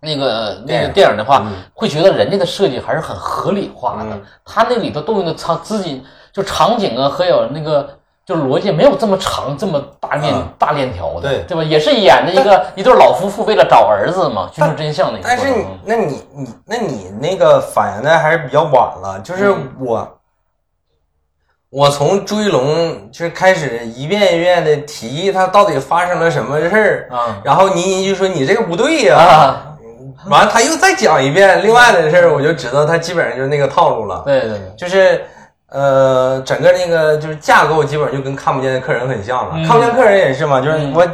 B: 那个那
A: 电
B: 个
A: 影
B: 电影的话，
A: 嗯
B: 会觉得人家的设计还是很合理化的。
A: 嗯
B: 他那里头动用的场自己就场景啊，还有那个就是逻辑没有这么长这么大链、
A: 嗯
B: 大链条的，
A: 对
B: 对吧？也是演的一个一对老夫妇为了找儿子嘛，寻求真相那个过
A: 但
B: 程。
A: 是你，那你你那你那个反应的还是比较晚了，就是
B: 嗯
A: 我。我从追龙就是开始一遍一遍的提议他到底发生了什么事儿，
B: 啊
A: 然后倪妮就说你这个不对呀、
B: 啊，
A: 完了他又再讲一遍另外的事儿，我就知道他基本上就是那个套路了，
B: 对对对，
A: 就是呃整个那个就是架构基本上就跟看不见的客人很像了，
B: 嗯
A: 看不见客人也是嘛，就是我、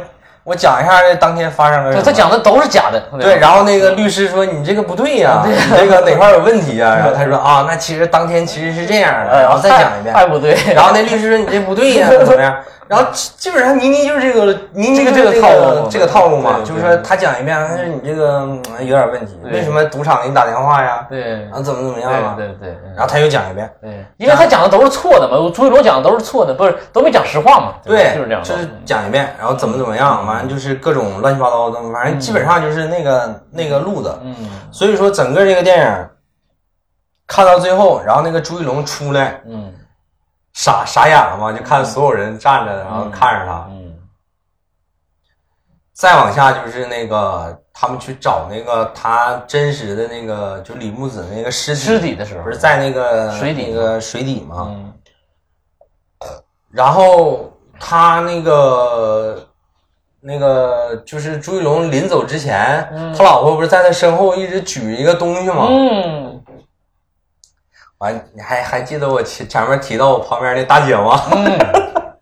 A: 我讲一下这当天发生了什
B: 对
A: 么，
B: 他讲的都是假的。
A: 对，然后那个律师说你这个不对呀、
B: 啊
A: 你这个哪块儿有问题 呀、然后他说啊，那其实当天其实是这样的，然后再讲一遍。
B: 哎太不对。
A: 然后那律师说你这不对呀、怎么怎么样？然后基基本上倪妮就是这个倪妮
B: 这个
A: 就是
B: 这个套路
A: 这个套路嘛，
B: 对对
A: 就是说他讲一遍，但是你这个嗯有点问题，
B: 对
A: 为什么赌场给你打电话呀？
B: 对
A: 然后怎么怎么样啊？
B: 对对对。嗯
A: 然后他又讲一遍，
B: 对，因为他讲的都是错的嘛，朱一龙讲的都是错的，不是都没讲实话嘛，吧嗯
A: 对，
B: 就是这样的，
A: 就是讲一遍，然后怎么怎么样，完了就是各种乱七八糟的，反正基本上就是那个那个路子。
B: 嗯
A: 所以说整个这个电影看到最后，然后那个朱一龙出来
B: 嗯
A: 傻傻眼了嘛，就看所有人站着，然后看着他。
B: 嗯
A: 再往下就是那个他们去找那个他真实的那个，就李木子那个尸体，
B: 尸体的时候
A: 不是在那个
B: 水底
A: 那个水底嘛，
B: 嗯
A: 然后他那个那个就是朱一龙临走之前，他老婆不是在他身后一直举一个东西吗？
B: 嗯
A: 完，你还还记得我前前面提到我旁边那大姐吗？
B: 嗯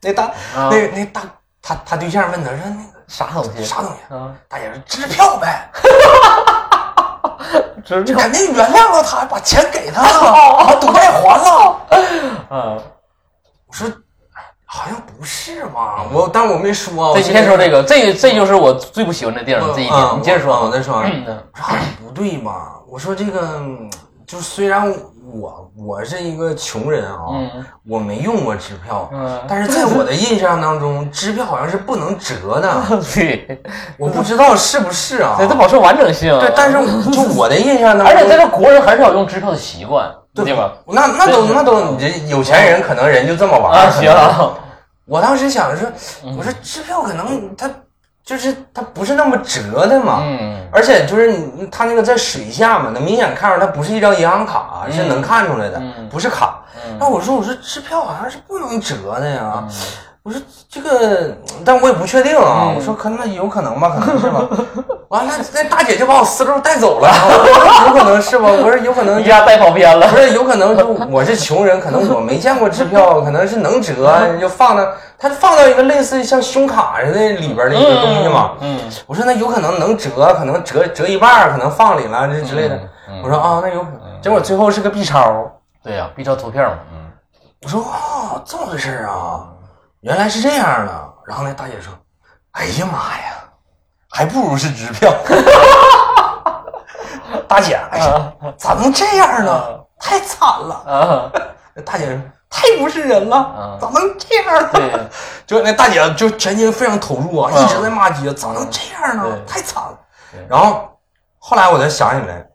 A: 那大、
B: 啊
A: 那那大他他对象问他说那个
B: 啥东西
A: 啥东西？
B: 啊，
A: 大姐说支票呗，
B: 知道
A: 肯定原谅了他，把钱给他
B: 哦
A: 了，把赌债还了。
B: 啊，
A: 我说哎好像不是吧？我但我没说。
B: 对，
A: 我
B: 你先说这个，这这就是我最不喜欢的电影这一点，
A: 嗯
B: 你接着说
A: 嗯
B: 啊
A: 我，再说。
B: 嗯
A: 我说好像不对吧？我说这个，嗯就是虽然我我是一个穷人啊，
B: 嗯
A: 我没用过支票，
B: 嗯
A: 但是在我的印象当中，支票好像是不能折 的，
B: 对，
A: 我不知道是不是啊？
B: 对，它保持完整性，
A: 对，但是就我的印象当
B: 而且
A: 中
B: 这。个国人很少用支票的习惯，对吧？
A: 那那都那都，你这有钱人可能人就这么玩儿
B: 啊，行，嗯
A: 我当时想说，我说支票可能它就是它不是那么折的嘛，
B: 嗯
A: 而且就是你它那个在水下嘛，能明显看出它不是一张银行卡，
B: 嗯
A: 是能看出来的，不是卡。那我说我说支票好像是不能折的
B: 嗯
A: 呀，我说这个，但我也不确定啊，
B: 嗯
A: 我说可能有可能吧，可能是 吧。完了，那大姐就把我思路带走了，我说有可能是吧？我说有可能
B: 一家带跑偏了
A: 不，是，有可能就我是穷人，可能我没见过支票，可能是能折，啊就放到他放到一个类似于像胸卡似的里边的一个东西嘛。
B: 嗯，
A: 我说那有可能能折，可能折折一半儿，可能放里了这之类的。
B: 嗯
A: 我说啊，那有可能。结果最后是个 B 超，
B: 对呀，B 超图片嘛，嗯，
A: 我说哦，这么回事儿啊，原来是这样的。然后那大姐说：“哎呀妈呀，还不如是支票。” 大姐，哎呀，咋能这样呢？太惨了。
B: 啊，
A: 那大姐说太不是人了
B: 啊，
A: 咋能这样
B: 对
A: 呢？， 就那大姐就全情非常投入啊，
B: 嗯
A: 一直在骂街，咋能这样呢？
B: 对
A: 太惨了。然后后来我才想起来，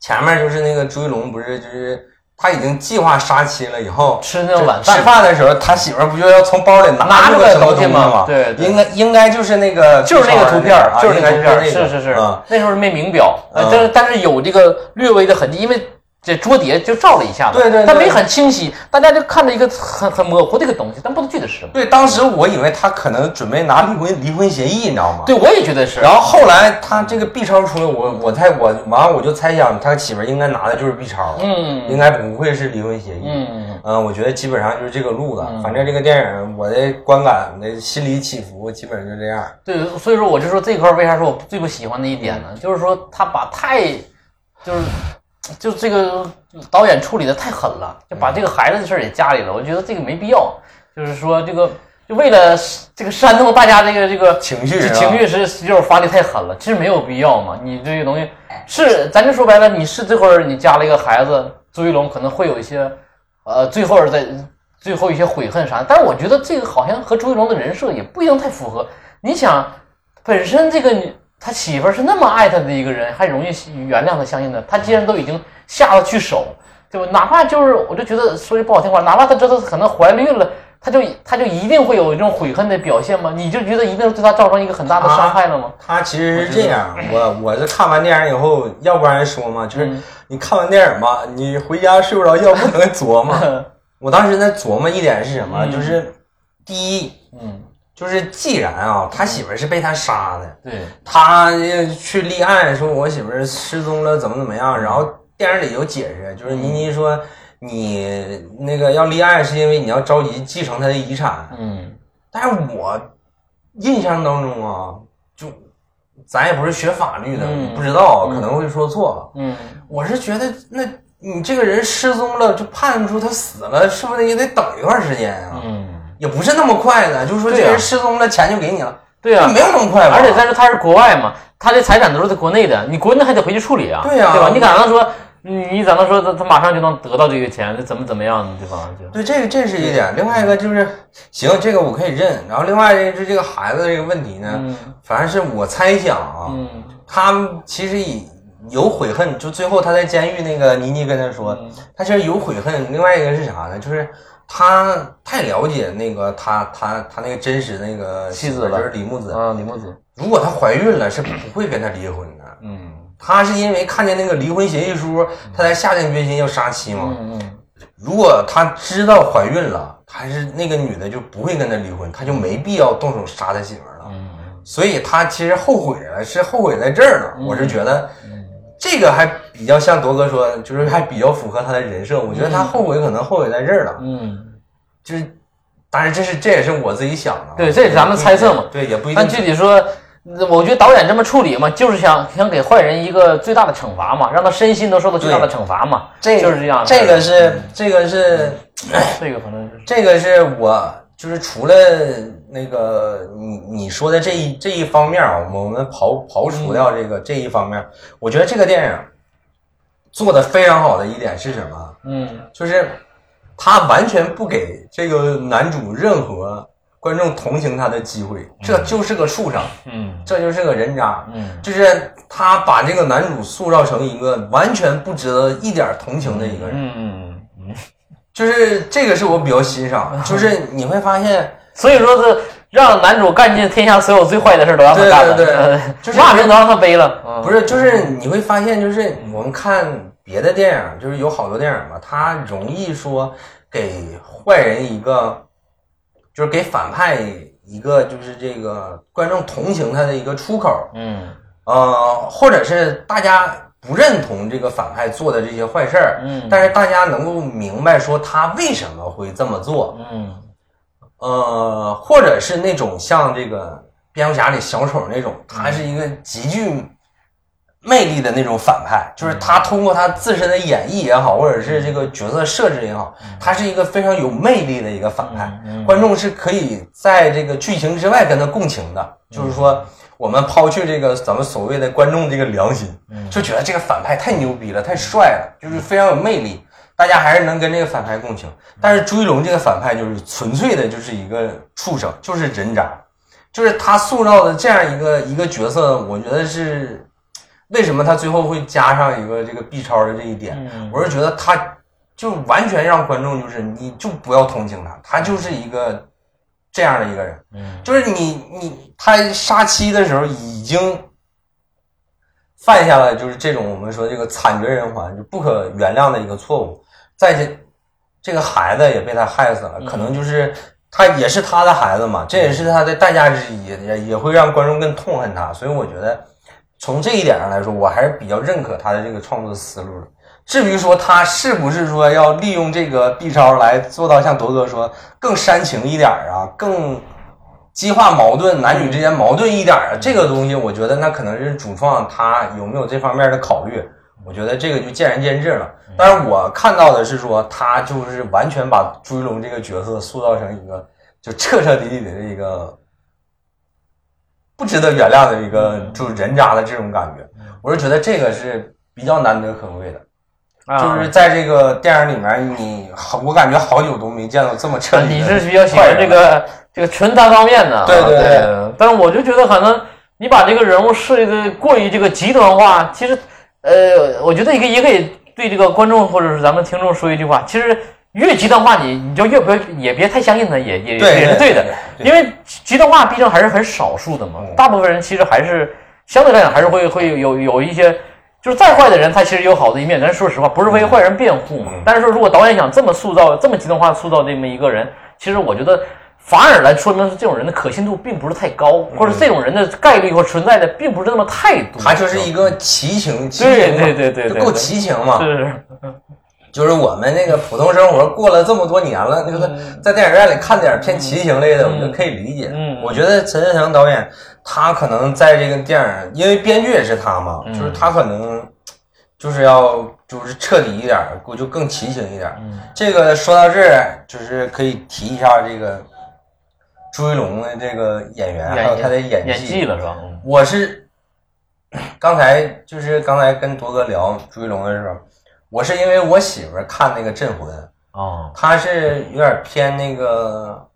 A: 前面就是那个朱一龙，不是就是他已经计划杀妻了，以后
B: 吃那种晚
A: 吃
B: 饭，
A: 饭的时候，他媳妇儿不就要从包里拿出
B: 拿出个
A: 什么东西
B: 东西
A: 吗
B: 吗？对对
A: 应该应该就是那个，
B: 就是那个图片儿，
A: 啊
B: 就是那个图片啊儿，
A: 应该
B: 是
A: 那个
B: 是是
A: 嗯，
B: 那时候是没明表，呃
A: 嗯
B: 但是但是有这个略微的痕迹，因为这桌碟就照了一下子，
A: 对对对
B: 但没很清晰，大家就看着一个很很模糊的一个东西，但不知道具体是什么。
A: 对，当时我以为他可能准备拿离婚离婚协议，你知道吗？
B: 对，我也觉得是。
A: 然后后来他这个 B 超出来，我我猜我完了我就猜想他媳妇儿应该拿的就是 B 超，
B: 嗯
A: 应该不会是离婚协议。
B: 嗯，
A: 嗯，我觉得基本上就是这个路子。反正这个电影我的观感、我的心理起伏基本就这样。
B: 对，所以说我就说这块儿为啥说我最不喜欢的一点
A: 嗯
B: 呢？就是说他把太，就是就这个导演处理的太狠了，就把这个孩子的事儿也加里
A: 嗯
B: 了，我觉得这个没必要。就是说这个就为了这个煽动大家这个这个
A: 情绪
B: 这
A: 是吧
B: 情绪是就是发力太狠了，其实没有必要嘛。你这个东西
A: 哎
B: 是，咱就说白了，你是这会儿你加了一个孩子，朱一龙可能会有一些，呃，最后在最后一些悔恨啥，但是我觉得这个好像和朱一龙的人设也不一定太符合。你想，本身这个女他媳妇儿是那么爱他的一个人，还容易原谅他、相信他，他既然都已经下了去手，对吧？哪怕就是，我就觉得说句不好听话，哪怕他知道他可能怀孕了，他就他就一定会有一种悔恨的表现吗？你就觉得一定对他造成一个很大的伤害了吗？
A: 他其实是这样，我我是看完电影以后，要不然说嘛，就是
B: 嗯
A: 你看完电影吧，你回家睡不着觉，不可能琢 磨。我当时在琢磨一点是什么，就是第一，
B: 嗯，
A: 就是既然啊，他媳妇儿是被他杀的，
B: 对，
A: 他去立案说我媳妇儿失踪了，怎么怎么样，然后电影里有解释，就是倪妮说。你那个要立案是因为你要着急继承他的遗 产，
B: 嗯，
A: 但是我印象当中啊，就咱也不是学法律的，
B: 嗯
A: 不知道可能会说错。
B: 嗯，
A: 我是觉得，那你这个人失踪了，就判出他死了，是不是也得等一段时间啊？
B: 嗯，
A: 也不是那么快的，就是说这
B: 对啊
A: 人失踪了，钱就给你了，
B: 对啊呀、
A: 没有那么快吧？
B: 而且再说他是国外嘛，他的财产都是在国内的，你国内还得回去处理啊，
A: 对呀
B: 对吧？你敢让他说，你咋能说他他马上就能得到这个钱，怎么怎么样呢？对吧？就
A: 对，这个这是一点。另外一个就是，行，这个我可以认。然后另外一个是这个孩子这个问题呢，
B: 嗯
A: 反正是我猜想啊，他其实也有悔恨。就最后他在监狱那个妮妮跟他说，
B: 嗯
A: 他其实有悔恨。另外一个是啥呢？就是他太了解那个他他他那个真实那个
B: 妻子
A: 媳妇儿
B: 了
A: 就是李木子。
B: 啊，李木子，
A: 如果她怀孕了，是不会跟他离婚的。
B: 嗯
A: 他是因为看见那个离婚协议书，他才下定决心要杀妻嘛。
B: 嗯嗯。
A: 如果她知道怀孕了，她是那个女的就不会跟他离婚，她就没必要动手杀他媳妇儿了。
B: 嗯
A: 所以她其实后悔了，是后悔在这儿
B: 嗯
A: 了。我是觉得，这个还比较像铎哥说的，就是还比较符合他的人设。我觉得他后悔可能后悔在这儿了，
B: 嗯
A: 就是，当然这是这也是我自己想的啊。
B: 对这也是咱们猜测嘛
A: 对，也不一
B: 但
A: 定。
B: 具体说，我觉得导演这么处理嘛，就是想想给坏人一个最大的惩罚嘛，让他身心都受到最大的惩罚嘛，
A: 这
B: 就是这样。嗯
A: 这个是这个是
B: 这个可能就是
A: 这个是我就是除了那个你你说的这一这一方面啊，我们刨刨除掉这
B: 嗯
A: 个、这一方面，我觉得这个电影做的非常好的一点是什么？
B: 嗯
A: 就是他完全不给这个男主任何观众同情他的机会，这就是个畜生，
B: 嗯
A: 这就是个人渣。
B: 嗯
A: 就是他把这个男主塑造成一个完全不值得一点同情的一个人，
B: 嗯嗯，
A: 就是这个是我比较欣赏，就是你会发现，
B: 所以说是让男主干尽天下所有最坏的事儿都让他干了，
A: 对对对
B: 呃
A: 就是
B: 骂名都让他背了，嗯
A: 不是，就是你会发现，就是我们看别的电影，就是有好多电影吧，它容易说给坏人一个，就是给反派一个，就是这个观众同情他的一个出口，
B: 嗯
A: 呃，或者是大家不认同这个反派做的这些坏事儿，
B: 嗯
A: 但是大家能够明白说他为什么会这么做，
B: 嗯
A: 呃，或者是那种像这个蝙蝠侠里小丑那种，他是一个极具魅力的那种反派，就是他通过他自身的演绎也好，或者是这个角色设置也好，他是一个非常有魅力的一个反派，观众是可以在这个剧情之外跟他共情的，就是说。我们抛去这个咱们所谓的观众这个良心，就觉得这个反派太牛逼了，太帅了，就是非常有魅力。大家还是能跟这个反派共情。但是朱一龙这个反派就是纯粹的，就是一个畜生，就是人渣，就是他塑造的这样一个一个角色，我觉得是为什么他最后会加上一个这个 B 超的这一点？
B: 嗯
A: 我是觉得他就完全让观众就是你就不要同情他，他就是一个这样的一个人，
B: 嗯
A: 就是你你他杀妻的时候已经犯下了就是这种我们说这个惨绝人寰就不可原谅的一个错误，再这这个孩子也被他害死了，
B: 嗯
A: 可能就是他也是他的孩子嘛，这也是他的代价之一，也也会让观众更痛恨他，所以我觉得从这一点上来说，我还是比较认可他的这个创作思路的。至于说他是不是说要利用这个 B 超来做到像铎哥说更煽情一点儿啊，更激化矛盾，男女之间矛盾一点儿啊，这个东西我觉得那可能是主创他有没有这方面的考虑，我觉得这个就见仁见智了。但是我看到的是说他就是完全把朱一龙这个角色塑造成一个就彻彻底底的一个不值得原谅的一个就是人渣的这种感觉，我是觉得这个是比较难得可贵的。就
B: 啊
A: 是在这个电影里面，你好，我感觉好久都没见到这么彻底的。
B: 啊你是比较喜欢这个这个纯单方面的，啊
A: 对对对
B: 对。但是我就觉得，可能你把这个人物设计的过于这个极端化，其实，呃，我觉得也可以也可以对这个观众或者是咱们听众说一句话，其实越极端化你，你就越不要也别太相信他，也也
A: 对
B: 也是
A: 对
B: 的，
A: 对
B: 因为极端化毕竟还是很少数的嘛，
A: 嗯
B: 大部分人其实还是相对来讲还是会会有有一些。就是再坏的人，他其实有好的一面。咱说实话，不是为坏人辩护嘛。
A: 嗯
B: 但是说，如果导演想这么塑造、这么极端化塑造这么一个人，其实我觉得反而来说明这种人的可信度并不是太高，或者这种人的概率或存在的并不是那么太多。
A: 他嗯就是一个奇情，奇
B: 对
A: 情嘛
B: 对对对
A: 就
B: 对，
A: 够奇情嘛。
B: 是是
A: 就是我们那个普通生活过了这么多年了，那个在电影院里看点偏奇情类的，我觉得可以理解。
B: 嗯
A: 我觉得陈振强导演他可能在这个电影，因为编剧也是他嘛，
B: 嗯
A: 就是他可能就是要就是彻底一点儿，我就更奇情一点儿。
B: 嗯
A: 这个说到这儿，就是可以提一下这个朱一龙的这个演员，哎还有他的
B: 演
A: 演嗯
B: 技了是吧？
A: 我是刚才就是刚才跟铎哥聊朱一龙的时候，我是因为我媳妇儿看那个《镇魂》，
B: 啊，
A: 她是有点偏那个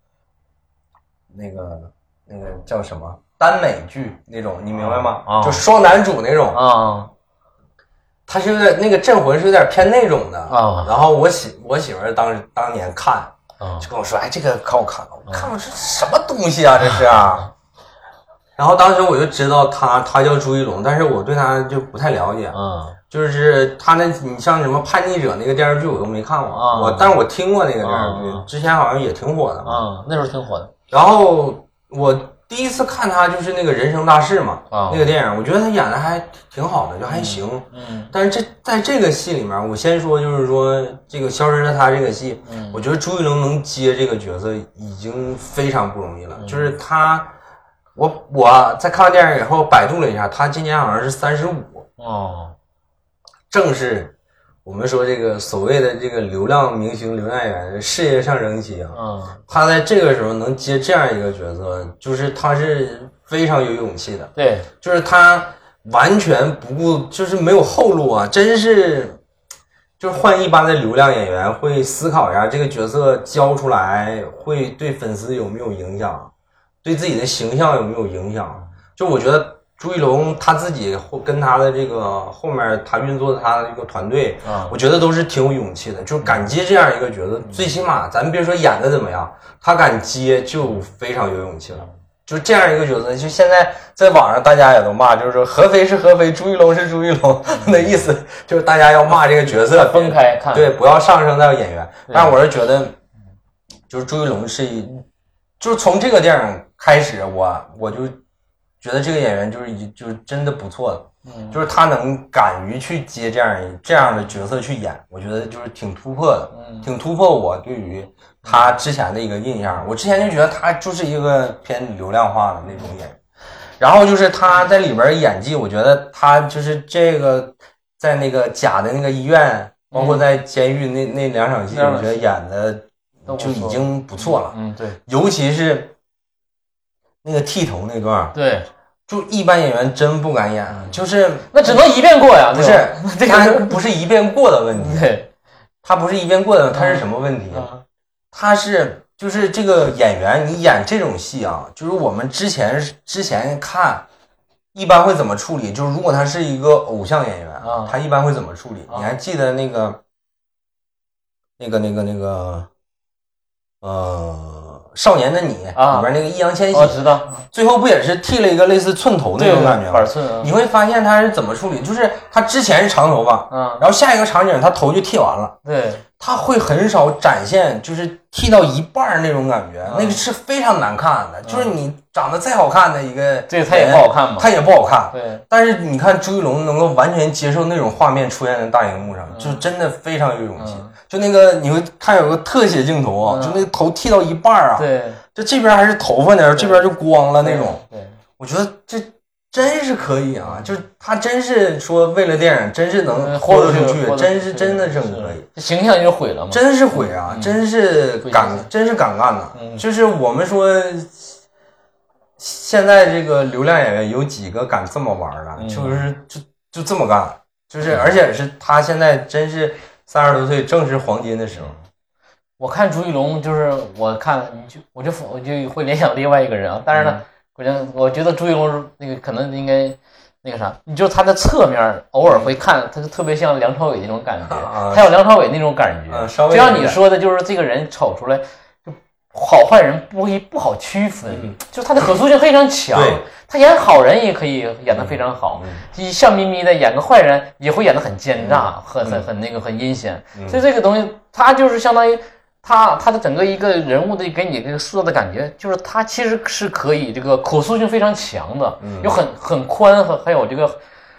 A: 那个那个叫什么耽美剧那种，你明白吗？
B: 啊
A: 就双男主那种，
B: 啊
A: 她是有点那个《镇魂》是有点偏那种的
B: 啊
A: 然后我媳我媳妇儿当时当年看，
B: 啊嗯
A: 就跟我说：“哎，这个可好看了！”我看我这什么东西啊，这是、 啊。然后当时我就知道他，他叫朱一龙，但是我对他就不太了解，
B: 啊
A: 就是他那，你像什么《叛逆者》那个电视剧我都没看过，
B: 啊
A: 我但是我听过那个电视剧，
B: 啊
A: 之前好像也挺火的。
B: 啊，那时候挺火的
A: 然后我第一次看他就是那个《人生大事》嘛，
B: 啊
A: 那个电影，我觉得他演的还挺好的，就还行。
B: 嗯
A: 但是这在这个戏里面，我先说就是说这个《消失的她》这个戏，我觉得朱一龙能接这个角色已经非常不容易了。就是他，我我在看完电影以后百度了一下，他今年好像是三十五，
B: 哦
A: 正是我们说这个所谓的这个流量明星、流量演员事业上升期啊。
B: 嗯，
A: 他在这个时候能接这样一个角色，就是他是非常有勇气的。
B: 对，
A: 就是他完全不顾，就是没有后路啊！真是，就是换一般的流量演员会思考一下这个角色交出来会对粉丝有没有影响，对自己的形象有没有影响。就我觉得朱一龙他自己后跟他的这个后面他运作的他的这个团队，
B: 啊
A: 我觉得都是挺有勇气的，就是敢接这样一个角色，最起码咱别说演的怎么样，他敢接就非常有勇气了。就这样一个角色，就现在在网上大家也都骂，就是说合肥是合肥，朱一龙是朱一龙的意思，就是大家要骂这个角色，
B: 分开看
A: 对，不要上升到演员。但我是觉得，就是朱一龙是一，就是从这个电影开始，我我就觉得这个演员就是一就是真的不错的，
B: 嗯
A: 就是他能敢于去接这样一这样的角色去演，我觉得就是挺突破
B: 嗯
A: 的，挺突破我对于他之前的一个印象。我之前就觉得他就是一个偏流量化的那种演员。然后就是他在里边演技，我觉得他就是这个在那个假的那个医院，包括在监狱那那两场戏，
B: 嗯那两
A: 我
B: 场
A: 觉
B: 戏
A: 得演的
B: 都不
A: 就
B: 错
A: 已经不错了，
B: 嗯对
A: 尤其是那个剃头那段儿，
B: 对，
A: 就一般演员真不敢演，啊
B: 嗯
A: 就是
B: 那只能一遍过呀，
A: 不是
B: 这
A: 他
B: 个
A: 不是一遍过的问题，
B: 对
A: 他不是一遍过的，他是什么问题？
B: 啊
A: 他是就是这个演员，你演这种戏啊，就是我们之前之前看一般会怎么处理？就是如果他是一个偶像演员
B: 啊
A: 他一般会怎么处理？
B: 啊
A: 你还记得那个，那个那个那个，呃，《少年的你》
B: 啊
A: 里边那个易烊千
B: 我
A: 玺，
B: 知道，
A: 最后不也是剃了一个类似寸头哦那
B: 对
A: 种感觉
B: 板
A: 吗？
B: 寸啊，
A: 你会发现他是怎么处理，就是他之前是长头发，
B: 嗯，
A: 然后下一个场景他头就剃完了。
B: 对，
A: 他会很少展现，就是剃到一半儿那种感觉，
B: 嗯
A: 那个是非常难看的。就是你长得再好看的一个，
B: 这个他也不好看嘛，
A: 他也不好看。
B: 对，
A: 但是你看朱一龙能够完全接受那种画面出现在大荧幕上，就真的非常有勇气。
B: 嗯
A: 就那个你会看有个特写镜头啊，
B: 嗯
A: 就那个头剃到一半儿啊，
B: 对，
A: 就这边还是头发呢，这边就光了那种。
B: 对，
A: 我觉得这真是可以啊，就是他真是说为了电影，真是能
B: 嗯
A: 豁得出
B: 豁得出
A: 去，
B: 去
A: 真是真的是很
B: 是
A: 可以。
B: 这形象就毁了嘛，
A: 真是毁啊！真是敢
B: 嗯会这样，
A: 真是敢干呐、
B: 嗯
A: 就是我们说，现在这个流量演员有几个敢这么玩儿的？
B: 嗯
A: 就是就就这么干，就是而且是他现在真是三十多岁，正是黄金的时候。
B: 我看朱一龙，就是我看你就我就我就会联想另外一个人啊。但
A: 嗯
B: 是呢，我觉得我觉得朱一龙是那个可能应该那个啥，你就他的侧面偶尔会看，他就特别像梁朝伟那种感觉，
A: 啊
B: 他有梁朝伟那种感觉。
A: 啊稍微
B: 就像
A: 有
B: 你
A: 点
B: 说的，就是这个人瞅出来就好坏人不一不好区分，
A: 嗯
B: 就是他的可塑性非常强
A: 对。嗯
B: 他演好人也可以演得非常好，一笑眯眯的演个坏人也会演得很奸诈，
A: 嗯
B: 很很很那个很阴险。所以这个东西，他就是相当于他他的整个一个人物的给你这个塑造的感觉，就是他其实是可以这个可塑性非常强的，
A: 嗯
B: 有很很宽，很还有这个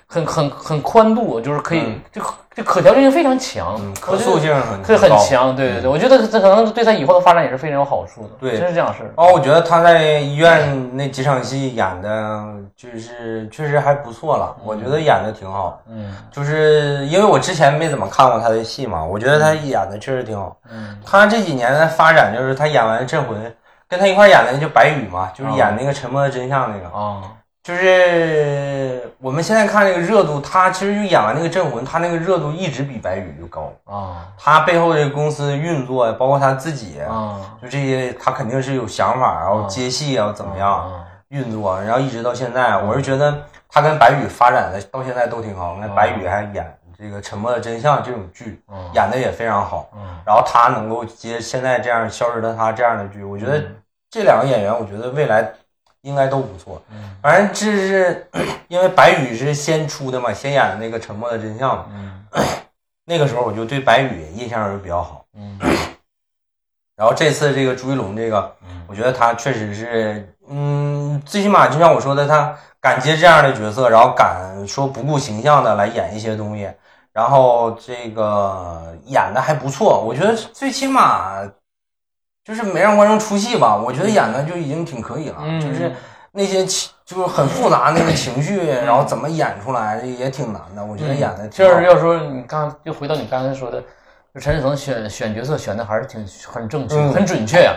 B: 很很很宽度，就是可以、
A: 嗯
B: 这个这可调节性非常强，
A: 嗯，可
B: 我觉得
A: 塑性很
B: 可以很
A: 高。嗯
B: 强。对对对，我觉得这可能对他以后的发展也是非常有好处的。
A: 对
B: 真是这样式儿。
A: 然后我觉得他在医院那几场戏演的，就是确实还不错了，我觉得演的挺好。
B: 嗯
A: 就是因为我之前没怎么看过他的戏嘛，我觉得他演的确实挺好。
B: 嗯
A: 他这几年的发展就是他演完《镇魂》，跟他一块儿演的就白宇嘛，
B: 哦
A: 就是演那个《沉默的真相》那个。
B: 啊
A: 就是我们现在看这个热度，他其实就演完那个《镇魂》，他那个热度一直比白宇就高。
B: 啊
A: 他背后这个公司运作，包括他自己，
B: 啊
A: 就这些他肯定是有想法，然
B: 嗯
A: 后接戏啊怎么样
B: 啊！
A: 运作，然后一直到现在，我是觉得他跟白宇发展的到现在都挺好。那白宇还演这个《沉默的真相》这种剧，
B: 嗯
A: 演的也非常好。
B: 嗯
A: 然后他能够接现在这样《消失的他》这样的剧，我觉得
B: 嗯
A: 这两个演员，我觉得未来应该都不错。
B: 嗯
A: 反正这是 因为白宇是先出的嘛，先演的那个《沉默的真相》嘛。
B: 嗯
A: 那个时候我就对白宇印象就比较好。
B: 嗯
A: 然后这次这个朱一龙这个，
B: 嗯
A: 我觉得他确实是，嗯，最起码就像我说的，他敢接这样的角色，然后敢说不顾形象的来演一些东西，然后这个演的还不错，我觉得最起码就是没让观众出戏吧，我觉得演的就已经挺可以了，
B: 嗯
A: 就是那些情就是很复杂那个情绪，然后怎么演出来也挺难的，我觉得演的挺
B: 嗯就
A: 好
B: 是要说你刚就回到你刚才说的，就陈志腾选选角色选的还是挺很正确、
A: 嗯
B: 很准确呀、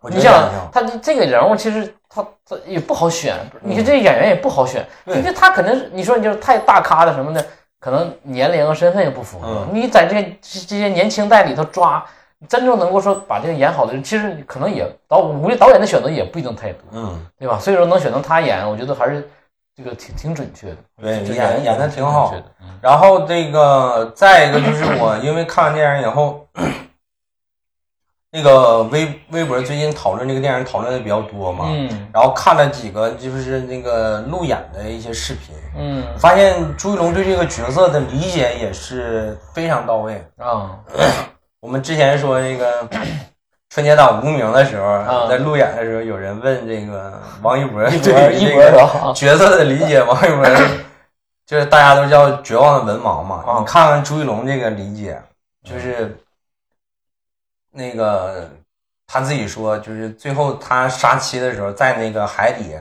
A: 我觉
B: 你
A: 得演
B: 想
A: 的挺好，
B: 他这这个人物其实他他也不好选，你看这个演员也不好选，
A: 嗯对
B: 因为他可能是你说你就是太大咖的什么的，可能年龄和身份也不符合
A: 嗯。
B: 你在这这这些年轻代里头抓，真正能够说把这个演好的人，其实可能也导我估计导演的选择也不一定太多，
A: 嗯。
B: 对吧？所以说能选择他演，我觉得还是这个挺挺准确的。
A: 对
B: 这个
A: 演演得挺好
B: 准确的嗯
A: 然后这个再一个就是我因为看完电影以后， 那个微微博最近讨论这个电影讨论的比较多嘛，
B: 嗯
A: 然后看了几个就是那个路演的一些视频，
B: 嗯
A: 发现朱一龙对这个角色的理解也是非常到位。
B: 啊
A: 我们之前说那个 春节档无名的时候，
B: 啊
A: 在路演的时候，有人问这个王一博对于
B: 一
A: 这
B: 博一啊博
A: 个
B: 是 吧
A: 角色的理解， 王一博就是大家都叫绝望的文盲嘛。
B: 啊嗯
A: 你看看朱一龙这个理解，就是那个他自己说，就是最后他杀妻的时候，在那个海底，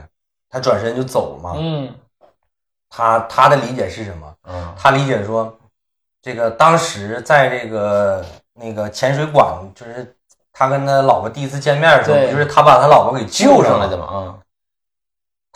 A: 他转身就走嘛。
B: 嗯
A: 他他的理解是什么？
B: 啊
A: 他理解说，这个当时在这个那个潜水馆，就是他跟他老婆第一次见面的时候，
B: 对
A: 不就是他把他老婆给救上来
B: 来
A: 的
B: 的
A: 吗？
B: 嘛啊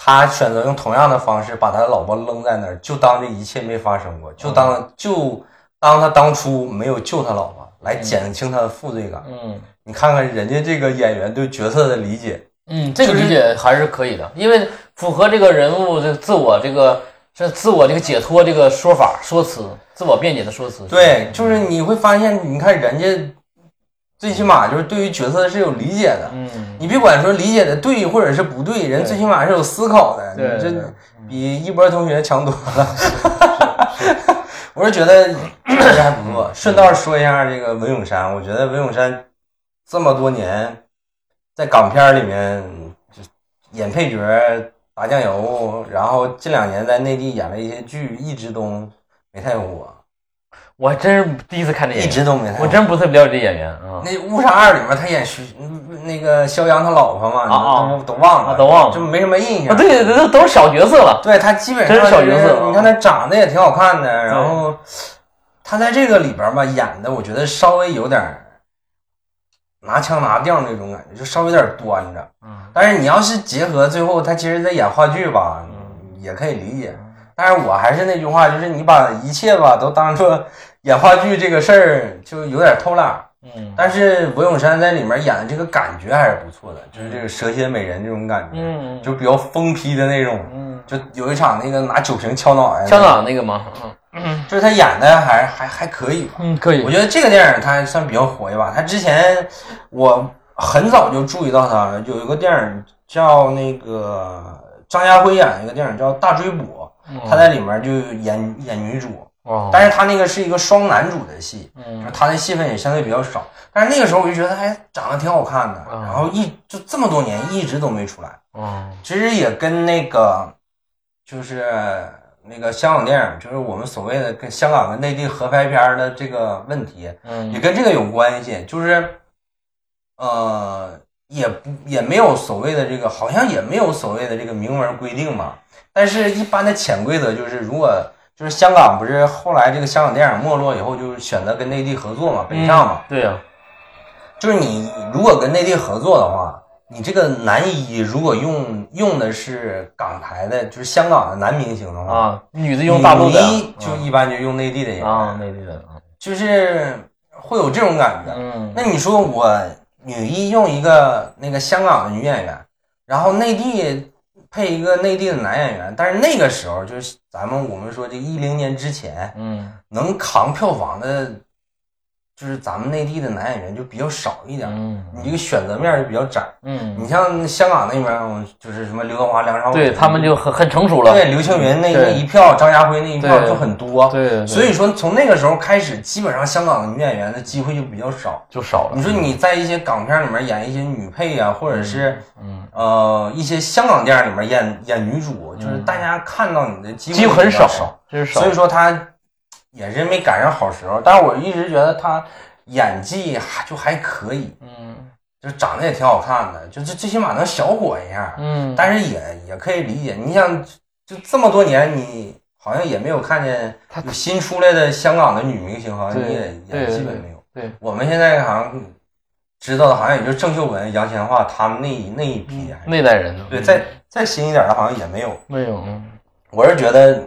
A: 他选择用同样的方式把他老婆扔在那儿，就当这一切没发生过，就当、就当他当初没有救他老婆，来减轻他的负罪感。
B: 嗯
A: 你看看人家这个演员对角色的理解，
B: 嗯，这个理解还是可以的，因为符合这个人物这个自我这个这自我这个解脱这个说法说辞，自我辩解的说辞。
A: 对，就是你会发现，你看人家最起码就是对于角色是有理解的，
B: 嗯，
A: 你别管说理解的对或者是不对，人
B: 对
A: 最起码是有思考的。
B: 对
A: 你
B: 对
A: 这比一波同学强多了。 我是觉得确实还不错。顺道说一下这个文咏珊，我觉得文咏珊这么多年在港片里面就演配角、打酱油，然后近两年在内地演了一些剧，一直都没太火，
B: 我还真是第一次看这
A: 一
B: 演
A: 直
B: 员，
A: 都没太火。
B: 我真不太了解这演员啊。
A: 那《误杀二》里面他演徐嗯那个肖央他老婆嘛，
B: 啊啊
A: 你们都都忘了，
B: 啊都忘了
A: 就没什么印
B: 啊，
A: 象。
B: 对，这都是小角色了。
A: 对他基本上
B: 真是小角色
A: 就是
B: 啊
A: 你看他长得也挺好看的，然后他在这个里边吧演的，我觉得稍微有点儿拿腔拿调那种感觉，就稍微有点端着。
B: 嗯，
A: 但是你要是结合最后他其实在演话剧吧，
B: 嗯
A: 也可以理解。但是我还是那句话，就是你把一切吧都当做演话剧这个事儿，就有点偷懒儿。
B: 嗯
A: 但是文咏珊在里面演的这个感觉还是不错的，就是这个蛇蝎美人这种感觉，
B: 嗯
A: 就比较疯批的那种。
B: 嗯，
A: 就有一场那个拿酒瓶敲脑袋，
B: 香，港那个吗？嗯
A: 就是他演的还还还可以吧。
B: 嗯，可以
A: 我。觉得这个电影他还算比较活跃吧。他之前我很早就注意到他了，有一个电影叫那个张家辉演一个电影叫《大追捕》，他在里面就演演女主，
B: 哦，
A: 但是他那个是一个双男主的戏，
B: 嗯
A: 就是他的戏份也相对比较少。但是那个时候我就觉得，哎，长得挺好看的，
B: 嗯
A: 然后一就这么多年一直都没出来。
B: 哦，
A: 其实也跟那个就是那个香港电影，就是我们所谓的跟香港跟内地合拍片儿的这个问题，也
B: 嗯
A: 跟这个有关系。就是呃，也不也没有所谓的这个，好像也没有所谓的这个明文规定嘛。但是，一般的潜规则就是，如果就是香港不是后来这个香港电影没落以后，就是选择跟内地合作嘛，北上嘛。
B: 嗯对啊呀，
A: 就是你如果跟内地合作的话，你这个男一如果用用的是港台的，就是香港的男明星的话，
B: 啊，嗯女的用大陆的
A: 女一就一般就用内地的演员，
B: 啊，内地的啊，
A: 就是会有这种感觉。
B: 嗯
A: 那你说我女一用一个那个香港的女演员，然后内地配一个内地的男演员，但是那个时候就是咱们我们说这一零年之前
B: 嗯
A: 能扛票房的，就是咱们内地的男演员就比较少一点。
B: 嗯
A: 你这个选择面儿就比较窄。
B: 嗯，
A: 你像香港那边儿，就是什么刘德华、梁朝伟，
B: 对他们就很很成熟了。
A: 对刘青云那那
B: 对
A: 一票，张家辉那一票
B: 对
A: 就很多。
B: 对对
A: 所以说从那个时候开始，基本上香港的女演员的机会就比较少。
B: 就少了。
A: 你说你在一些港片里面演一些女配啊，或者是
B: 嗯
A: 呃一些香港电影里面演演女主，就是大家看到你的机
B: 机
A: 会
B: 会很
A: 比较
B: 少
A: 少，，
B: 真是少。
A: 所以说他也是没赶上好时候。但是我一直觉得他演技还就还可以，
B: 嗯
A: 就长得也挺好看的，就最最起码能小火一下。
B: 嗯，
A: 但是也也可以理解，你想就这么多年，你好像也没有看见
B: 她
A: 有新出来的香港的女明星，好像
B: 对
A: 你也
B: 对
A: 也基本没有。
B: 对，
A: 我们现在好像知道的，好像也就郑秀文、杨千嬅他们那一那一批，还是
B: 那代人呢
A: 对，再再新一点的，好像也没有。
B: 没有，嗯
A: 我是觉得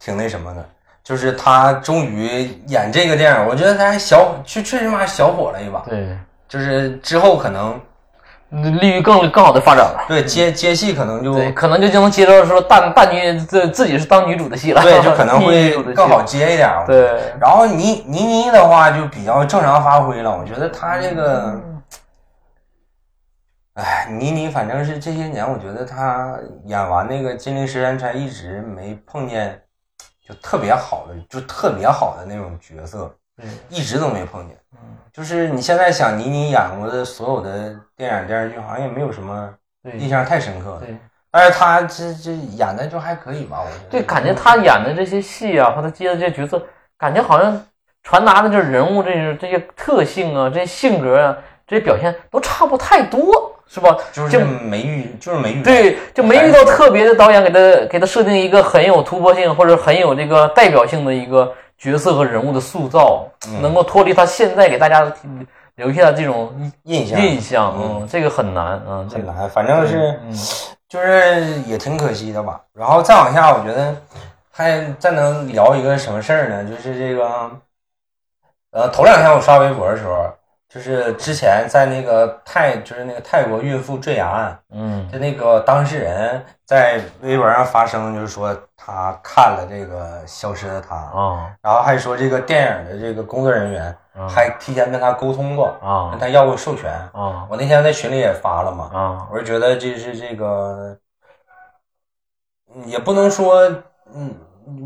A: 挺那什么的，就是他终于演这个电影，我觉得他还小，确确实嘛小火了一把，
B: 对，
A: 就是之后可能
B: 利于更更好的发展了。
A: 对接接戏可能就
B: 嗯对，可能就就能接受说大大女自自己是当女主的戏了，
A: 对，就可 能
B: 逆
A: 会
B: 女主的戏
A: 更好。接一点儿。
B: 对，
A: 然后倪倪妮的话就比较正常发挥了，我觉得她这个，哎，倪妮反正是这些年，我觉得她演完那个《金陵十三钗》一直没碰见就特别好的，就特别好的那种角色，
B: 对
A: 一直都没碰见。
B: 嗯
A: 就是你现在想倪妮演过的所有的电影电视剧，好像也没有什么印
B: 对
A: 象太深刻的。
B: 对
A: 但是她这这演的就还可以吧，我觉得。
B: 对，感觉她演的这些戏啊，和她接的这些角色，感觉好像传达的就是人物这些这些特性啊，这些性格啊，这些表现都差不太多，是吧？
A: 就是
B: 就
A: 没遇，就是没遇。，
B: 对，就没遇到特别的导演给他给他设定一个很有突破性或者很有这个代表性的一个角色和人物的塑造，能够脱离他现在给大家留下的这种
A: 印象
B: 印象，嗯，这个很难，嗯，这
A: 很
B: 个，
A: 难，反正是，就是也挺可惜的吧。然后再往下，我觉得还再能聊一个什么事儿呢？就是这个，呃，头两天我刷微博的时候，就是之前在那个泰，就是那个泰国孕妇坠崖案，
B: 嗯
A: 就那个当事人在微博上发声，就是说他看了这个《消失的她》，
B: 啊
A: 然后还说这个电影的这个工作人员
B: 嗯
A: 还提前跟他沟通过，
B: 啊
A: 跟他要过授权。
B: 啊
A: 我那天在群里也发了嘛，
B: 啊
A: 我是觉得这是这个，嗯也不能说，嗯，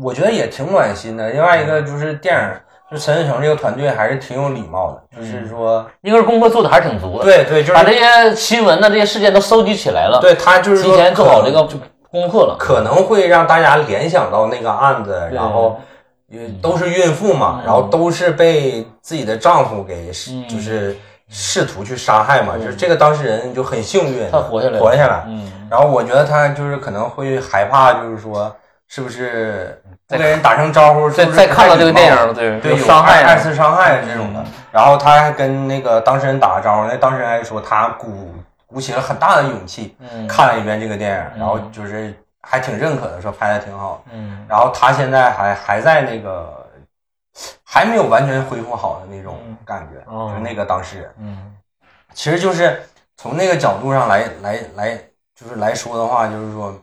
A: 我觉得也挺暖心的。另外一
B: 嗯
A: 个就是电影，就陈思诚这个团队还是挺有礼貌的，就是说，
B: 应该是功课做的还是挺足的，，
A: 对对，就
B: 嗯把这
A: 是
B: 些新闻呢、这些事件都收集起来了，，
A: 对他就是
B: 提
A: 说
B: 前做好这
A: 可
B: 个功课了，
A: 可能会让大家联想到那个案子，
B: 对嗯
A: 然后也都是孕妇嘛，然后都是被自己的丈夫给是、
B: 嗯
A: 就是试图去杀害嘛，就是这个当事人就很幸运，
B: 他活下来了，
A: 活下来。
B: 嗯，
A: 然后我觉得他就是可能会害怕，就是说是不是不跟人打声招呼，
B: 再
A: 是不是
B: 再看到
A: 不太礼貌
B: 这个电影，对
A: 对
B: 有
A: 有
B: 伤害
A: 二
B: 啊
A: 二次伤害这种的。然后他还跟那个当事人打个招呼，那当事人还说他鼓鼓起了很大的勇气，
B: 嗯
A: 看了一遍这个电影，然后就是还挺认可的，说拍的挺好。
B: 嗯
A: 然后他现在还还在那个还没有完全恢复好的那种感觉，
B: 嗯哦
A: 就是那个当事人，
B: 嗯
A: 其实就是从那个角度上来来来，就是来说的话，就是说，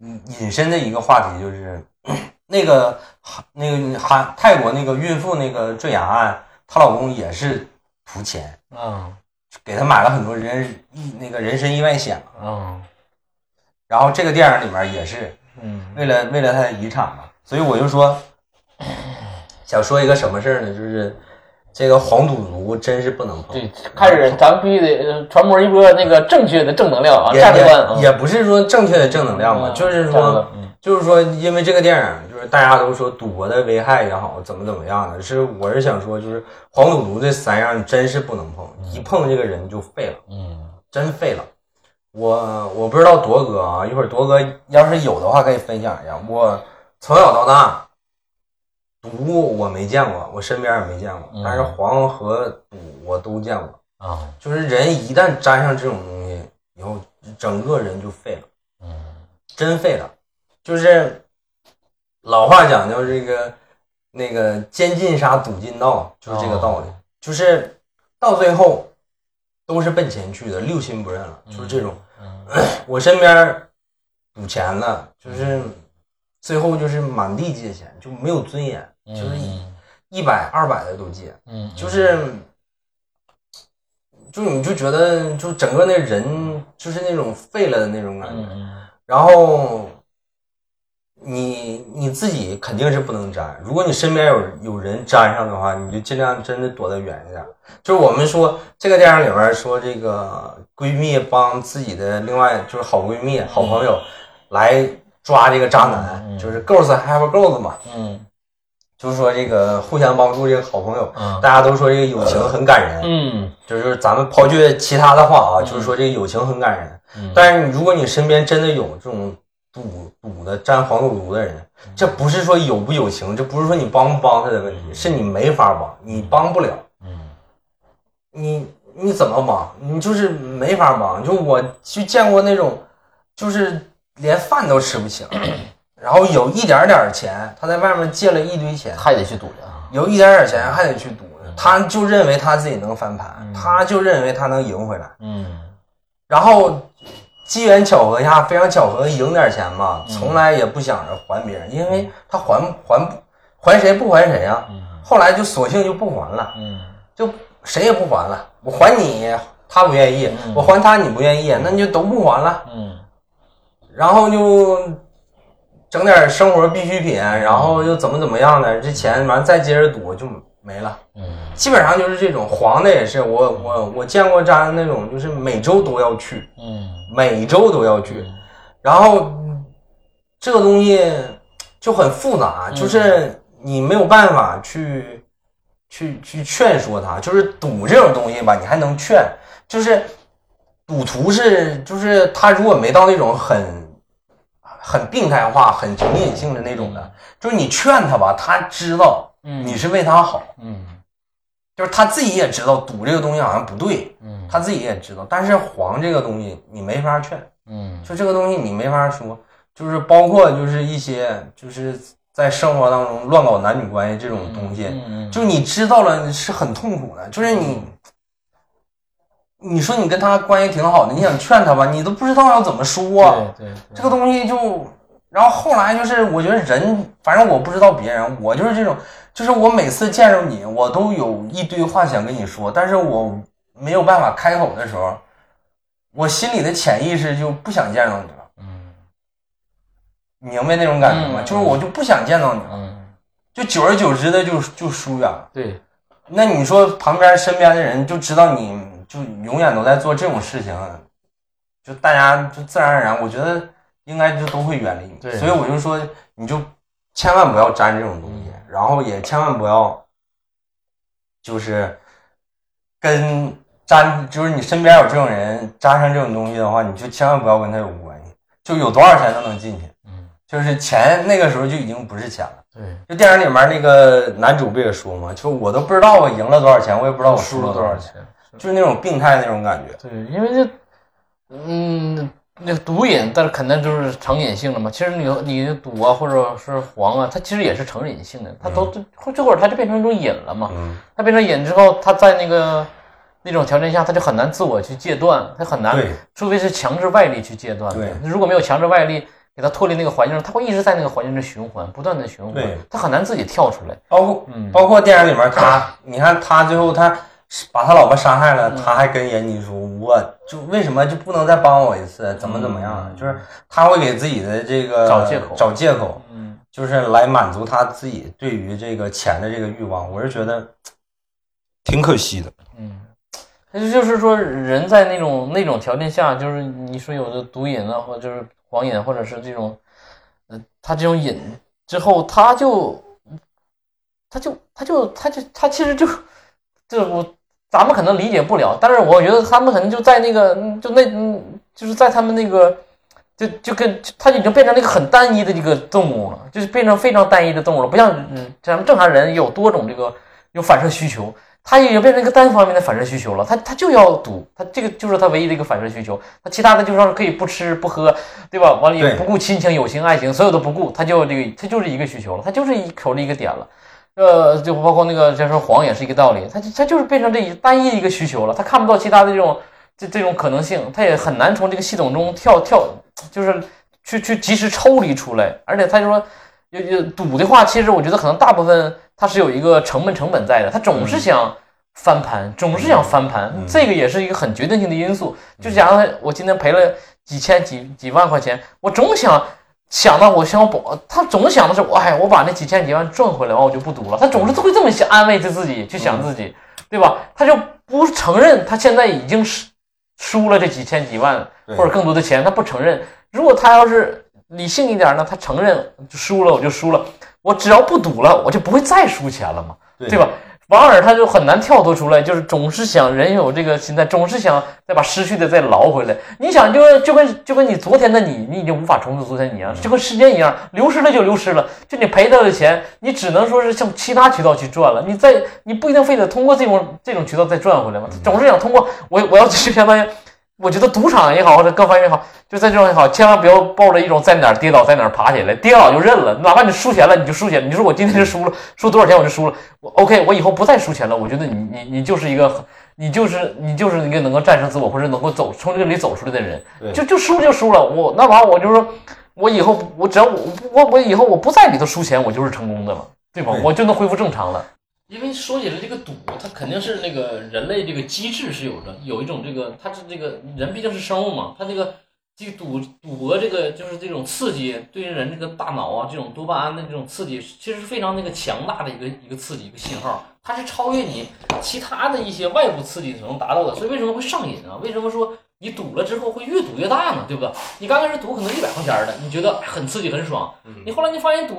A: 嗯，引申的一个话题就是。那个韩那个韩泰国那个孕妇那个坠崖案，她老公也是图钱，
B: 啊
A: 给她买了很多人意那个人身意外险嘛。
B: 啊
A: 然后这个电影里面也是，
B: 嗯
A: 为了为了他的遗产嘛，所以我就说，想说一个什么事儿呢？就是这个黄赌毒真是不能碰，
B: 对，开始咱们必须得呃传播一波那个正确的正能量啊，
A: 也
B: 价值观啊
A: 也，也不是说正确的正能量吧，
B: 嗯
A: 就是
B: 价值观
A: 说，就是说，因为这个电影，就是大家都说赌博的危害也好，怎么怎么样的，是我是想说，就是黄赌毒这三样真是不能碰，一碰这个人就废了，
B: 嗯
A: 真废了。我我不知道铎哥啊，一会儿铎哥要是有的话可以分享一下。我从小到大，毒我没见过，我身边也没见过，但是黄和赌我都见过。
B: 啊
A: 就是人一旦沾上这种东西以后，整个人就废了，
B: 嗯
A: 真废了。就是老话讲究这个那个奸进杀，赌进盗，就是这个道理。就是到最后都是奔钱去的，六亲不认了，就是这种。
B: 嗯
A: 我身边赌钱了，就是最后就是满地借钱，就没有尊严，就是一一百二百的都借。
B: 嗯
A: 就是，就你就觉得就整个那人就是那种废了的那种感觉，
B: 嗯
A: 然后你你自己肯定是不能沾，如果你身边有有人沾上的话，你就尽量真的躲得远一点。就是我们说这个电影里边说这个闺蜜帮自己的另外就是好闺蜜、好朋友来抓这个渣男，
B: 嗯嗯嗯
A: 就是 girls have girls 嘛，
B: 嗯
A: 就是说这个互相帮助这个好朋友，
B: 嗯
A: 大家都说这个友情很感人，
B: 嗯
A: 就是咱们抛去其他的话啊，就是说这个友情很感人，
B: 嗯
A: 但是你如果你身边真的有这种赌赌的沾黄赌毒的人，
B: 嗯
A: 这不是说友不友情，这不是说你帮不帮他的问题，是你没法帮，你帮不了，
B: 嗯
A: 你你怎么帮？你就是没法帮。就我就见过那种，就是连饭都吃不 起了，然后有一点点钱，他在外面借了一堆钱，
B: 还得去赌去啊，
A: 有一点点钱还得去赌呢，他就认为他自己能翻盘，他就认为他能赢回来，
B: 嗯
A: 然后机缘巧合下，非常巧合赢点钱嘛，从来也不想着还别人，因为他还还还谁不还谁啊，后来就索性就不还了，
B: 嗯
A: 就谁也不还了，我还你他不愿意，我还他你不愿意，那你就都不还了，
B: 嗯
A: 然后就整点生活必需品，然后又怎么怎么样的，这钱完再接着赌就没了。
B: 嗯
A: 基本上就是这种黄的也是，我我我见过沾那种，就是每周都要去，
B: 嗯
A: 每周都要去，然后嗯这个东西就很复杂，就是你没有办法去去去劝说他，就是赌这种东西吧，你还能劝，就是赌徒是就是他如果没到那种很很病态化、很成瘾性的那种的，就是你劝他吧，他知道
B: 嗯
A: 你是为他好。
B: 嗯
A: 就是他自己也知道赌这个东西好像不对，
B: 嗯
A: 他自己也知道，但是黄这个东西你没法劝，
B: 嗯
A: 就这个东西你没法说，就是包括就是一些就是在生活当中乱搞男女关系这种东西，
B: 嗯嗯
A: 就你知道了是很痛苦的，就是你，你说你跟他关系挺好的，你想劝他吧，你都不知道要怎么说、
B: 对对对
A: 这个东西就，然后后来就是，我觉得人，反正我不知道别人，我就是这种，就是我每次见着你，我都有一堆话想跟你说，但是我没有办法开口的时候，我心里的潜意识就不想见到你了，
B: 嗯
A: 你明白那种感觉吗？
B: 嗯
A: 就是我就不想见到你了，
B: 嗯
A: 就久而久之的就就疏远了。
B: 对
A: 那你说旁边身边的人就知道你就永远都在做这种事情，就大家就自然而然，我觉得应该就都会远离你。
B: 对
A: 所以我就说，你就千万不要沾这种东西，然后也千万不要就是跟沾，就是你身边有这种人沾上这种东西的话，你就千万不要跟他有关系，就有多少钱都能进去。
B: 嗯
A: 就是钱那个时候就已经不是钱了。
B: 对
A: 就电影里面那个男主不也说吗？就我都不知道我赢了多少钱，我也不知道我输了多少钱，，就是那种病态那种感觉。
B: 对，因为这，嗯，那个毒瘾，但是肯定就是成瘾性的嘛。其实你你的赌啊，或者是黄啊，它其实也是成瘾性的，它都这这会儿它就变成一种瘾了嘛。
A: 嗯，
B: 它变成瘾之后，它在那个那种条件下，它就很难自我去戒断，它很
A: 嗯
B: 难
A: 对，
B: 除非是强制外力去戒断。
A: 对，
B: 如果没有强制外力给它脱离那个环境，它会一直在那个环境中循环，不断的循环
A: 对，
B: 它很难自己跳出来。
A: 包括
B: 嗯，
A: 包括电影里面他，你看他最后他把他老婆杀害了，他还跟闫妮说，我就为什么就不能再帮我一次？怎么怎么样？
B: 嗯
A: 就是他会给自己的这个
B: 找借口
A: 找借口，
B: 嗯，
A: 就是来满足他自己对于这个钱的这个欲望。我是觉得挺可惜的。
B: 嗯，那就就是说，人在那种那种条件下，就是你说有的毒瘾啊，或者就是黄瘾，啊或者是这种，呃，他这种瘾之后，他就，他就，他就，他就，他其实就，这我咱们可能理解不了，但是我觉得他们可能就在那个，嗯就那，嗯就是在他们那个。就就跟他已经变成了一个很单一的这个动物了，就是变成非常单一的动物了，不像嗯咱们正常人有多种这个有反射需求，他已经变成一个单方面的反射需求了，他他就要赌，他这个就是他唯一的一个反射需求，他其他的就是可以不吃不喝，对吧？完了也
A: 对
B: 不顾亲情、友情、爱情，所有都不顾，他就这个他就是一个需求了，他就是一口的一个点了。呃，就包括那个，就是黄也是一个道理，他就他就是变成这一单一一个需求了，他看不到其他的这种这这种可能性，他也很难从这个系统中跳跳，就是去去及时抽离出来。而且他就说，有有赌的话，其实我觉得可能大部分他是有一个成本成本在的，他总是想翻盘，总是想翻盘，
A: 嗯
B: 这个也是一个很决定性的因素。就假如我今天赔了几千几几万块钱，我总想。想到我想要保，他总想的是，哎，我把那几千几万赚回来，哦完我就不赌了。他
A: 嗯
B: 总是会这么想安慰着自己，去想自己，对吧？他就不承认他现在已经是输了这几千几万
A: 对
B: 或者更多的钱，他不承认。如果他要是理性一点呢，他承认输了我就输了，我只要不赌了，我就不会再输钱了嘛，
A: 对
B: 对吧？往而他就很难跳脱出来，就是总是想人有这个心态，总是想再把失去的再捞回来。你想就，跟就跟就跟你昨天的你，你已经无法重复昨天你一样，就跟时间一样，流失了就流失了。就你赔到的钱，你只能说是向其他渠道去赚了。你再你不一定非得通过这种这种渠道再赚回来嘛，总是想通过我我要去相当于。我觉得赌场也好，或者各方面也好，就在这种也好，千万不要抱着一种在哪儿跌倒在哪儿爬起来，跌倒就认了，哪怕你输钱了，你就输钱，你说我今天是输了，输多少钱我就输了，我 OK，我以后不再输钱了。我觉得你你你就是一个，你就是你就是一个能够战胜自我，或者能够走从这个里走出来的人
A: 对，
B: 就就输就输了，我那玩意儿我就说，我以后我只要我我我以后我不在里头输钱，我就是成功的了，对吧
A: 对
B: 就能恢复正常了。因为说起来这个赌，它肯定是那个人类这个机制是有的，有一种这个，它是这个人毕竟是生物嘛，它这个这个赌赌博这个就是这种刺激对人这个大脑啊这种多巴胺的这种刺激，其实是非常那个强大的一个一个刺激一个信号，它是超越你其他的一些外部刺激所能达到的，所以为什么会上瘾啊？为什么说你赌了之后会越赌越大呢？对吧？你刚开始赌可能一百块钱的，你觉得哎很刺激很爽，
A: 嗯
B: 你后来你发现赌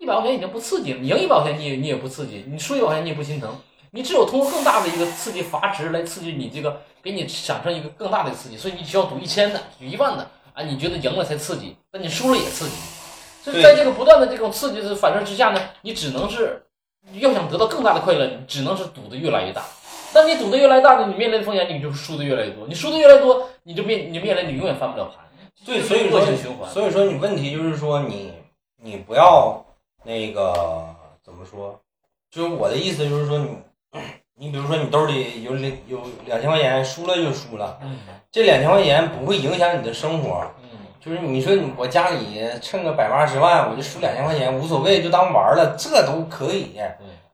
B: 一百块钱已经不刺激了，你赢一百块钱你也你也不刺激，你输一百块钱你也不心疼，你只有通过更大的一个刺激阀值来刺激你这个，给你产生一个更大的刺激，所以你需要赌一千的、赌一万的啊，你觉得赢了才刺激，但你输了也刺激，所以
A: 对
B: 在这个不断的这种刺激的反射之下呢，你只能是要想得到更大的快乐，你只能是赌的越来越大。当你赌的越来越大呢，你面临的风险你就输的越来越多，你输的越来越多，你就面你面临你永远翻不了盘。
A: 对，所以
B: 恶
A: 说
B: 性循环。
A: 所以说你问题就是说你你不要，那个怎么说？就是我的意思就是说你， 你比如说你兜里有两有两千块钱，输了就输了，这两千块钱不会影响你的生活。
B: 嗯，
A: 就是你说你我家里趁个百八十万，我就输两千块钱无所谓，就当玩儿了，这都可以。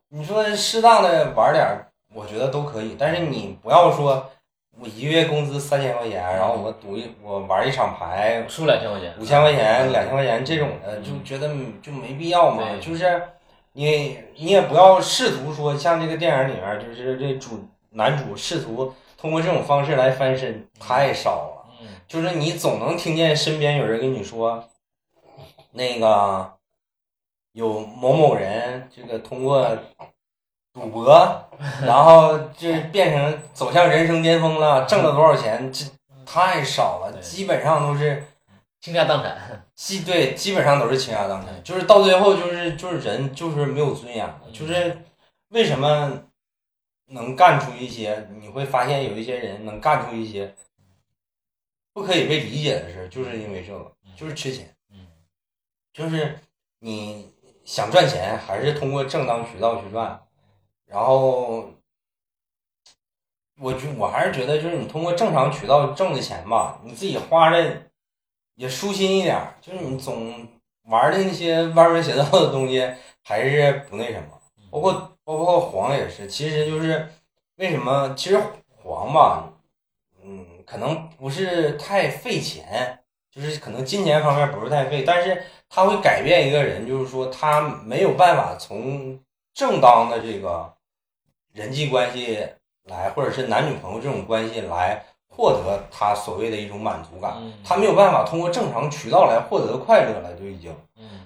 A: 你说适当的玩儿点儿，我觉得都可以。但是你不要说，我一个月工资三千块钱，然后我赌一我玩一场牌
B: 输两千块钱，
A: 五千块钱、两千块钱这种的，
B: 嗯
A: 就觉得就没必要嘛。
B: 对
A: 就是你你也不要试图说像这个电影里面，就是这主男主试图通过这种方式来翻身，太少了。
B: 嗯，
A: 就是你总能听见身边有人跟你说，那个有某某人这个通过赌博， 然后就是变成走向人生巅峰了，挣了多少钱？这太少了，
B: 对
A: 基本上都是
B: 倾家荡产，
A: 基对，基本上都是倾家荡产，就是到最后就是就是人就是没有尊严了，就是为什么能干出一些，你会发现有一些人能干出一些不可以被理解的事儿，就是因为这个，就是缺钱
B: 嗯，
A: 就是你想赚钱还是通过正当渠道去赚，然后。我觉我还是觉得，就是你通过正常渠道挣的钱吧，你自己花的也舒心一点儿，就是你总玩的那些歪门邪道的东西还是不那什么，包括包括黄也是，其实就是为什么其实黄吧，嗯，可能不是太费钱，就是可能金钱方面不是太费，但是他会改变一个人，就是说他没有办法从正当的这个人际关系来，或者是男女朋友这种关系来获得他所谓的一种满足感。
B: 嗯
A: 他没有办法通过正常渠道来获得快乐了，就已经，
B: 嗯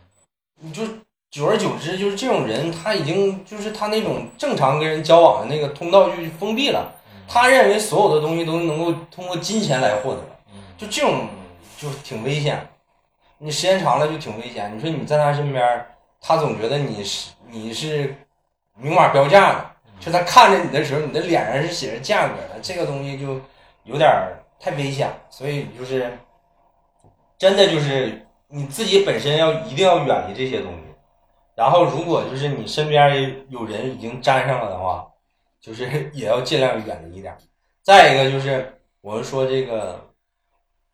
A: 你就久而久之，就是这种人，他已经就是他那种正常跟人交往的那个通道就封闭了，他认为所有的东西都能够通过金钱来获得，
B: 嗯
A: 就这种就挺危险，你时间长了就挺危险。你说你在他身边儿，他总觉得你是你是明码标价的，就他看着你的时候，你的脸上是写着价格的，这个东西就有点儿太危险了。所以就是真的就是你自己本身要一定要远离这些东西。然后，如果就是你身边儿有人已经沾上了的话，就是 也要尽量远离一点儿。再一个就是，我是说这个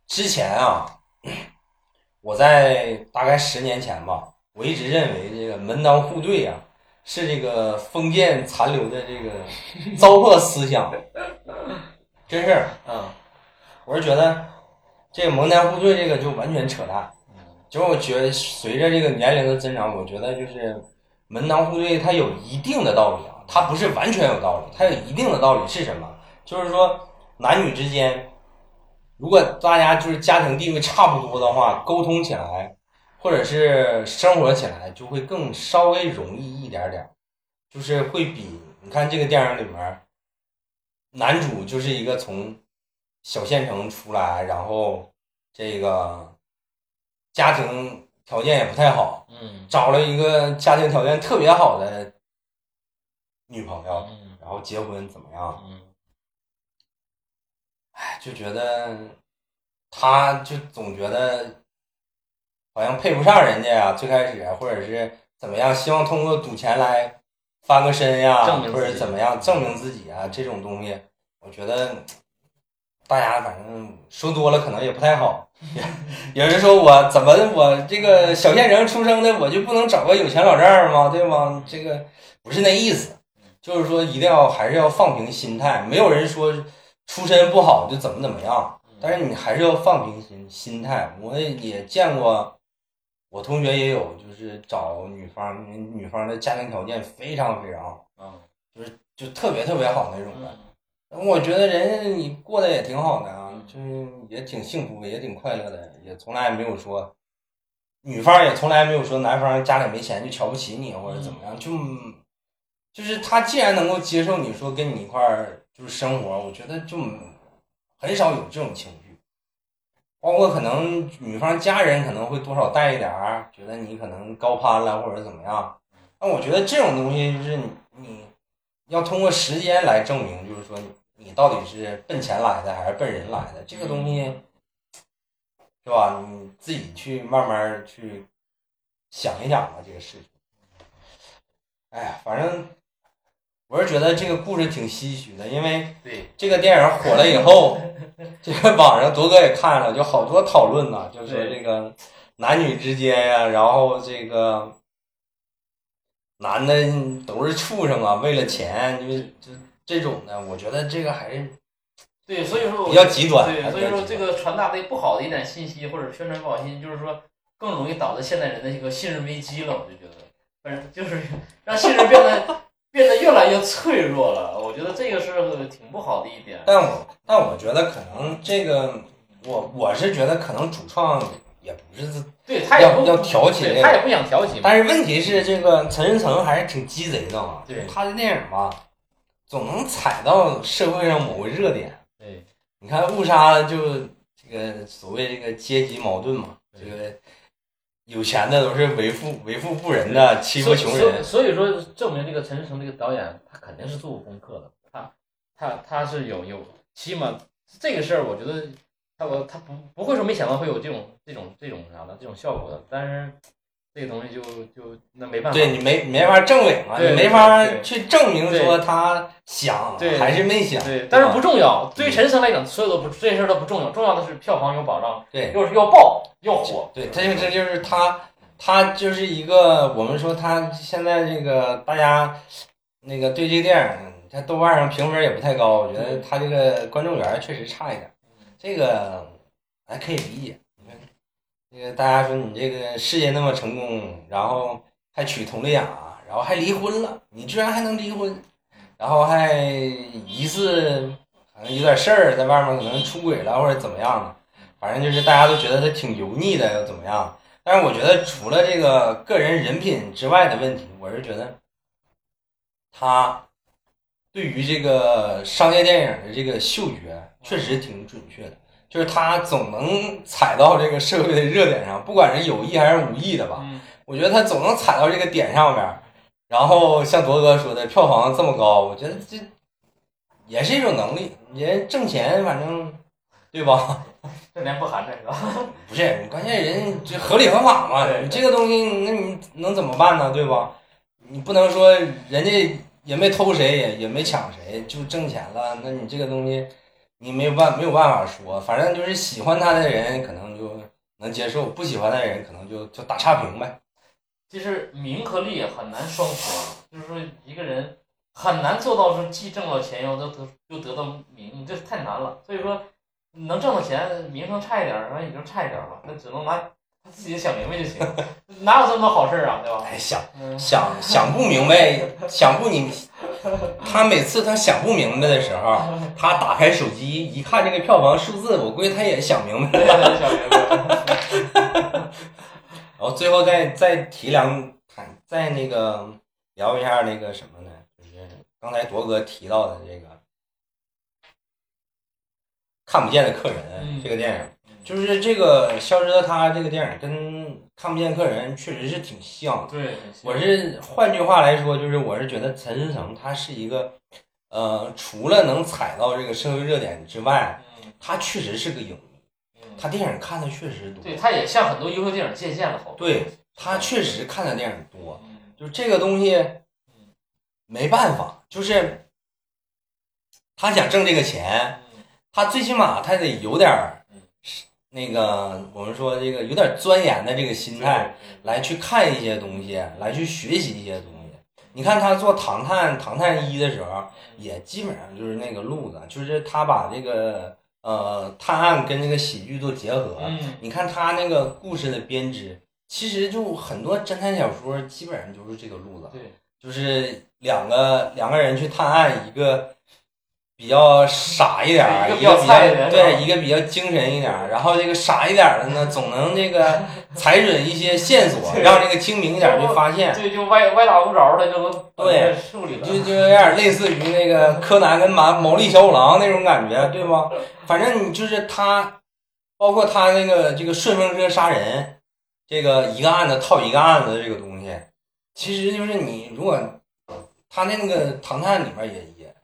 A: 之前啊， 我在大概十年前吧，我一直认为这个门当户对啊，是这个封建残留的这个糟粕思想，真是，嗯，我是觉得这个门当户对这个就完全扯淡。结果我觉得随着这个年龄的增长，我觉得就是门当户对它有一定的道理啊，它不是完全有道理，它有一定的道理是什么？就是说男女之间，如果大家就是家庭地位差不多的话，沟通起来或者是生活起来就会更稍微容易一点点儿，就是会比你看这个电影里面儿，男主就是一个从小县城出来，然后这个家庭条件也不太好，
B: 嗯
A: 找了一个家庭条件特别好的女朋友，
B: 嗯
A: 然后结婚怎么样？
B: 嗯
A: 哎，就觉得他就总觉得好像配不上人家呀、最开始或者是怎么样，希望通过赌钱来翻个身呀、
B: 证明自
A: 或
B: 己
A: 者怎么样证明自己啊，这种东西，我觉得大家反正说多了可能也不太 好。也有人说我怎么我这个小县城出生的，我就不能找个有钱老丈人吗？对吗？这个不是那意思，就是说一定要还是要放平心态，没有人说出身不好就怎么怎么样，但是你还是要放平心心态。我也见过，我同学也有，就是找女方，女方的家庭条件非常非常好，
B: 啊
A: 就特别特别好那种的。我觉得人家你过得也挺好的啊，就是也挺幸福，也挺快乐的，也从来没有说，女方也从来没有说男方家里没钱就瞧不起你或者怎么样，就就是他既然能够接受你说跟你一块儿就是生活，我觉得就很少有这种情绪，包括可能女方家人可能会多少带一点儿，觉得你可能高攀了或者怎么样，但我觉得这种东西就是你你要通过时间来证明，就是说你你到底是奔钱来的还是奔人来的，这个东西是吧？你自己去慢慢去想一想吧，这个事情。哎呀，反正我是觉得这个故事挺唏嘘的，因为
B: 对，
A: 这个电影火了以后，这个网上铎哥也看了，就好多讨论呐、就说这个男女之间呀、然后这个男的都是畜生啊，为了钱就是就这种的，我觉得这个还是
B: 对，所以说我
A: 比较极端。
B: 对，
A: 还是
B: 所
A: 比
B: 以
A: 较
B: 说
A: 极
B: 这
A: 端
B: 个传达的不好的一点信息或者宣传不好信息，就是说更容易导致现代人的一个信任危机了。我就觉得，反正就是让信任变得变得越来越脆弱了。我觉得这个是挺不好的一点。
A: 但我但我觉得可能这个，我我是觉得可能主创也不是自
B: 对他也
A: 要
B: 不
A: 要挑起
B: 对
A: 这个
B: 他也不想挑起嘛。
A: 但是问题是，这个陈思诚还是挺鸡贼的嘛。
B: 对
A: 他的电影吧，总能踩到社会上某个热点。
B: 对
A: 你看误杀就这个所谓这个阶级矛盾嘛，这
B: 对
A: 个有钱的都是为富为富不仁的，欺负穷
B: 所以
A: 人。
B: 所以所以说，证明这个陈思诚这个导演，他肯定是做过功课的。他他他是有有，起码这个事儿，我觉得他我他不不会说没想到会有这种这种这种啥的这种效果的。但是这个东西就就那没办法。
A: 对你没没法证伪嘛，
B: 嗯对
A: 你没法
B: 对对
A: 去证明说
B: 对
A: 他想
B: 对
A: 还是没想。
B: 对但是不
A: 吧
B: 重要。对于陈思诚来讲，所有都不这些事儿都不重要，重要的是票房有保障，
A: 对
B: 又是要爆要火。
A: 对，他就这就是他，他就是一个我们说他现在这个大家那个对这个电影，他豆瓣上评分也不太高，我觉
B: 嗯
A: 得他这个观众缘确实差一点，这个还可以理解。你看，那个大家说你这个事业那么成功，然后还娶佟丽娅，然后还离婚了，你居然还能离婚，然后还疑似可能有点事儿，在外面可能出轨了或者怎么样的。反正就是大家都觉得他挺油腻的，又怎么样？但是我觉得除了这个个人人品之外的问题，我是觉得他对于这个商业电影的这个嗅觉确实挺准确的，就是他总能踩到这个社会的热点上，不管是有意还是无意的吧。
B: 嗯，
A: 我觉得他总能踩到这个点上面儿。然后像铎哥说的，票房这么高，我觉得这也是一种能力，人挣钱反正对吧？
B: 这连不含这个。
A: 不是，关键人这合理合法嘛，
B: 对
A: 你这个东西，那你能怎么办呢？对吧？你不能说人家也没偷谁，也也没抢谁，就挣钱了，那你这个东西你没有办没有办法说，反正就是喜欢他的人可能就能接受，不喜欢的人可能就就打差评呗。
B: 其实名和利很难双全，就是说一个人很难做到说既挣到钱又得得又得到名，这太难了。所以说能挣到钱，名声差一点儿，那也就差一点儿吧，那只能拿他自己想明白就行， 哪有这么多好事儿啊，对吧？
A: 哎，想
B: 嗯，
A: 想想不明白，想不你，他每次他想不明白的时候，他打开手机一看这个票房数字，我估计他也想明白了。
B: 对想明白了。
A: 然后最后再再提两谈，再那个聊一下那个什么呢？就是刚才铎哥提到的这个《看不见的客人》
B: 嗯
A: 这个电影，
B: 嗯
A: 就是这个《消失的她》这个电影跟《看不见客人》确实是挺像的。
B: 对，
A: 我是换句话来说，就是我是觉得陈思诚他是一个，呃，除了能踩到这个社会热点之外，
B: 嗯
A: 他确实是个影迷，
B: 嗯，
A: 他电影看的确实多，
B: 对，他也向很多优秀电影借鉴了好多。
A: 对他确实看的电影多，
B: 嗯，
A: 就这个东西，没办法，就是他想挣这个钱，他最起码他得有点儿
B: 嗯
A: 那个我们说这个有点钻研的这个心态，来去看一些东西，来去学习一些东西。你看他做《唐探》《唐探一》的时候，也基本上就是那个路子，就是他把这个呃探案跟这个喜剧做结合。
B: 嗯，
A: 你看他那个故事的编织，其实就很多侦探小说基本上就是这个路子，
B: 对，
A: 就是两个两个人去探案，一个比较傻一点儿，啊
B: 对
A: 一
B: 一
A: 个
B: 个
A: 比较
B: 比较菜一点是吧
A: 对，一个比较精神一点儿，然后这个傻一点儿的呢，总能这个 踩准一些线索，
B: 对
A: 让这个精明一点儿去发现。
B: 这就歪歪打不着的，就都都
A: 对
B: 树里了。
A: 就就有点类似于那个柯南跟毛毛利小五郎那种感觉，对吗？反正你就是他，包括他那个这个顺风车杀人，这个一个案子套一个案子的这个东西，其实就是你如果他那个《唐探》里面也也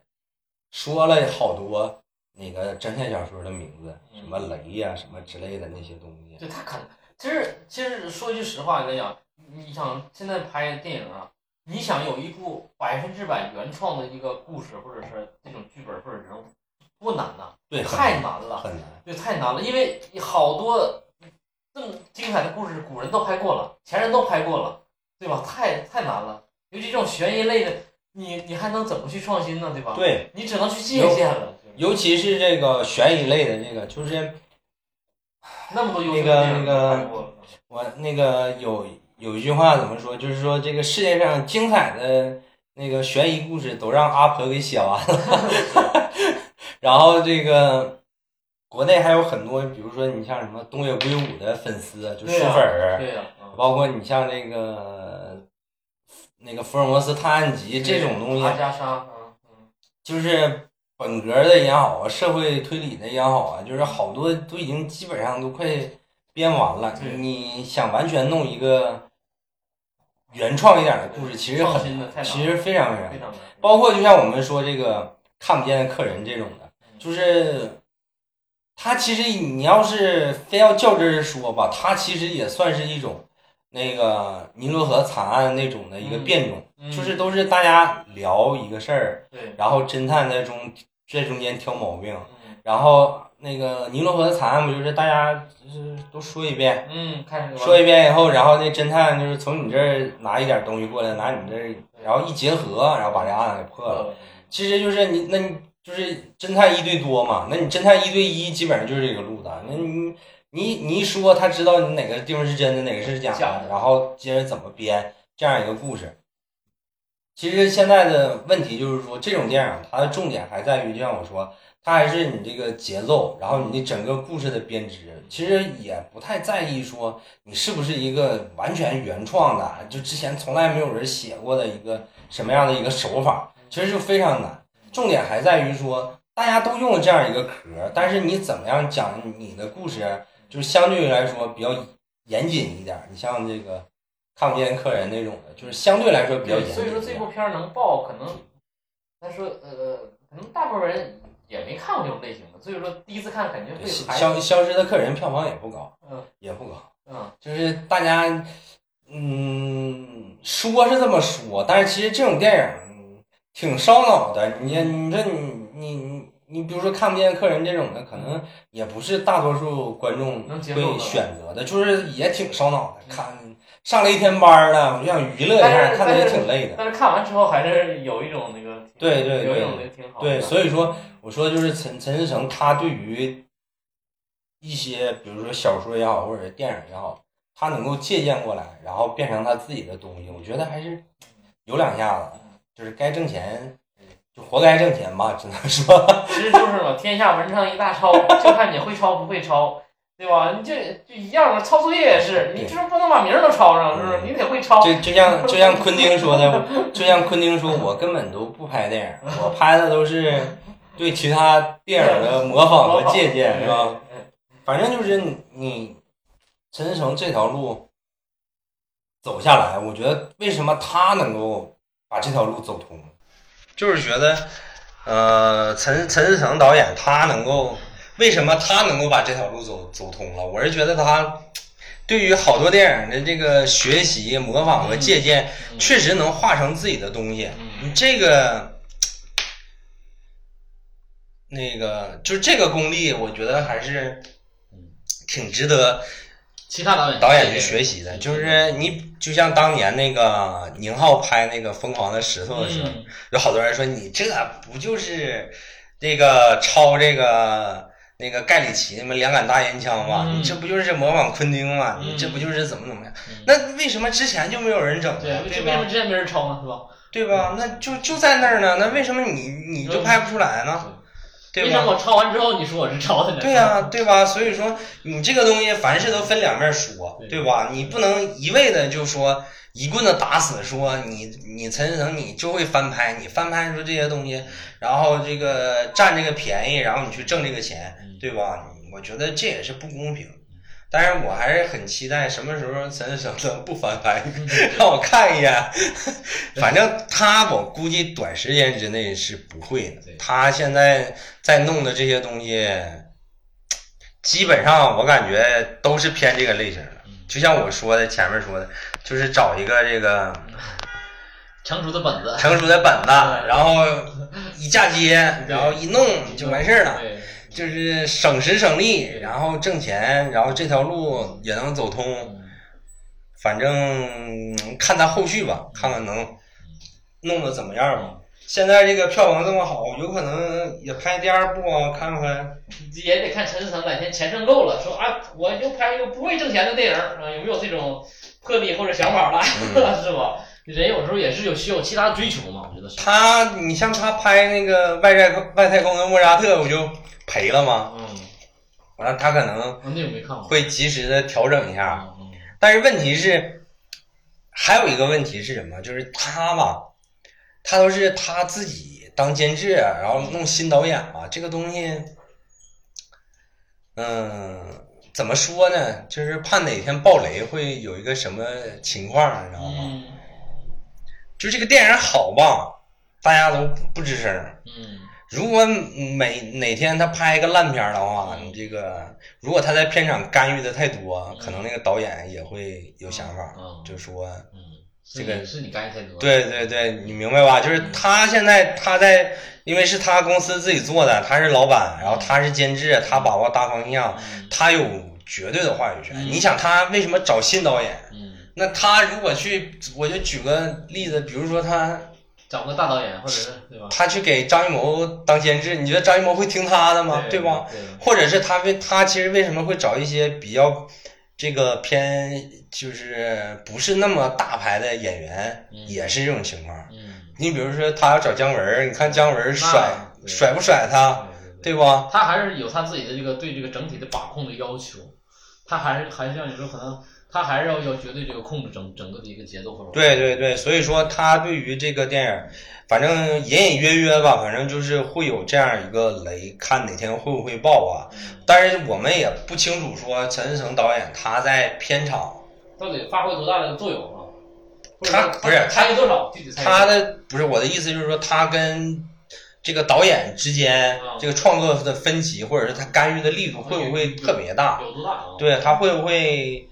A: 说了好多那个侦探小说的名字，什么雷呀、什么之类的那些东西。
B: 对他肯，其实其实说句实话来讲，你想现在拍电影啊，你想有一部百分之百原创的一个故事，或者是这种剧本或者人物，多难呐、
A: 对，
B: 太难了，
A: 很难。
B: 对，太难了，因为好多这么精彩的故事，古人都拍过了，前人都拍过了，对吧？太太难了，尤其这种悬疑类的，你你还能怎么去创新呢？对吧？
A: 对，
B: 你只能去借鉴了。
A: 尤其是这个悬疑类的这个，就是
B: 那么多优秀
A: 那个
B: 的电
A: 那
B: 影
A: 个
B: 拍过了
A: 我那个有有一句话怎么说，就是说这个世界上精彩的那个悬疑故事都让阿婆给写完了， 然后这个。国内还有很多，比如说你像什么东野圭吾的粉丝啊，就
B: 对
A: 书
B: 呀
A: 粉儿，
B: 对呀、嗯
A: 包括你像那个那个福尔摩斯探案集这种东西，
B: 阿加莎，嗯嗯，
A: 就是本格的也好啊，社会推理的也好啊，就是好多都已经基本上都快编完了。
B: 对
A: 你想完全弄一个原创一点的故事，其实
B: 创
A: 很
B: 新的太难了，
A: 其实非常非常
B: 非常难，
A: 包括就像我们说这个看不见的客人这种的，
B: 嗯
A: 就是他其实你要是非要较真儿说吧，他其实也算是一种那个尼罗河惨案那种的一个变种，
B: 嗯
A: 就是都是大家聊一个事儿，
B: 对，
A: 然后侦探在中在中间挑毛病，
B: 嗯
A: 然后那个尼罗河惨案不就是大家就是都说一遍。
B: 嗯，看这个吧
A: 说一遍以后，然后那侦探就是从你这儿拿一点东西过来，拿你这儿，然后一结合，然后把这案子给破了。
B: 呃
A: 其实就是你，那你就是侦探一对多嘛，那你侦探一对一基本上就是这个路子。啊那你你你一说，他知道你哪个地方是真的，哪个是假
B: 假的
A: 然后接着怎么编这样一个故事。其实现在的问题就是说，这种电影它的重点还在于，就像我说，它还是你这个节奏，然后你的整个故事的编织，其实也不太在意说你是不是一个完全原创的，就之前从来没有人写过的一个什么样的一个手法，其实就非常难。重点还在于说，大家都用了这样一个壳，但是你怎么样讲你的故事，就是相对于来说比较严谨一点。你像这个看不见客人那种的，就是相对来说比较严
B: 对，
A: 谨。
B: 所以说这部片儿能爆，可能咱说呃，可能大部分人也没看过这种类型的，所以说第一次看肯定会
A: 消
B: 还
A: 消消失的客人票房也不高，
B: 嗯
A: 也不高，
B: 嗯
A: 就是大家嗯说是这么说，但是其实这种电影嗯挺烧脑的。你你说你你你你比如说看不见客人这种的，可能也不是大多数观众
B: 能接受
A: 会
B: 的
A: 选择的，就是也挺烧脑的。看上了一天班儿了，我就想娱乐一
B: 但
A: 下，
B: 是
A: 看的也
B: 但是
A: 挺累的。
B: 但是看完之后还是有一种那个挺
A: 对对
B: 有一
A: 对
B: 种那个挺好的
A: 对，所以说我说就是陈陈思诚，他对于一些比如说小说也好，或者电影也好，他能够借鉴过来，然后变成他自己的东西，我觉得还是有两下子，就是该挣钱就活该挣钱吧，只能说
B: 其实就是嘛，天下文章一大抄，就看你会抄不会抄，对吧？你这就一样嘛，抄作业也是，你就是不能把名儿都抄上，是不是？
A: 嗯
B: 你得会抄。
A: 就就像就像昆汀说的，就像昆汀说，我根本都不拍电影，我拍的都是对其他电影的模仿和借鉴，是吧？反正就是你你陈思诚这条路走下来，我觉得为什么他能够把这条路走通，就是觉得呃，陈陈思诚导演他能够为什么他能够把这条路走走通了？我是觉得他对于好多电影的这个学习、模仿和借鉴，
B: 嗯
A: 确实能化成自己的东西。
B: 嗯
A: 这个那个就是这个功力，我觉得还是挺值得
B: 其他导演
A: 导演去学习的。就是你就像当年那个宁浩拍那个《疯狂的石头》的时候，
B: 嗯
A: 有好多人说你这不就是这个抄这个。那个盖里奇嘛，两杆大烟枪嘛，
B: 嗯
A: 你这不就是模仿昆汀嘛？
B: 嗯
A: 你这不就是怎么怎么样？
B: 嗯
A: 那为什么之前就没有人整
B: 对啊
A: 呢？，对
B: 这为
A: 吧
B: 什么？之前没人抄呢？是吧？
A: 对吧？那就就在那儿呢，那为什么你你就拍不出来呢？啊对
B: 嗯为什么
A: 吧？
B: 我抄完之后你说我是抄的呢？
A: 对啊呀、对吧？所以说你这个东西凡事都分两面说，
B: 对
A: 对吧？你不能一味的就说一棍子打死，说你你陈思诚你就会翻拍，你翻拍出这些东西，然后这个占这个便宜，然后你去挣这个钱
B: 嗯，
A: 对吧？你我觉得这也是不公平。但是我还是很期待什么时候陈思诚能不翻拍， 让我看一眼。反正他，我估计短时间之内是不会
B: 对
A: 的。他现在在弄的这些东西，基本上我感觉都是偏这个类型的
B: 嗯。
A: 就像我说的，前面说的，就是找一个这个
B: 成熟的本子，
A: 成熟的本子，
B: 对
A: 然后一嫁接，然后一弄就完事儿了，
B: 对，
A: 就是省时省力，然后挣钱，然后这条路也能走通。
B: 嗯
A: 反正嗯看他后续吧，看看能弄得怎么样吧。现在这个票房这么好，有可能也拍第二部啊，看看。
B: 也得看陈思诚哪天钱挣够了，说啊，我又拍一个不会挣钱的电影儿啊，有没有这种魄力或者想法了，
A: 嗯
B: 是吧？人有时候也是有需要其他追求嘛，我觉得是。
A: 他，你像他拍那个外太空外太空的莫扎特，不就赔了吗？
B: 嗯，
A: 完了，他可能
B: 我那个没看过。
A: 会啊及时的调整一下。
B: 嗯
A: 但是问题是，还有一个问题是什么？就是他吧，他都是他自己当监制，啊然后弄新导演嘛，这个东西，嗯，怎么说呢？就是怕哪天爆雷会有一个什么情况，你知道吗？
B: 嗯
A: 就这个电影好吧，大家都不吱声。
B: 嗯
A: 如果每哪天他拍一个烂片儿的话，
B: 嗯
A: 你这个如果他在片场干预的太多，可能那个导演也会有想法，
B: 嗯
A: 就说，
B: 嗯，
A: 这个
B: 是你干预太多了。
A: 对对对，你明白吧？
B: 嗯
A: 就是他现在他在，因为是他公司自己做的，他是老板，然后他是监制，他把握大方向，
B: 嗯
A: 他有绝对的话语权。
B: 嗯
A: 你想他为什么找新导演？
B: 嗯，
A: 那他如果去，我就举个例子，比如说他
B: 找个大导演或者是对吧？
A: 他去给张艺谋当监制，你觉得张艺谋会听他的吗？
B: 对
A: 吧？？或者是他为他其实为什么会找一些比较这个偏就是不是那么大牌的演员，
B: 嗯
A: 也是这种情况。
B: 嗯，
A: 你比如说他要找姜文儿，你看姜文儿甩
B: 那对
A: 甩不甩他，
B: 对
A: 对吧？
B: 他还是有他自己的这个对这个整体的把控的要求，他还是还是像你说，可能他还是要要绝对这个控制整整个的一个节奏和融合。
A: 对对对，所以说他对于这个电影，反正隐隐约约吧，反正就是会有这样一个雷，看哪天会不会爆啊。
B: 嗯，
A: 但是我们也不清楚说陈思诚导演他在片场
B: 到底发挥多大的作用啊？或者
A: 他
B: 说
A: 不是
B: 参与多少？具体参与多
A: 他
B: 少
A: 的不是我的意思，就是说他跟这个导演之间
B: 啊
A: 这个创作的分歧，或者是他干预的力度会不会特别大？
B: 有多大啊？
A: 对他会不会？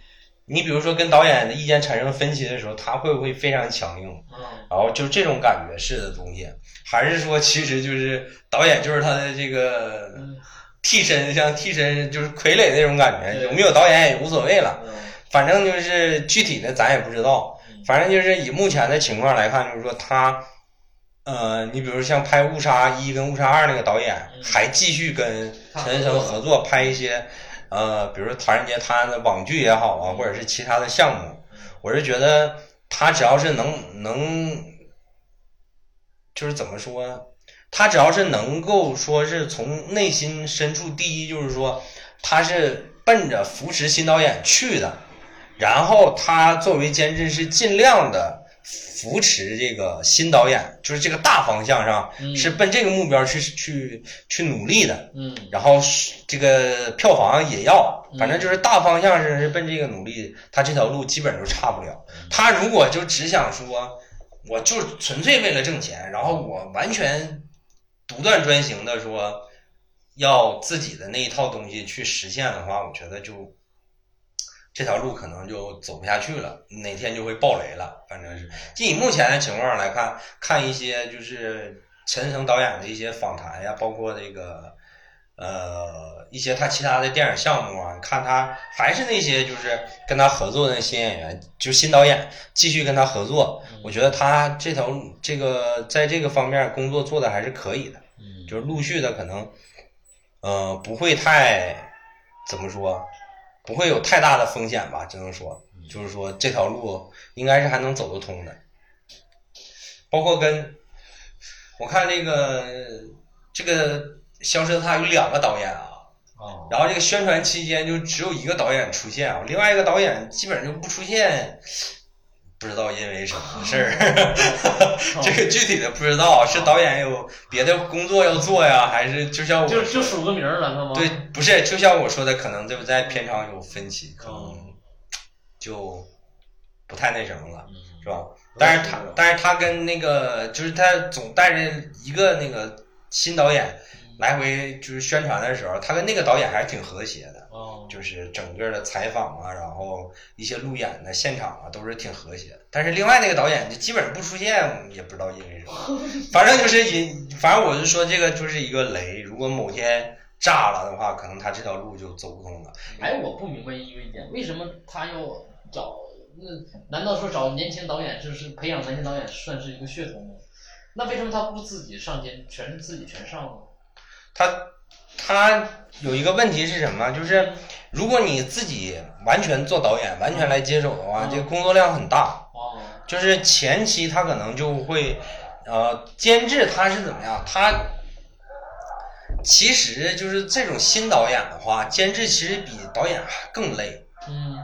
A: 你比如说跟导演的意见产生分歧的时候，他会不会非常强硬？
B: 嗯，
A: 然后就这种感觉式的东西，还是说其实就是导演就是他的这个
B: 嗯
A: 替身，像替身就是傀儡那种感觉，
B: 对
A: 有没有导演也无所谓了。
B: 嗯
A: 反正就是具体的咱也不知道
B: 嗯，
A: 反正就是以目前的情况来看，就是说他，呃，你比如像拍《误杀一》跟《误杀二》那个导演
B: 嗯，
A: 还继续跟
B: 他
A: 陈思诚合作拍一些，呃，比如说《唐人街探案》的网剧也好啊，
B: 嗯
A: 或者是其他的项目，我是觉得他只要是能能，就是怎么说，他只要是能够说是从内心深处，第一就是说他是奔着扶持新导演去的，然后他作为监制是尽量的扶持这个新导演，就是这个大方向上
B: 嗯
A: 是奔这个目标去去去努力的。
B: 嗯
A: 然后是这个票房也要，
B: 嗯
A: 反正就是大方向是奔这个努力，他这条路基本就差不了。他如果就只想说，我就纯粹为了挣钱，然后我完全独断专行的说要自己的那一套东西去实现的话，我觉得就这条路可能就走不下去了，哪天就会爆雷了。反正是就以目前的情况来看，看一些就是陈诚导演的一些访谈呀，包括这个呃一些他其他的电影项目啊，你看他还是那些就是跟他合作的新演员，就新导演继续跟他合作
B: 嗯，
A: 我觉得他这条路这个在这个方面工作做的还是可以的。
B: 嗯，
A: 就是陆续的可能，呃，不会太怎么说，不会有太大的风险吧，只能说，就是说这条路应该是还能走得通的。包括跟我看这个这个《消失的她》有两个导演啊，
B: 哦，
A: 然后这个宣传期间就只有一个导演出现啊，另外一个导演基本上就不出现。不知道因为什么事儿，
B: 哦
A: 这个具体的不知道，是导演有别的工作要做呀，还是就像我
B: 就就数个名儿了，是吗？
A: 对，不是就像我说的，可能对不在片场有分歧，可
B: 哦
A: 能就不太那什么了，
B: 嗯，
A: 是吧？但是他但是他跟那个就是他总带着一个那个新导演来回就是宣传的时候，他跟那个导演还是挺和谐的。
B: 哦，
A: 就是整个的采访啊，然后一些路演的现场啊，都是挺和谐的。但是另外那个导演就基本上不出现，也不知道因为什么。反正就是引，反正我是说这个就是一个雷。如果某天炸了的话，可能他这条路就走不通了。
B: 哎，我不明白一个一点，为什么他要找？那难道说找年轻导演，就是培养年轻导演，算是一个噱头吗？那为什么他不自己上肩，全自己全上呢？
A: 他他有一个问题是什么？就是如果你自己完全做导演，完全来接手的话，
B: 嗯
A: 这个工作量很大。
B: 哦，
A: 就是前期他可能就会，呃，监制他是怎么样？他其实就是这种新导演的话，监制其实比导演更累，
B: 嗯，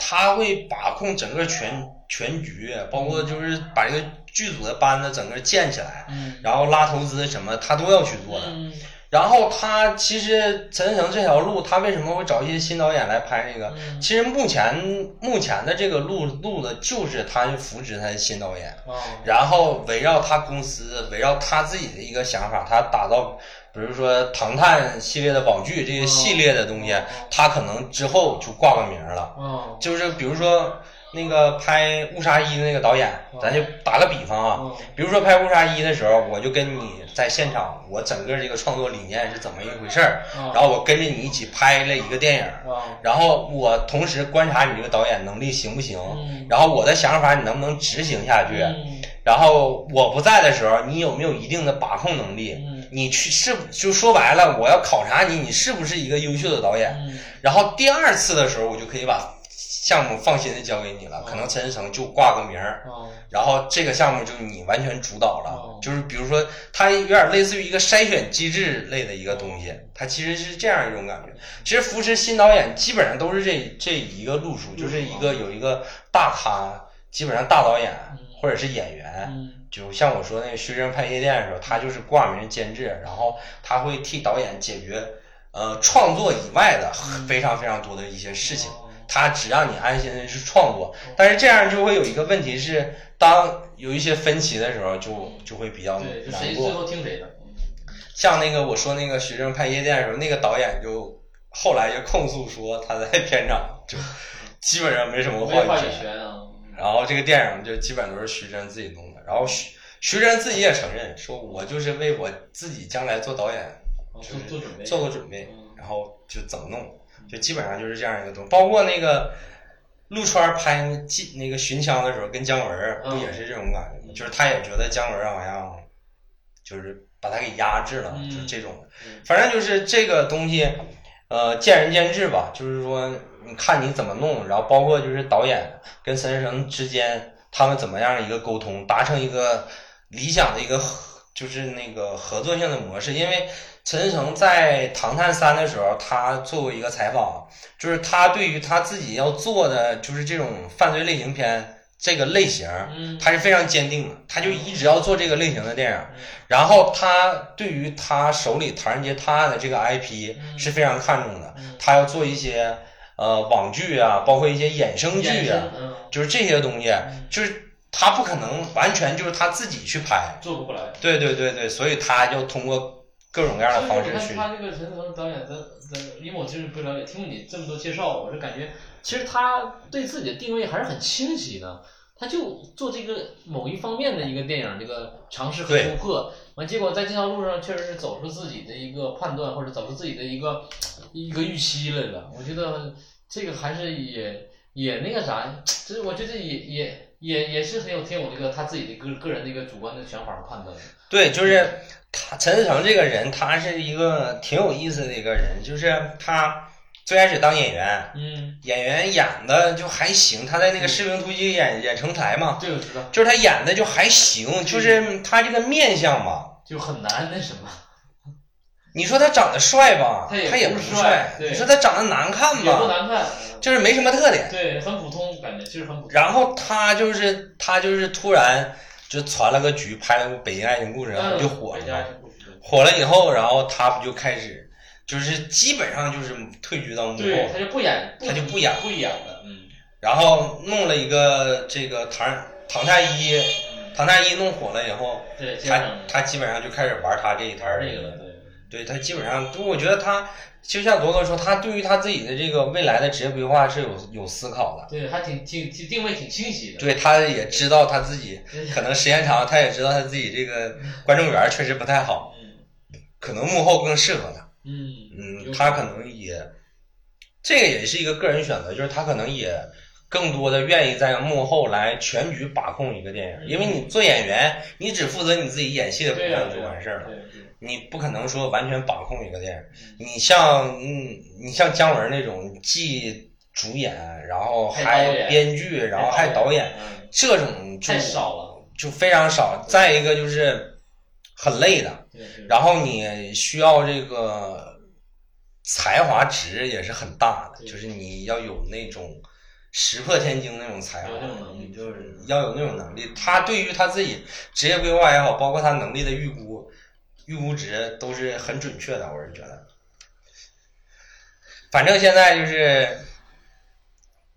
A: 他会把控整个全全局，包括就是把这个剧组的班子整个建起来，
B: 嗯，
A: 然后拉投资什么，他都要去做的。
B: 嗯，
A: 然后他其实陈思诚这条路，他为什么会找一些新导演来拍这个？
B: 嗯
A: 其实目前目前的这个路路子就是他扶持他的新导演，
B: 哦，
A: 然后围绕他公司，围绕他自己的一个想法，他打造，比如说《唐探》系列的网剧这些系列的东西，他可能之后就挂个名儿了。
B: 哦，
A: 就是比如说那个拍《误杀一》的那个导演，咱就打个比方啊，
B: 哦，
A: 比如说拍《误杀一》的时候，我就跟你在现场，我整个这个创作理念是怎么一回事儿，
B: 然
A: 然后我跟着你一起拍了一个电影，
B: 哦，
A: 然后我同时观察你这个导演能力行不行，
B: 嗯，
A: 然后我的想法你能不能执行下去，
B: 嗯
A: 然后我不在的时候，你有没有一定的把控能力？
B: 嗯
A: 你去是就说白了，我要考察你，你是不是一个优秀的导演？
B: 嗯，
A: 然后第二次的时候，我就可以把项目放心的交给你了，可能陈思诚就挂个名儿。
B: 哦，
A: 然后这个项目就你完全主导了
B: 哦，
A: 就是比如说，它有点类似于一个筛选机制类的一个东
B: 哦
A: 西，它其实是这样一种感觉。其实扶持新导演基本上都是这这一个路数，就是一个有一个大咖，基本上大导演
B: 啊嗯
A: 或者是演员，
B: 嗯，
A: 就像我说那个《学生拍夜店》的时候，他就是挂名监制，然后他会替导演解决呃创作以外的
B: 嗯
A: 非常非常多的一些事情。
B: 哦，
A: 他只让你安心的去创作，但是这样就会有一个问题是，当有一些分歧的时候就，就会比较
B: 嗯对，就
A: 难
B: 谁最
A: 过。
B: 后听谁的？
A: 像那个我说那个学生拍夜店的时候，那个导演就后来就控诉说他在片场就基本上没什么
B: 没话
A: 话
B: 语
A: 语权，
B: 权啊。
A: 然后这个电影就基本都是徐峥自己弄的，然后徐徐峥自己也承认说，我就是为我自己将来做导演
B: 哦做做准备，
A: 做过准备，
B: 嗯
A: 然后就怎么弄，就基本上就是这样一个东西。包括那个陆川拍那记那个寻枪的时候，跟姜文儿不
B: 嗯
A: 也是这种感觉吗？
B: 嗯
A: 就是他也觉得姜文儿好像就是把他给压制了，
B: 嗯
A: 就是这种的
B: 嗯。
A: 反正就是这个东西，呃，见仁见智吧。就是说，你看你怎么弄，然后包括就是导演跟陈思诚之间他们怎么样一个沟通，达成一个理想的一个合就是那个合作性的模式。因为陈思诚在《唐探三》的时候，他做过一个采访，就是他对于他自己要做的就是这种犯罪类型片这个类型，
B: 嗯，
A: 他是非常坚定的，他就一直要做这个类型的电影。然后他对于他手里《唐人街探案》的这个 IP
B: 嗯
A: 是非常看重的，
B: 嗯
A: 他要做一些呃网剧啊，包括一些衍生
B: 衍
A: 剧啊
B: 生，嗯，
A: 就是这些东西，
B: 嗯
A: 就是他不可能完全就是他自己去拍。
B: 做不过来。
A: 对对对对，所以他就通过各种各样的方式
B: 其实
A: 去
B: 你看。他这个陈思诚导演的的，因为我就是不了解，听你这么多介绍，我是感觉其实他对自己的定位还是很清晰的。他就做这个某一方面的一个电影，这个尝试和
A: 对
B: 突破，完结果在这条路上确实是走出自己的一个判断，或者走出自己的一个一个预期来了。我觉得这个还是也也那个啥，就是我觉得也也也也是很有挺有这个他自己的个个人的一个主观的想法和判断的。
A: 对，就是他陈思诚这个人，他是一个挺有意思的一个人，就是他最开始当演员，
B: 嗯，
A: 演员演的就还行，他在那个《士兵突击》演演成才嘛，
B: 这个知道，
A: 就是他演的就还行，
B: 嗯
A: 就是他这个面相吧，
B: 就很难那什 么。
A: 你说他长得帅吧，
B: 他也
A: 他也
B: 不
A: 不
B: 帅对
A: 你说他长得难看
B: 也不
A: 吧，
B: 难看，
A: 就是没什么特点。
B: 对，很普通，感觉就是很普通。
A: 然后他就是他就是突然就传了个局，拍了部《北京爱情故事》，
B: 嗯
A: 然后就火了
B: 家
C: 嗯
A: 嘛。火了以后，然后他不就开始，就是基本上就是退居到幕
B: 对，
A: 后，
B: 他就不演，
A: 他就不演
B: 不演了，嗯，
A: 然后弄了一个这个唐唐探一，唐探一弄火了以后，
B: 对，
A: 嗯
B: 接
A: 他
B: 上
A: 他基本上就开始玩他这一套
B: 玩这个了，对，
A: 对他基本上，就我觉得他就像罗哥说，他对于他自己的这个未来的职业规划是有有思考的。
C: 对，还挺挺挺定位挺清晰的。
A: 对，他也知道他自己
C: 对
A: 可能时间长，他也知道他自己这个观众缘确实不太好，
C: 嗯
A: 可能幕后更适合他。
C: 嗯
A: 嗯，他可能也，这个也是一个个人选择，就是他可能也更多的愿意在幕后来全局把控一个电影，因为你做演员，你只负责你自己演戏的部
C: 对
B: 啊
C: 呀
A: 分就完事儿了，
C: 对对
A: 你不可能说完全把控一个电影。
C: 嗯
A: 你像嗯，你像姜文那种既主演，然后
C: 还导
A: 还
C: 演
A: 编剧，然后还导演，
C: 嗯
A: 这种就
C: 太少了。
A: 就非常少。再一个就是很累的，
C: 对对
A: 然后你需要这个才华值也是很大的，
C: 对
A: 就是你要有那种石破天惊那种才华
C: 有那种能，力
A: 你就是要有那种能力。他对于他自己职业规划也好，包括他能力的预估、预估值都是很准确的，我是觉得。反正现在就是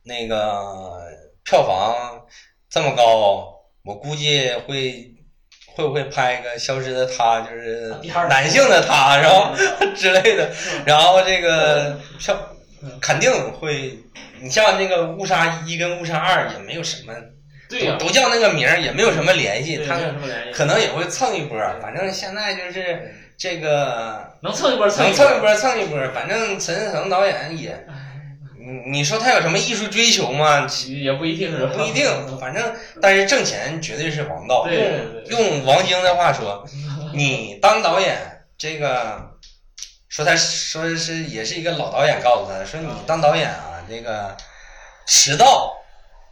A: 那个票房这么高，哦我估计会会不会拍一个《消失的她》，就是
C: 啊第二部嗯
A: 男性的她，然后 之类的， 然后这个票
C: 嗯
A: 肯定会，你像那个《误杀一》跟《误杀二》也没有什么，
C: 对 呀，
A: 都叫那个名儿，也没有什么联系，
C: 对
A: 他
C: 没有
A: 们
C: 什么联系
A: 可能也会蹭一波儿。反正现在就是这个
C: 能蹭一波蹭
A: 能
C: 一
A: 蹭
C: 波。哎
A: 一波儿蹭一波儿，反正陈思诚导演也，你你说他有什么艺术追求吗？
C: 也不一定是吧
A: 不一定，反正但是挣钱绝对是王道。
C: 对
A: 用
C: 对对
A: 用王晶的 话说，你当导演这个，说他说是也是一个老导演告诉他说，你当导演啊，这个迟到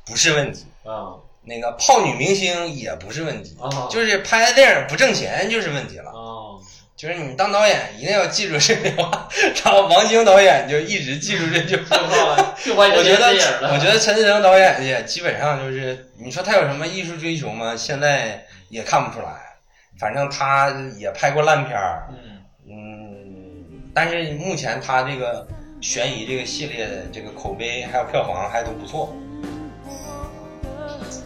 A: 不是问题，
C: 啊
A: 那个泡女明星也不是问题，
C: 啊
A: 就是拍的电影不挣钱就是问题了。
C: 啊，
A: 就是你当导演一定要记住这句话，然后王晶导演就一直记住这句话。
C: 就靠 就完
A: 我
C: 全
A: 觉得
C: 电影，了。
A: 我觉得陈思诚导演也基本上就是，你说他有什么艺术追求吗？现在也看不出来。反正他也拍过烂片儿，
C: 嗯
A: 嗯，但是目前他这个悬疑这个系列的这个口碑还有票房还都不错，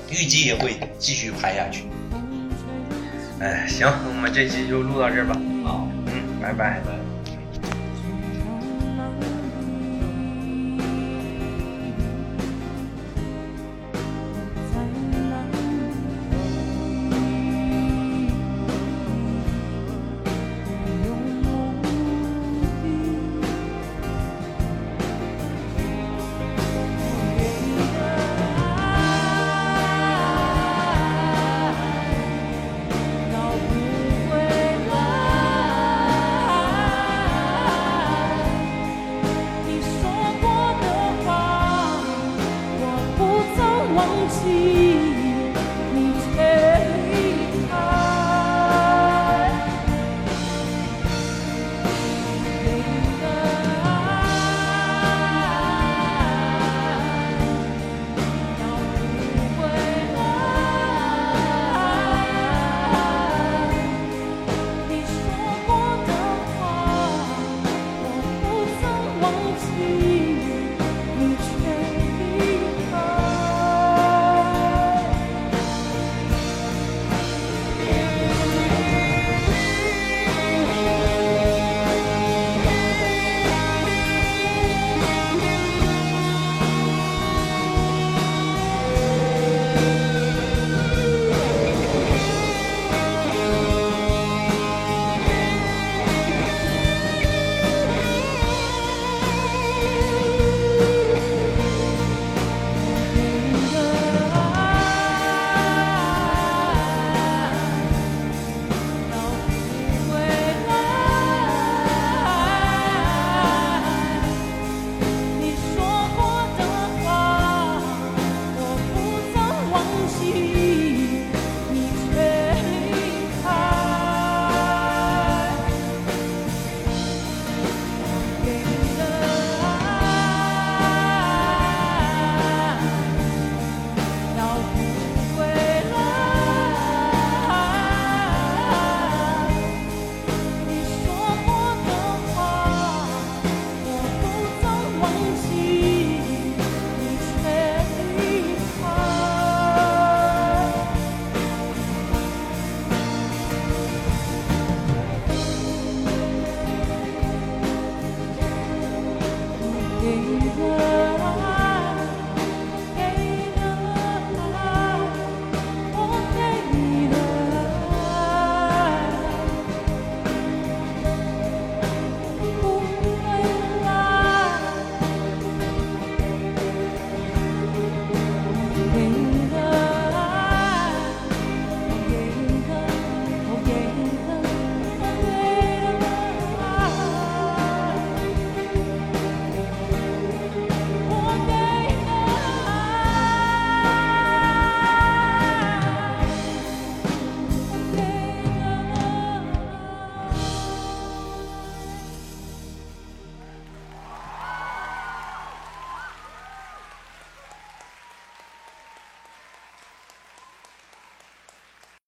A: 预计也会继续拍下去。哎，行，那我们这期就录到这儿吧。
C: 好，
A: 嗯，拜拜。
C: 拜拜。